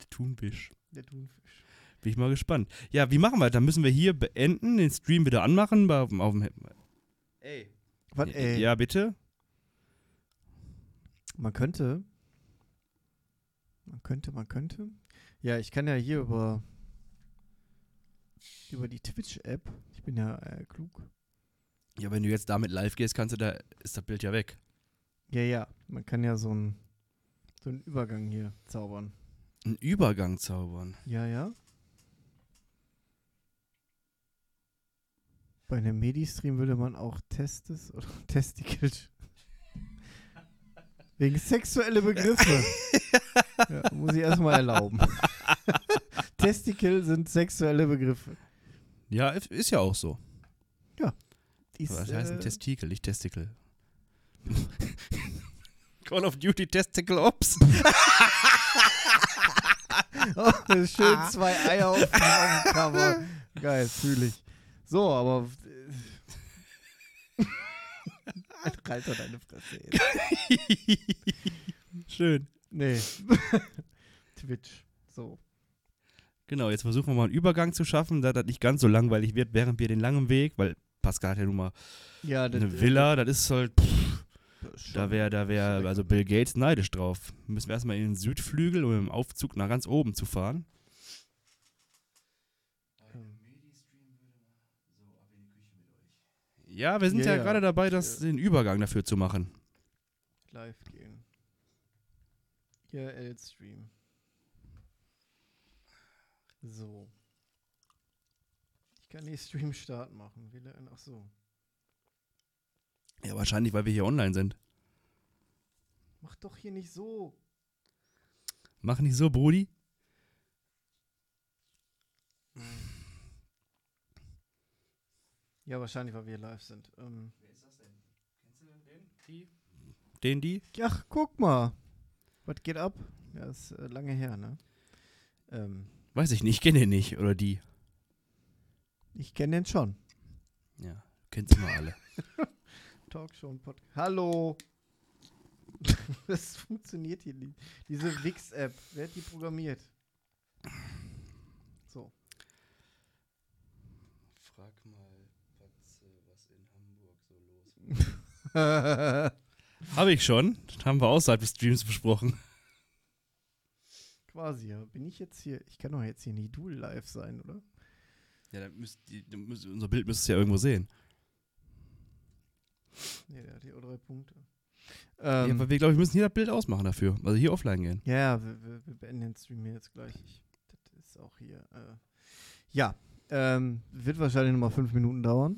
Speaker 2: Thunfisch?
Speaker 1: Der Thunfisch.
Speaker 2: Bin ich mal gespannt. Ja, wie machen wir das? Dann müssen wir hier beenden, den Stream wieder anmachen. Bei, auf dem, auf dem, ey.
Speaker 1: Was, ey,
Speaker 2: Ja, bitte.
Speaker 1: man könnte, man könnte, man könnte. Ja, ich kann ja hier über, über die Twitch-App, ich bin ja äh, klug.
Speaker 2: Ja, wenn du jetzt damit live gehst, kannst du da, ist das Bild ja weg.
Speaker 1: Ja, ja, man kann ja so einen so einen Übergang hier zaubern.
Speaker 2: Einen Übergang zaubern.
Speaker 1: Ja, ja. Bei einem Medi-Stream würde man auch Testes oder Testicles. Wegen sexuelle Begriffe. ja, muss ich erstmal erlauben. Testicle sind sexuelle Begriffe.
Speaker 2: Ja, ist- ist ja auch so.
Speaker 1: Ist,
Speaker 2: Was heißt ein
Speaker 1: äh,
Speaker 2: Testikel, nicht Testikel? Call of Duty Testicle Ops.
Speaker 1: Oh, das ist schön zwei Eier auf, auf dem Cover. Geil, fühle ich. So, aber
Speaker 2: Halt
Speaker 1: Alter, deine Fresse. Ey.
Speaker 2: Schön.
Speaker 1: Nee. Twitch. So.
Speaker 2: Genau, jetzt versuchen wir mal einen Übergang zu schaffen, da das nicht ganz so langweilig wird, während wir den langen Weg, weil Pascal hat ja nun mal
Speaker 1: Ja, das-
Speaker 2: eine Villa, das ist halt, pff,
Speaker 1: das ist schon-
Speaker 2: da wäre, da wäre, also Bill Gates neidisch drauf. Müssen wir erstmal in den Südflügel, um im Aufzug nach ganz oben zu fahren.
Speaker 1: Ähm,
Speaker 2: Ja, wir sind
Speaker 1: Ja,
Speaker 2: ja,
Speaker 1: ja.
Speaker 2: gerade dabei, das,
Speaker 1: Ja.
Speaker 2: den Übergang dafür zu machen.
Speaker 1: Live gehen. IRL-Stream. So. Ich kann nicht Stream Start machen. Wähle ein. Ach so.
Speaker 2: Ja, wahrscheinlich, weil wir hier online sind.
Speaker 1: Mach doch hier nicht so.
Speaker 2: Mach nicht so, Brudi.
Speaker 1: Ja, wahrscheinlich, weil wir live sind. Ähm.
Speaker 2: Den, die?
Speaker 1: Ach, guck mal. Was geht ab? Ja, ist äh, lange her, ne? Ähm,
Speaker 2: Weiß ich nicht, ich kenne den nicht. Oder die.
Speaker 1: ich kenne den schon.
Speaker 2: Ja, kennt sie mal alle.
Speaker 1: Talkshow und Podcast. Hallo! Das funktioniert hier nicht. Diese Wix-App, wer hat die programmiert? So,
Speaker 2: Frag mal, Patze, was in Hamburg so los Habe ich schon. Das haben wir außerhalb des Streams besprochen.
Speaker 1: quasi. ja. Bin ich jetzt hier? Ich kann doch jetzt hier nicht du live sein, oder?
Speaker 2: Ja, unser Bild müsst ihr ja irgendwo sehen.
Speaker 1: Nee, der hat hier auch drei Punkte.
Speaker 2: ja,
Speaker 1: Ähm,
Speaker 2: aber wir, glaube ich, müssen hier das Bild ausmachen dafür. Also hier offline gehen.
Speaker 1: ja, ja, wir, wir, wir beenden den Stream hier jetzt gleich. Ich, das ist auch hier. Äh, ja, ähm, wird wahrscheinlich nochmal fünf Minuten dauern.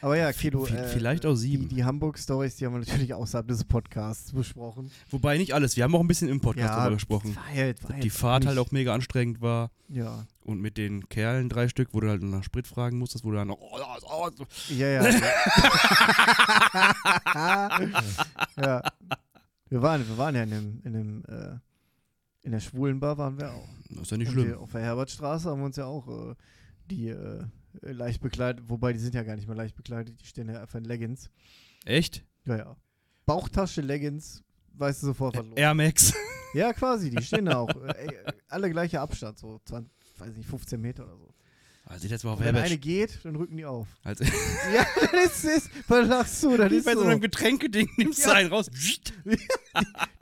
Speaker 1: Aber ja, Kilo.
Speaker 2: V-
Speaker 1: äh,
Speaker 2: Vielleicht auch
Speaker 1: Die,
Speaker 2: sieben.
Speaker 1: die Hamburg-Stories, die haben wir natürlich außerhalb des Podcasts besprochen.
Speaker 2: Wobei nicht alles. Wir haben auch ein bisschen im Podcast darüber gesprochen.
Speaker 1: War halt, war
Speaker 2: Die
Speaker 1: jetzt
Speaker 2: Fahrt
Speaker 1: nicht-
Speaker 2: halt auch mega anstrengend war.
Speaker 1: Ja,
Speaker 2: Und mit den Kerlen drei Stück, wo du halt nach Sprit fragen musstest, wo du dann noch. Oh, ja, oh, so.
Speaker 1: ja, ja. ja. Wir, waren, wir waren ja in dem, in dem äh, in der schwulen Bar waren wir auch.
Speaker 2: Das ist ja nicht
Speaker 1: Und
Speaker 2: schlimm.
Speaker 1: wir auf der Herbertstraße haben wir uns ja auch äh, die äh, leicht bekleidet, wobei die sind ja gar nicht mehr leicht bekleidet, die stehen ja einfach in Leggings.
Speaker 2: Echt?
Speaker 1: Ja, ja. Bauchtasche, Leggings, weißt du sofort, was los ist.
Speaker 2: Air Max.
Speaker 1: Ja, quasi, die stehen da auch. äh, ey, alle gleicher Abstand, so 20, weiß nicht, 15 Meter oder so.
Speaker 2: Also jetzt mal auf
Speaker 1: Und wenn eine
Speaker 2: Herbert.
Speaker 1: geht, dann rücken die auf.
Speaker 2: Also,
Speaker 1: ja, das ist, was lachst du, das
Speaker 2: wie
Speaker 1: ist
Speaker 2: bei so
Speaker 1: so.
Speaker 2: einem Getränkeding nimmst du
Speaker 1: Ja.
Speaker 2: einen raus.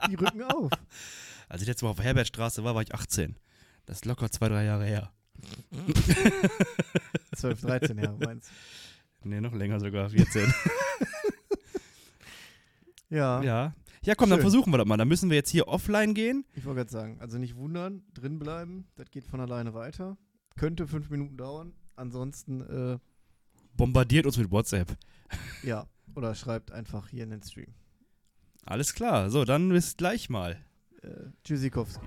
Speaker 1: Die rücken auf.
Speaker 2: Als ich letztes Mal auf der Herbertstraße war, war ich 18. Das ist locker zwei, drei Jahre her.
Speaker 1: 12, 13 Jahre meinst
Speaker 2: Nee, noch länger sogar, 14.
Speaker 1: du. Ja,
Speaker 2: ja. Ja, komm, dann
Speaker 1: Schön.
Speaker 2: versuchen wir das mal. Dann müssen wir jetzt hier offline gehen.
Speaker 1: ich wollte gerade sagen, also nicht wundern, drin bleiben, das geht von alleine weiter. Könnte fünf Minuten dauern, ansonsten, äh,
Speaker 2: Bombardiert uns mit WhatsApp.
Speaker 1: ja, oder schreibt einfach hier in den Stream.
Speaker 2: Alles klar. So, dann bis gleich mal.
Speaker 1: Äh, Tschüssikowski.